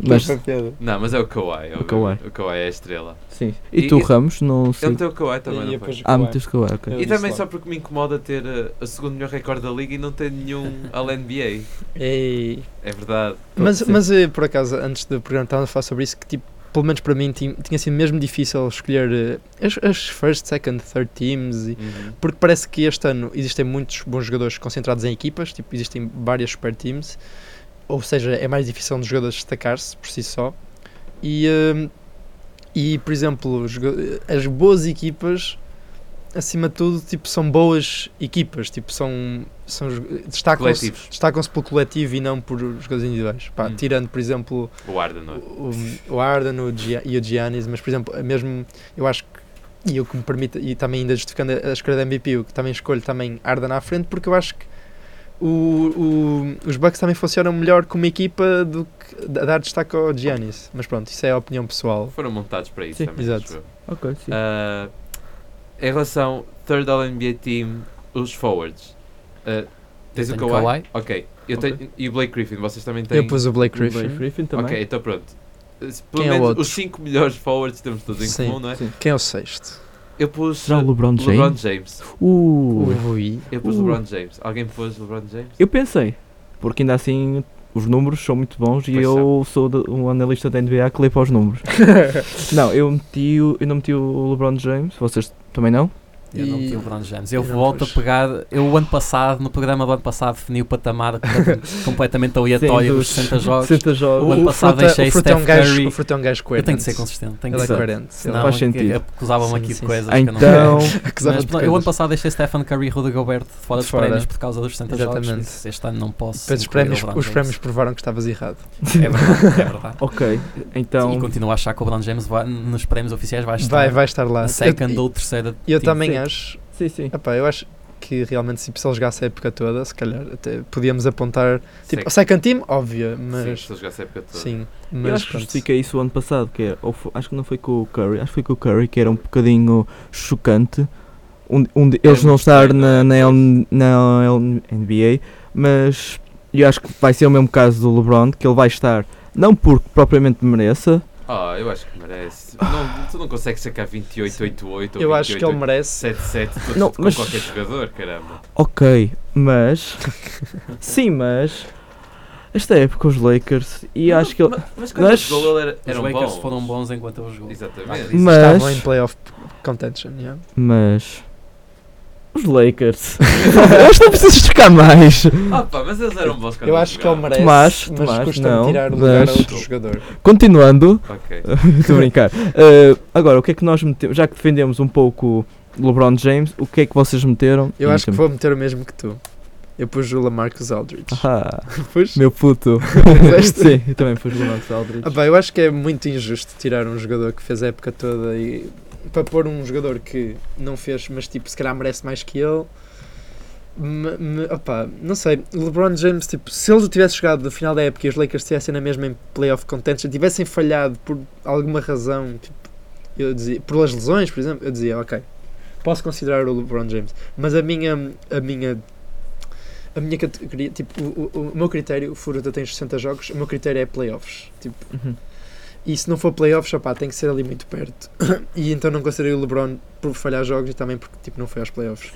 S3: Mas,
S2: (laughs) Não, mas é o Kawhi.
S3: O Kawhi.
S2: obviamente. O Kawhi é a estrela.
S3: sim. E,
S2: E-
S3: tu,
S2: e-
S3: Ramos, não
S2: Ele
S3: sei.
S2: tem o Kawhi também,
S4: é
S2: não foi?
S3: Ah, metes que ok.
S4: Eu
S2: E
S4: disse
S2: também
S4: lá.
S2: só porque me incomoda ter uh, o segundo melhor recorde da liga e não ter nenhum All-NBA.
S4: Ei.
S2: É verdade.
S4: Mas,
S3: Sim.
S4: mas eh, por acaso, antes do programa estava a falar sobre isso, que tipo, pelo menos para mim tinha, tinha sido mesmo difícil escolher eh, as, as first, second, third teams e-
S2: Uhum.
S4: porque parece que este ano existem muitos bons jogadores concentrados em equipas, tipo, existem várias super teams, ou seja, é mais difícil nos jogadores destacar-se por si só. E, hum, e por exemplo, os joga- as boas equipas, acima de tudo, tipo, são boas equipas, tipo, são, são jo- destacam-se
S2: Coletivos.
S4: destacam-se pelo coletivo e não por jogadores individuais. Pá,
S2: Hum.
S4: Tirando, por exemplo,
S2: O Arden, não é?
S4: o, o Arden o Gia- e o Giannis, mas por exemplo, mesmo eu acho que e o que me permite, e também ainda justificando a a escolha da MVP, eu que também escolho também Arden à frente, porque eu acho que o- o- os Bucks também funcionam melhor como equipa do que da- dar destaque ao Giannis. Mas pronto, isso é a opinião pessoal.
S2: Foram montados para isso
S3: Sim,
S2: também.
S4: exato.
S2: acho eu.
S3: Ok, sim.
S2: Ah, em relação Third All-NBA Team, os forwards. Ah, tens
S1: Eu
S2: o
S1: tenho
S2: Kawhi?
S1: Kawhi.
S2: Ok. Eu
S3: Ok.
S2: tenho, e o Blake Griffin, vocês também têm?
S4: Eu pus o Blake
S3: Griffin.
S4: Griffin.
S3: Griffin também.
S2: Ok, então pronto. Uh, se- Pelo
S4: Quem é o
S2: menos
S4: outro?
S2: os 5 melhores forwards temos todos em
S4: Sim.
S2: comum, não é?
S3: Sim.
S4: Quem é o sexto?
S2: Eu pus
S3: Será o
S2: uh,
S3: LeBron James?
S2: LeBron James.
S3: Ui.
S4: Ui.
S2: Eu pus
S3: Uh.
S2: LeBron James. Alguém pôs LeBron James?
S3: Eu pensei, porque ainda assim os números são muito bons e
S2: Pois
S3: eu sou de- um analista da NBA que lê para os
S1: (laughs)
S3: números. não, eu, meti o, eu não meti o LeBron James, vocês também não?
S1: Eu não
S4: E-
S1: meti o LeBron James. Eu
S4: Eu não
S1: volto a
S4: pus.
S1: pegar. Eu, o ano passado, no programa do ano passado, defini
S3: (laughs)
S1: o patamar complet- completamente aleatório
S3: Sim,
S1: dos
S3: dos (laughs)
S1: 60 jogos. Uh,
S3: 60 jogos.
S1: O ano passado
S4: Fruta-
S1: deixei
S4: o Fruta é um
S1: Steph
S4: gajo-
S1: Curry.
S4: O Fruta é um gajo
S1: Eu
S4: coerente.
S1: tenho de ser consistente. Tenho
S4: Ele
S1: que
S4: é
S3: Exato.
S1: ser.
S4: coerente.
S3: Não
S4: Ele-
S3: faz sentido.
S1: Acusavam-me
S4: Sim,
S1: aqui de
S4: sim,
S1: coisas
S3: Ah,
S1: que eu não
S3: então,
S1: Mas,
S4: acusava de
S1: pronto, eu ano
S4: coisas.
S1: passado deixei Stephen Curry e Rudy Gobert fora dos
S4: Fora.
S1: prémios por causa dos 60
S4: Exatamente.
S1: jogos. Isso, Este ano não posso.
S4: Depois os
S1: incluir
S4: prémios,
S1: o LeBron
S4: os
S1: James.
S4: prémios provaram que estavas errado.
S1: (laughs) É verdade, é verdade.
S3: (laughs) ok, então
S1: e continuo a achar que o LeBron James vai- nos prémios oficiais vai estar
S4: Vai, vai estar lá.
S1: a second
S4: eu
S1: ou terceira.
S4: eu
S1: team.
S4: também
S3: sim.
S4: acho.
S3: sim, sim.
S4: Epá, eu acho que realmente se ele jogasse a época toda, se calhar até podíamos apontar. Tipo, o
S2: Sei
S4: second team, óbvio,
S2: que-
S4: mas.
S2: Sim, se eu jogasse a época toda.
S4: Sim,
S3: eu
S4: mas.
S3: acho que
S4: pronto.
S3: justifiquei isso o ano passado, que era, ou fo- acho que não foi com o Curry, acho que foi com o Curry, que era um bocadinho chocante. Um, de- um de- eles
S2: muito
S3: não estar
S2: estranho,
S3: na,
S2: não
S3: na,
S2: é?
S3: L- na L- NBA, mas eu acho que vai ser o mesmo caso do LeBron, que ele vai estar, não porque propriamente mereça,
S2: Ah, eu acho que merece. Não, tu não consegues sacar 28, 88 ou
S4: Eu acho que ele
S2: 28,
S4: merece.
S2: 77 todos
S3: Não,
S2: com
S3: mas-
S2: qualquer jogador, caramba.
S3: Ok,
S2: (laughs)
S3: mas. Sim, mas. Esta época os Lakers e acho que ele.
S2: Mas, mas quando
S3: mas-
S2: ele jogou, ele era,
S1: Os
S2: eram
S1: Lakers
S2: bons.
S1: foram bons enquanto eu jogo.
S2: Exatamente.
S3: Mas-
S4: Estavam em playoff contention, yeah.
S3: Mas. Os
S2: (laughs)
S3: Lakers. Acho que não precisas tocar mais.
S2: Ah pá, mas eles eram bons quando
S4: Eu acho que ele
S2: jogavam.
S4: merece,
S3: Tomás,
S4: mas
S3: Tomás,
S4: custa
S3: não,
S4: tirar o lugar a
S3: mas-
S4: outro jogador.
S3: Continuando.
S2: Ok.
S3: (laughs) Estou a brincar. Uh, agora, o que é que nós metemos? Já que defendemos um pouco LeBron James, o que é que vocês meteram?
S4: Eu
S3: E
S4: acho que
S3: metemos-
S4: vou meter o mesmo que tu. Eu pus o Lamarcus Aldridge.
S3: Ah,
S4: Pus?
S3: meu puto.
S4: Fizeste?
S3: (laughs) Sim, eu também pus LeBron Aldridge.
S4: Ah, pá, eu acho que é muito injusto tirar um jogador que fez a época toda e para pôr um jogador que não fez, mas tipo, se calhar merece mais que ele. Me, me- opá, não sei, O LeBron James, tipo, se ele tivesse chegado no final da época e os Lakers estivessem na mesma em playoff contention, tivessem falhado por alguma razão, tipo, eu dizia, pelas lesões, por exemplo, eu dizia, ok, posso considerar o LeBron James, mas a minha, a minha a minha categoria, tipo, o, o, o meu critério, o Furuta tem 60 jogos, o meu critério é playoffs. Tipo,
S3: Uhum.
S4: e se não for playoffs, opá, tem que ser ali muito perto. (coughs) e então não considerei o LeBron por falhar jogos e também porque tipo, não foi aos playoffs.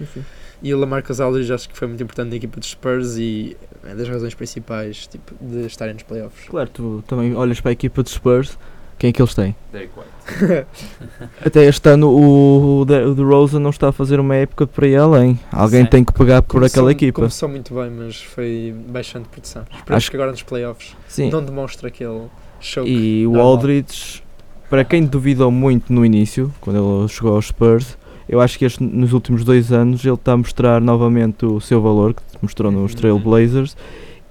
S4: E o Lamarcus Aldridge acho que foi muito importante na equipa dos Spurs e é das razões principais tipo, de estarem nos playoffs.
S3: Claro, tu também olhas para a equipa dos Spurs. Quem é que eles têm?
S2: Derek White.
S3: Até este ano o, o De- o DeRozan não está a fazer uma época para ir além. Alguém
S1: Sim.
S3: tem que pagar por
S4: Começou-
S3: aquela equipa.
S4: Começou muito bem, mas foi baixando de produção. Esperemos
S3: Acho-
S4: que agora nos playoffs
S3: Sim.
S4: não demonstra aquele show.
S3: E o
S4: normal.
S3: Aldridge, para quem duvidou muito no início, quando ele chegou aos Spurs, eu acho que este, nos últimos dois anos ele está a mostrar novamente o seu valor, que mostrou nos
S2: Uhum.
S3: Trail Blazers,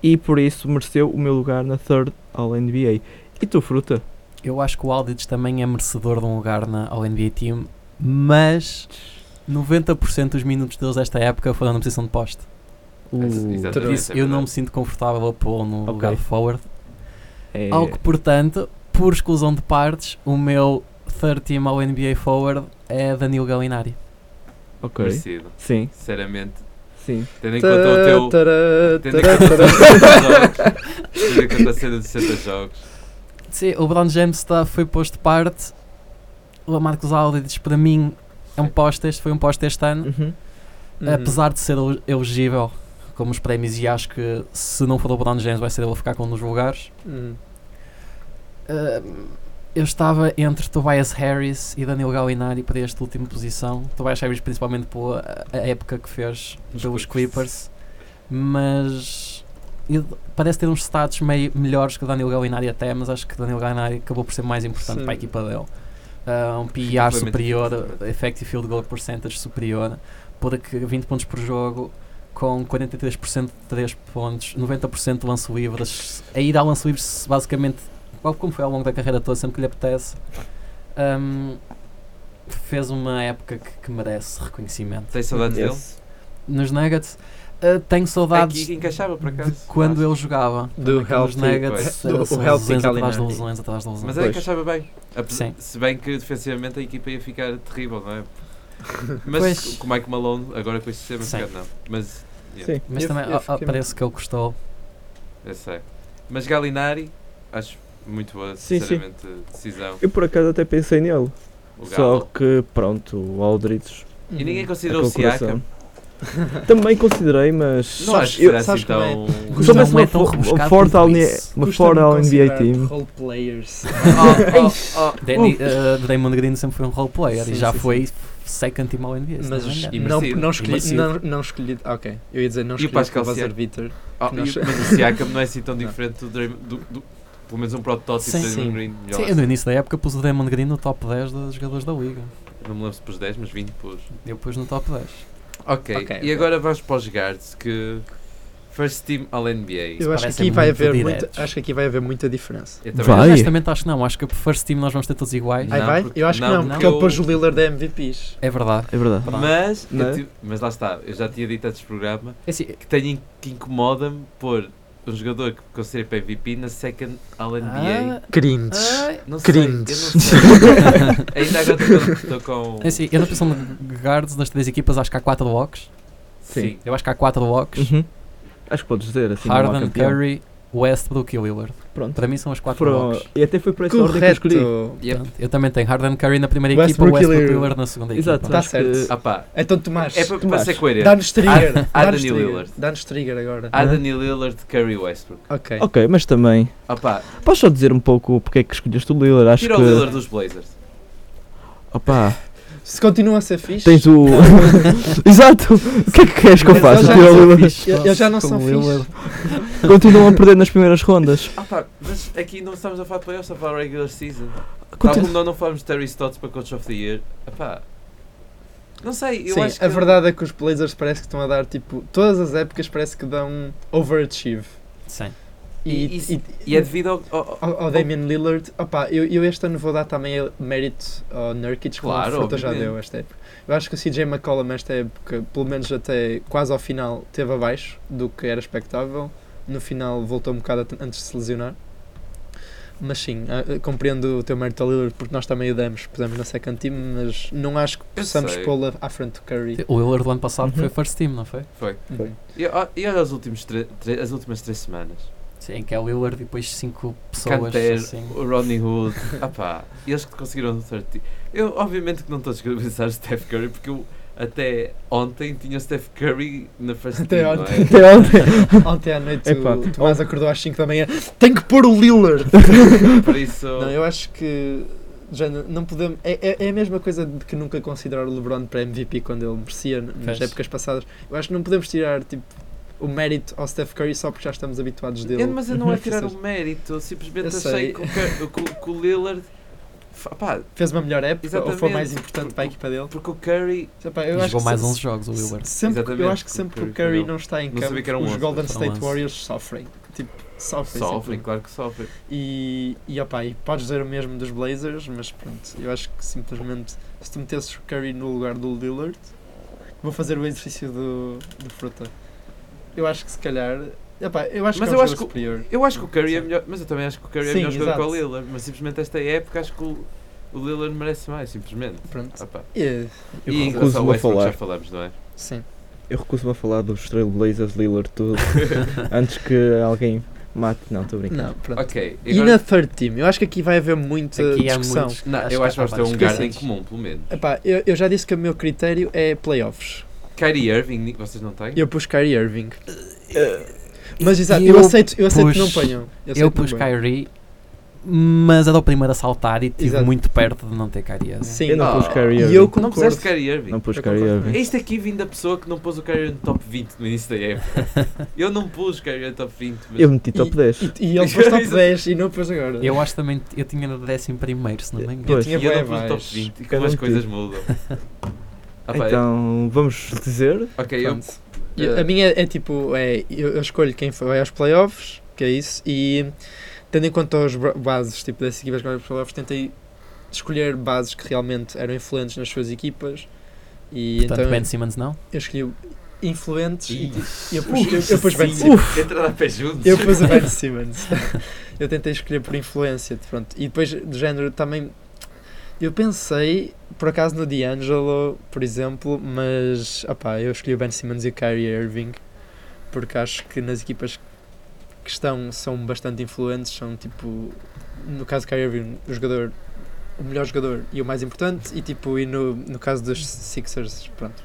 S3: e por isso mereceu o meu lugar na third All-NBA. E tu, Fruta?
S1: Eu acho que o Aldridge também é merecedor de um lugar na, ao NBA Team, mas 90% dos minutos deles desta época foram na posição de poste.
S3: Uh,
S1: Por
S2: Também,
S1: isso,
S2: isso é
S1: eu não
S2: verdade.
S1: me sinto confortável a pô-lo no
S3: Ok.
S1: lugar de forward.
S3: É,
S1: Ao que, portanto, por exclusão de partes, o meu third team ao NBA forward é Danilo Gallinari.
S3: ok.
S2: Merecido.
S3: Sim,
S2: Sinceramente,
S3: sim.
S2: tendo em conta o teu.
S4: Tará,
S2: Tendo em
S4: tará,
S2: conta
S4: tará.
S2: os 60 jogos. Tendo em conta a cena de 60 jogos.
S1: Sim, o Brown James está, foi posto de parte. O Marcos Aldridge, para mim, é um poste, este foi um poste este ano.
S3: Uhum.
S4: Uhum.
S1: apesar de ser el- elegível como os prémios e acho que se não for o LeBron James vai ser ele a ficar com um dos lugares
S4: Uhum.
S1: Ahm, eu estava entre Tobias Harris e Danilo Gallinari para esta última posição Tobias Harris principalmente pela a- a época que fez
S2: Nos
S1: pelos Clippers mas ele parece ter uns status meio melhores que o Danilo Gallinari até mas acho que Danilo Gallinari acabou por ser mais importante
S4: Sim.
S1: para a equipa dele Ah, um PER
S2: Complemento
S1: superior,
S2: importante.
S1: effective field goal percentage superior, porque 20 pontos por jogo, com 43% de 3 pontos, 90% de lance livre, a ir ao lance livre se basicamente, qual como foi ao longo da carreira toda, sempre que lhe apetece, ahm, fez uma época que, que merece reconhecimento.
S2: Tens saudades dele?
S1: Nos Nuggets, ah, tenho saudades
S2: Aqui encaixava por acaso.
S1: quando
S2: eu
S1: ele jogava.
S4: Do
S1: Porque nos
S4: healthy,
S1: Nuggets,
S4: pois. Do-
S1: ah,
S4: o
S1: são
S4: healthy
S1: lesões atrás de
S4: Gallinari.
S1: lesões, atrás de lesões.
S2: Mas
S4: é
S3: Pois.
S2: ele encaixava bem. Apes-
S1: Sim.
S2: Se bem que defensivamente a equipa ia ficar terrível, não
S3: (laughs)
S2: é? Mas
S1: Pois.
S2: com o Mike Malone, agora com este sistema,
S1: Sim.
S2: se calhar não. Mas
S3: Sim.
S1: Mas
S4: Eu-
S1: também
S4: eu
S1: ah, ah,
S4: fiquei-
S1: parece que ele gostou.
S4: (laughs)
S2: eu sei. Mas Galinari, acho muito boa,
S3: Sim, sim.
S2: sinceramente, decisão.
S3: Eu por acaso até pensei nele.
S2: O
S3: Só
S2: Galo.
S3: que pronto, o Aldridge.
S2: E ninguém considerou
S3: aquele
S2: o Siakam.
S3: coração. Também considerei, mas.
S2: Não
S3: sabes,
S2: acho que será
S3: sabes
S2: assim
S3: como é?
S2: tão. (laughs)
S1: Mas
S3: Também
S1: não
S3: se uma
S1: é tão
S3: fo-
S1: rebuscado
S3: Ford
S1: quanto
S3: All-N-
S1: isso.
S3: uma
S4: Custa-me
S3: Ford All-NBA
S4: considerar
S3: team.
S4: Role players.
S3: Ah,
S4: (laughs)
S1: oh, oh, oh. Danny, uh, Draymond Green sempre foi um roleplayer
S4: Sim,
S1: e já
S4: sim,
S1: foi second team ao NBA. se não
S4: Mas
S1: me engano.
S2: e
S4: não,
S2: merecido.
S4: não escolhi.
S1: Merecido.
S4: Não, não escolhi. ah, Ok, eu ia dizer não
S2: E o
S4: escolhi.
S2: Pascal
S4: Buzzer
S2: Siak?
S4: Beater.
S2: Ah,
S4: que
S2: e-
S4: nós-
S2: Mas o Siakam não é assim tão
S4: Não.
S2: diferente do, Draymond- do, do- Pelo menos um protótipo
S1: Sim,
S2: de Draymond
S4: sim.
S2: Green. melhor
S1: Sim, eu no início da época pus o Draymond Green no top 10 dos jogadores da liga.
S2: assim. Não me lembro se pus 10, mas 20 pus.
S1: Eu pus no top 10.
S2: Ok,
S4: Ok,
S2: e
S4: ok.
S2: agora vamos para os guards que. First Team All-NBA.
S4: Eu acho
S1: parecem
S4: que aqui vai
S1: muito
S4: haver
S1: diretos.
S4: muita, acho que aqui vai haver muita diferença.
S2: Eu também
S3: Vai.
S2: acho.
S3: Ai.
S1: Honestamente acho que não, acho que por first team nós vamos ter todos iguais.
S2: Não,
S4: Aí vai?
S2: porque-
S4: Eu acho que
S2: não,
S4: não,
S2: não.
S4: porque ele pôs o Lillard de MVPs.
S1: É verdade.
S3: É verdade.
S2: Mas, eu
S3: Não é?
S2: tive- mas lá está, eu já tinha dito antes do programa
S1: É assim,
S2: que, tenho, que incomoda-me pôr um jogador que considero para MVP na second All-NBA.
S1: ah,
S4: Cringe.
S1: ah,
S2: não sei, eu não
S4: cringe.
S2: sei. Ainda agora estou com.
S1: é assim, eu na posição de guards das três equipas acho que há 4 locks.
S2: Sim.
S1: Eu acho que há 4 locks.
S3: Uhum. Acho que podes dizer assim. não há
S1: Harden,
S3: campeão.
S1: Curry, Westbrook e Lillard.
S3: Pronto.
S1: Para mim são as 4
S3: Foram-
S1: locks.
S3: E até foi por essa ordem que eu escolhi.
S4: Correto.
S2: Yep.
S1: Portanto, Eu também tenho Harden, Curry na primeira
S4: Westbrook e
S1: equipa, Westbrook e
S4: Lillard.
S1: Lillard na segunda
S3: Exato,
S1: equipa.
S4: Tá
S3: acho que-
S4: certo.
S2: Ah pá,
S4: Então Tomás,
S2: é para, para
S3: Tomás,
S2: ser coerente.
S4: dá-nos trigger.
S2: Há- há
S4: Dá-nos
S2: Daniel
S4: trigger.
S2: Lillard.
S4: Dá-nos trigger agora.
S2: Há Daniel Lillard, Curry Westbrook.
S4: Ok.
S3: Ok, mas também.
S2: Ah pá,
S3: Posso só dizer um pouco porque é que escolheste o Lillard? Acho
S2: tira
S3: que.
S2: o Lillard dos Blazers.
S3: Opa,
S4: Se continua a ser fixe.
S3: Tens o. (laughs) Exato! O que é que queres que eu
S4: Eles
S3: faça?
S4: já
S3: Tira o
S4: não são
S3: Lillard.
S4: fixe. Eu- eu já não sou fixe.
S3: Continuam a perder nas primeiras rondas.
S2: Ah pá, mas aqui não estamos a falar de playoffs, estamos a falar de regular season. Tal
S3: Continu- (laughs)
S2: como nós não falamos de Terry Stotts para Coach of the Year. Ah pá, não sei, eu
S4: Sim,
S2: acho que...
S4: a
S2: ele-
S4: verdade é que os Blazers parece que estão a dar tipo. Todas as épocas parece que dão um overachieve.
S1: Sim.
S2: E isso- E é devido ao... ao- ao-
S4: Ao, ao Damian Lillard, opá, eu, eu este ano vou dar também mérito ao Nurkic, como
S2: Claro,
S4: o Frota já
S2: obviamente.
S4: deu esta época. Eu acho que o CJ McCollum esta época, pelo menos até quase ao final, teve abaixo do que era expectável. No final voltou um bocado at- antes de se lesionar. Mas sim, ah, ah, compreendo o teu mérito ao Lillard porque nós também o damos, pusemos na second team, mas não acho que
S2: Eu
S4: possamos
S2: sei.
S4: pô-la à frente do Curry. Uhum.
S1: O Willard do ano passado
S3: Uhum.
S1: foi first team, não foi?
S2: Oh, Foi.
S3: Foi.
S2: E, ó- e olha as, últimos tre- tre- as últimas três semanas.
S1: Sim, que é o Willard e depois cinco pessoas
S2: Canter,
S1: assim.
S2: o Rodney
S4: (laughs)
S2: Hood, ah pá, eles que conseguiram o third team. Eu, obviamente, que não estou a descredibilizar o Steph Curry, porque eu até ontem tinha o Steph Curry na first
S4: Até
S2: team, não é?
S4: ontem.
S3: Até ontem.
S4: Ontem à noite
S3: Epá,
S4: o Tomás acordou às 5 da manhã, tem que pôr o Lillard!
S2: Por isso,
S4: Não, eu acho que já não, não podemos. É, é- é a mesma coisa de que nunca considerar o LeBron para MVP quando ele merecia n- nas
S1: Fez.
S4: épocas passadas. Eu acho que não podemos tirar tipo, o mérito ao Steph Curry só porque já estamos habituados dele.
S2: Eu- mas eu não é tirar
S4: Ou
S2: o mérito, eu simplesmente
S4: Eu sei.
S2: achei que o, Cur- que o- que o Lillard. fa- pá,
S4: Fez uma melhor época ou foi
S2: Exatamente.
S4: mais importante para a equipa dele?
S2: porque o Curry.
S4: Sei pá, eu
S1: E
S4: acho
S1: jogou
S4: que
S1: mais
S4: se-
S1: 11 jogos o
S4: se-
S1: Willard.
S4: Sempre, eu
S2: Exatamente,
S4: acho que sempre que o
S2: porque
S4: Curry
S2: não-
S4: não está em
S2: não sabia que um
S4: campo,
S2: eram
S4: os
S2: 11,
S4: Golden
S1: foram
S4: State
S1: 11.
S4: Warriors sofrem. Tipo, sofrem.
S2: Sofrem,
S4: sempre.
S2: claro que sofrem.
S4: E, e opá, e podes dizer o mesmo dos Blazers, mas pronto, eu acho que simplesmente se tu metesses o Curry no lugar do Lillard, vou fazer o exercício do, do Fruta. Eu acho que se calhar. Opá, eu acho
S2: Mas
S4: que é
S2: eu
S4: um
S2: acho
S4: jogo
S2: que-
S4: superior.
S2: Eu acho que o Curry é
S4: Sim.
S2: melhor, mas eu também acho que o Curry é
S4: Sim,
S2: melhor jogador que o
S4: exato.
S2: Lillard, mas simplesmente esta época acho que o, o Lillard merece mais, simplesmente.
S4: Pronto.
S2: Ah, pá.
S4: É,
S3: Eu
S2: e em
S3: recuso-me
S2: relação ao
S3: a
S2: Westbrook
S3: falar.
S2: já falamos, não é?
S4: sim.
S3: Eu recuso-me a falar dos Trailblazers, Lillard, tudo. antes que alguém mate. Não, estou a brincar.
S4: Não, pronto.
S2: Ok.
S4: E na third team? Eu acho que aqui vai haver muita
S1: Aqui há
S4: discussão.
S1: muitos.
S2: Não, eu é acho que vamos ter um
S4: esquece
S2: guarda em
S4: isso.
S2: comum, pelo menos.
S4: Epá, eu, eu já disse que o meu critério é playoffs.
S2: Kyrie Irving, ni- vocês não têm?
S4: Eu pus Kyrie Irving. Mas exato,
S1: eu
S4: eu, aceito, eu aceito que não
S1: pus-
S4: ponham. aceito
S1: Eu
S4: que não
S1: pus
S4: ponham.
S1: Kyrie, mas era o primeiro a saltar e estive
S4: Exato.
S1: muito perto de não ter Kyrie. né?
S4: Sim,
S3: Eu não pus
S2: Ah,
S3: Kyrie
S4: e
S3: Irving.
S4: eu
S2: Não
S4: concordo.
S2: puseste Kyrie Irving?
S3: Não pus
S4: Eu
S3: Kyrie
S4: concordo.
S3: Irving.
S2: Este aqui vim da pessoa que não pôs o Kyrie no top 20 no início da época. eu não pus o Kyrie no top 20, mas...
S3: Eu meti top 10.
S4: E, e ele pôs top 10 e não pôs agora.
S1: Eu acho também, eu tinha no décimo primeiro, se não me engano.
S3: Pois.
S2: E eu
S4: tinha
S2: não
S4: bué
S2: pus no top
S4: é mais.
S2: 20 e como
S3: Cada um
S2: as coisas
S4: (laughs)
S2: mudam. Ah, pá,
S3: Então, vamos dizer.
S2: ok, eu, Ah,
S4: Pronto. E A minha é tipo, é, eu eu escolho quem vai aos playoffs, que é isso, e tendo em conta os bra- bases tipo, das equipas que vão aos playoffs, tentei escolher bases que realmente eram influentes nas suas equipas e
S1: Portanto,
S4: então
S1: Ben Simmons não.
S4: eu escolhi influentes e
S2: Ih.
S4: eu pus, eu, eu pus Ben
S2: Sim,
S4: Simmons.
S2: Entra lá pé juntos.
S4: Eu pus o Ben Simmons. eu tentei escolher por influência, pronto. E depois, de género, também. Eu pensei, por acaso, no D'Angelo, por exemplo, mas. opá, eu escolhi o Ben Simmons e o Kyrie Irving, porque acho que nas equipas que estão são bastante influentes, são tipo. No caso do Kyrie Irving, o jogador. O melhor jogador e o mais importante, e tipo, e no, no caso dos Sixers, pronto.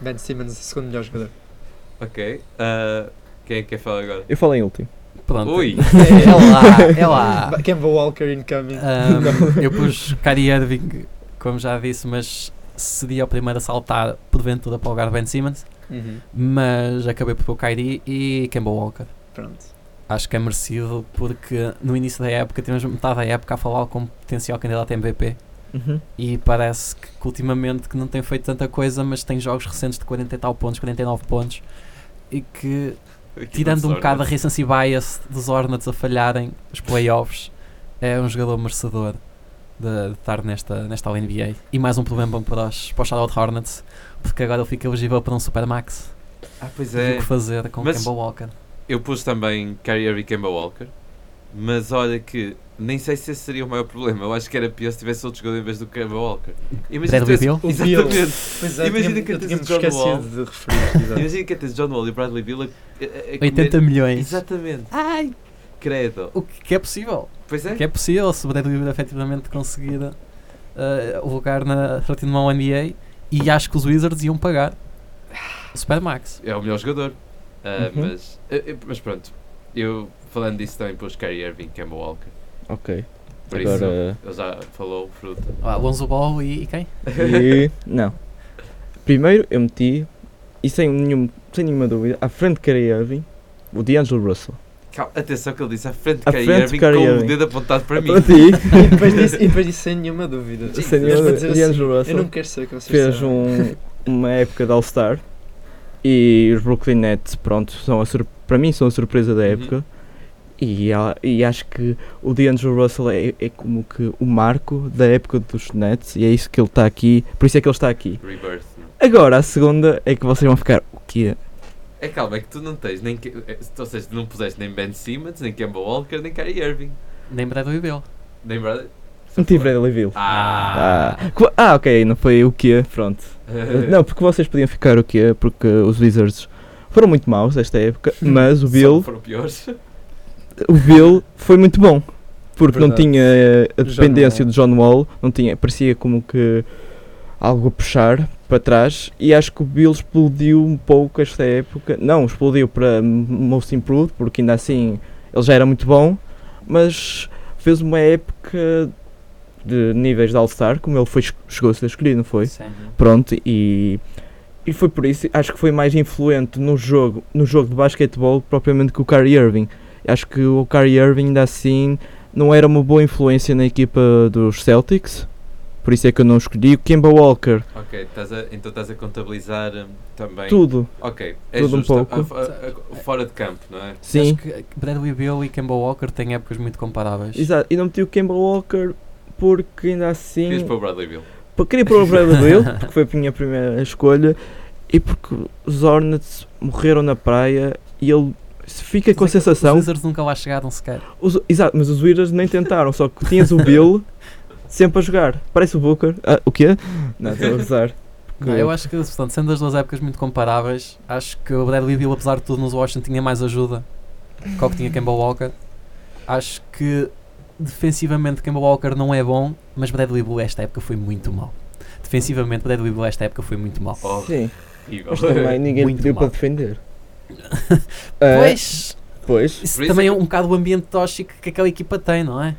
S4: Ben Simmons, o segundo melhor jogador.
S2: Ok. ah, quem é que quer falar agora?
S3: Eu falo em último.
S1: Pronto.
S2: Ui!
S1: É lá, é
S4: (laughs)
S1: lá.
S4: Kemba Walker incoming. (laughs)
S1: Ahm, eu pus Kyrie Irving, como já disse, mas seria o primeiro a saltar, porventura, para o lugar de Ben Simmons.
S4: Uhum,
S1: Mas acabei por pôr Kyrie e Kemba Walker.
S4: pronto.
S1: Acho que é merecido porque no início da época tivemos metade da época a falar como potencial candidato a MVP e parece que, que ultimamente que não tem feito tanta coisa, mas tem jogos recentes de 40 e tal pontos, 49 pontos e que tirando um bocado a recency bias dos Hornets a falharem os playoffs, é um jogador merecedor de, de estar nesta, nesta All-NBA. E mais um problema para os, para os Charlotte Hornets, porque agora ele fica elegível para um Supermax.
S2: Ah, pois
S1: E
S2: é.
S1: O que fazer com o
S2: Mas-
S1: Kemba Walker?
S2: Eu pus também Kyrie e Kemba Walker. Mas olha que nem sei se esse seria o maior problema. Eu acho que era pior se tivesse outro jogador em vez do Kemba Walker. Imagina
S1: Bradley
S2: que tivesse-
S1: Beal?
S4: O Beal.
S2: Exatamente.
S4: Pois é,
S2: Imagina
S4: tinha-
S2: que
S4: eu
S2: tens
S4: tinha-me
S2: o John
S4: esquecido
S2: Wall.
S4: de referir. exato.
S2: Imagina que tens John Wall e Bradley Beal a, a- a- a
S1: 80
S2: comer-
S1: milhões.
S2: Exatamente.
S1: Ai,
S2: Credo.
S1: o que que é possível?
S2: Pois é.
S1: O que é possível se o Bradley Beal efetivamente conseguir uh, o lugar na rotina de uma NBA e acho que os Wizards iam pagar o Supermax.
S2: É o melhor jogador. Ah,
S3: Uhum.
S2: mas, eh, eh, mas pronto. Eu falando disso também pus Kyrie Irving e Kemba é Walker.
S3: Ok.
S2: Por
S3: Agora-
S2: isso, ele já falou fruta.
S1: Ah, Alonso Ball e, e quem?
S3: E, não. Primeiro eu meti, e sem, nenhum, sem nenhuma dúvida, à frente de Kyrie Irving, o D'Angelo Russell.
S2: Cal- Atenção que ele disse à frente de
S3: À
S2: Kyrie
S3: frente de
S2: Irving
S3: Kyrie
S2: com o
S3: Irving.
S2: dedo
S3: (laughs)
S2: apontado para mim.
S3: Para ti,
S4: E (laughs) depois disso, e depois disso sem nenhuma dúvida.
S3: sem
S4: Eu vou
S3: nenhuma
S4: dizer
S3: dúvida, D'Angelo
S4: assim, eu
S3: Russell
S4: não quero saber o que vocês
S3: fez
S4: disseram.
S3: um, uma época de All-Star e os Brooklyn Nets, pronto, são a sur- para mim são a surpresa da
S2: Uhum.
S3: época. E, a- e acho que o D'Angelo Russell é, é como que o marco da época dos Nets e é isso que ele está aqui, por isso é que ele está aqui.
S2: (laughs) Rebirth. não.
S3: Agora, a segunda é que vocês vão ficar, o quê?
S2: É calma, é que tu não tens nem. Ke- é, Ou seja, tu não puseste nem Ben Simmons, nem Kemba Walker, nem Kyrie Irving.
S1: Nem Bradley Bill.
S2: Nem Brad.
S3: Não tive Bradleyville.
S2: é Ah! (laughs) É,
S3: Ah, co- ah, ok, não foi o quê? Pronto. Não, porque vocês podiam ficar o quê? Porque os Wizards foram muito maus esta época, mas o
S2: Hum. Só
S3: Bill,
S2: Foram piores. (laughs)
S3: o Bill foi muito bom. Porque não
S4: Verdade.
S3: tinha eh, a
S4: John
S3: dependência
S4: Wall.
S3: de John Wall, não tinha, parecia como que algo a puxar para trás e acho que o Bill explodiu um pouco esta época. Não, explodiu para Most Improved, porque ainda assim ele já era muito bom, mas fez uma época de níveis de All-Star, como ele foi, chegou a ser escolhido, não foi?
S1: Sim.
S3: Pronto, e, e foi por isso, acho que foi mais influente no jogo, no jogo de basquetebol propriamente que o Kyrie Irving. Acho que o Kyrie Irving ainda assim não era uma boa influência na equipa dos Celtics, por isso é que eu não escolhi. O Kemba Walker,
S2: Ok, estás a- então estás a contabilizar hum, também.
S3: tudo,
S2: Ok, é
S3: Tudo um
S2: justo.
S3: pouco.
S2: Ah, f- ah, ah, fora de campo, não é?
S3: sim.
S1: Acho que Bradley Bill e Kemba Walker têm épocas muito comparáveis.
S3: Exato, e não meti o Kemba Walker porque ainda assim...
S2: Querias para o Bradley Bill.
S3: Pá, Queria pôr o Bradley Bill, porque foi a minha primeira escolha, e porque os Hornets morreram na praia e ele se fica com a
S1: Mas é que
S3: sensação...
S1: Os Wizards nunca lá chegaram sequer.
S3: Os- exato, mas os Wizards nem tentaram, só que tinhas o Bill sempre a jogar. Parece o Booker. Ah, o quê? Não, estou a gozar.
S1: Não, eu acho que, portanto, sendo as duas épocas muito comparáveis, acho que o Bradley Bill, apesar de tudo, nos Washington tinha mais ajuda que o que tinha Kemba Walker. Acho que defensivamente Kemba Walker não é bom, mas Bradley Bill esta época foi muito mal. Defensivamente, Bradley Bill esta época foi muito mal.
S2: (laughs) Oh,
S3: Sim,
S2: horrível.
S3: mas
S2: (laughs)
S3: também ninguém
S1: Muito
S3: pediu
S1: mal.
S3: para defender.
S2: É.
S1: Pois,
S3: Ah, pois.
S1: isso
S2: Por isso
S1: também
S2: é
S1: é
S2: que-
S1: um bocado o ambiente tóxico que aquela equipa tem, não é?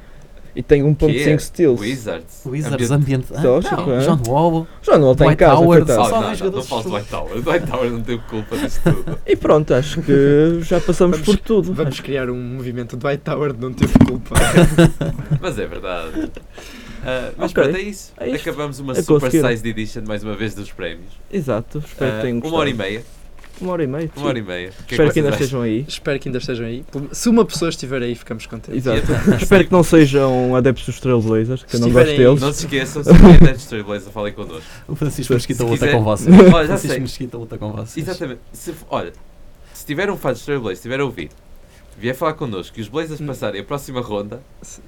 S3: E tem 1.5
S2: Que? é?
S3: steals.
S2: Wizards.
S1: Wizards,
S2: Ambiente-
S1: ambiente. ah,
S3: Tóxico,
S1: não,
S3: é?
S1: John Wall,
S3: Já não tem em
S1: Dwight
S3: casa,
S1: Howard,
S3: coitado.
S1: só
S2: não,
S1: dois
S2: não, não
S1: jogadores
S2: falo de
S1: de
S2: White Tower. White Tower não teve culpa disso tudo. (laughs)
S3: E pronto, acho que já passamos por tudo.
S4: Vamos criar um movimento do White Tower de não ter (laughs) culpa.
S2: Mas é verdade. Ah, mas
S3: Ok.
S2: pronto, é isso.
S3: É isto.
S2: Acabamos uma
S3: É
S2: Super
S3: conseguido.
S2: Size Edition mais uma vez dos prémios.
S3: Exato, espero que
S2: Ah,
S3: tenham
S2: uma
S3: gostado.
S2: hora e meia.
S3: Uma hora e meia.
S2: Uma hora e meia. O que é
S3: Espero que
S2: vocês
S3: ainda
S2: acham?
S3: estejam aí.
S4: Espero que ainda estejam aí. Pelo- Se uma pessoa estiver aí, ficamos contentes.
S3: um
S2: (laughs)
S3: Exato. Espero que não sejam adeptos dos Trailblazers, que eu não gosto
S4: Estiverem-
S3: deles.
S2: Não se
S3: (laughs)
S2: esqueçam, se querem Dead Trailblazer, falem connosco.
S1: o Francisco Mesquita
S2: Se
S1: luta
S2: quiser-
S1: com vocês.
S2: Olha, já
S1: Francisco
S2: sei.
S1: Mesquita luta com vocês.
S2: Exatamente. Se, olha, se tiver um fã de Trailblazers, estiver a ouvir, vier falar connosco e os Blazers
S4: Hum.
S2: passarem a próxima ronda,
S4: Se-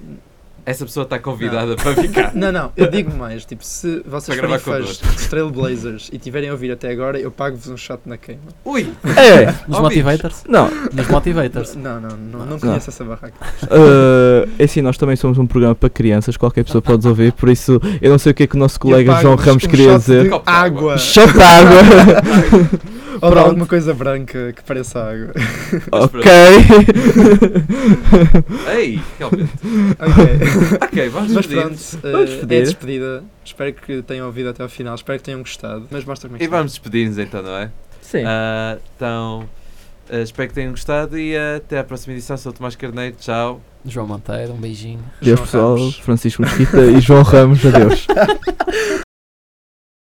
S2: essa pessoa está convidada para ficar.
S4: Não, não, eu digo mais. Tipo, se vocês
S2: Para gravar
S4: forem fãs de Trailblazers e tiverem a ouvir até agora, eu pago-vos um shot na queima.
S2: Ui!
S3: É!
S2: (laughs)
S1: Nos
S2: Ó,
S1: Motivators.
S3: Não,
S1: Nos
S2: Tá
S1: Motivators.
S4: Não, não, não,
S1: Não.
S4: não conheço essa barraca.
S3: Uh, é assim, nós também somos um programa para crianças, qualquer pessoa pode ouvir, por isso eu não sei o que é que o nosso colega
S4: Eu
S3: João
S4: pago-vos
S3: Ramos
S4: um
S3: queria
S4: shot
S3: dizer.
S4: De
S2: Copo de água.
S4: água!
S3: Shot de
S4: (laughs)
S3: água! (laughs)
S4: Ou de
S3: Pronto.
S4: alguma coisa branca que pareça água.
S3: ok! (laughs)
S2: Ei, realmente.
S4: Ok.
S2: Ok, vamos
S4: Mas
S2: despedir.
S4: pronto, eh,
S3: Vamos despedir.
S4: é despedida. Espero que tenham ouvido até ao final. Espero que tenham gostado. Mas mostra como é que
S2: E
S4: está.
S2: vamos despedir-nos então, não é?
S3: Sim.
S2: Ah, então, ah, espero que tenham gostado e ah, até à próxima edição. Sou o Tomás Carneiro. Tchau.
S1: João Monteiro, um beijinho.
S3: Adeus
S4: João
S3: pessoal,
S4: Ramos. (laughs)
S3: Francisco Mesquita e João Ramos, adeus.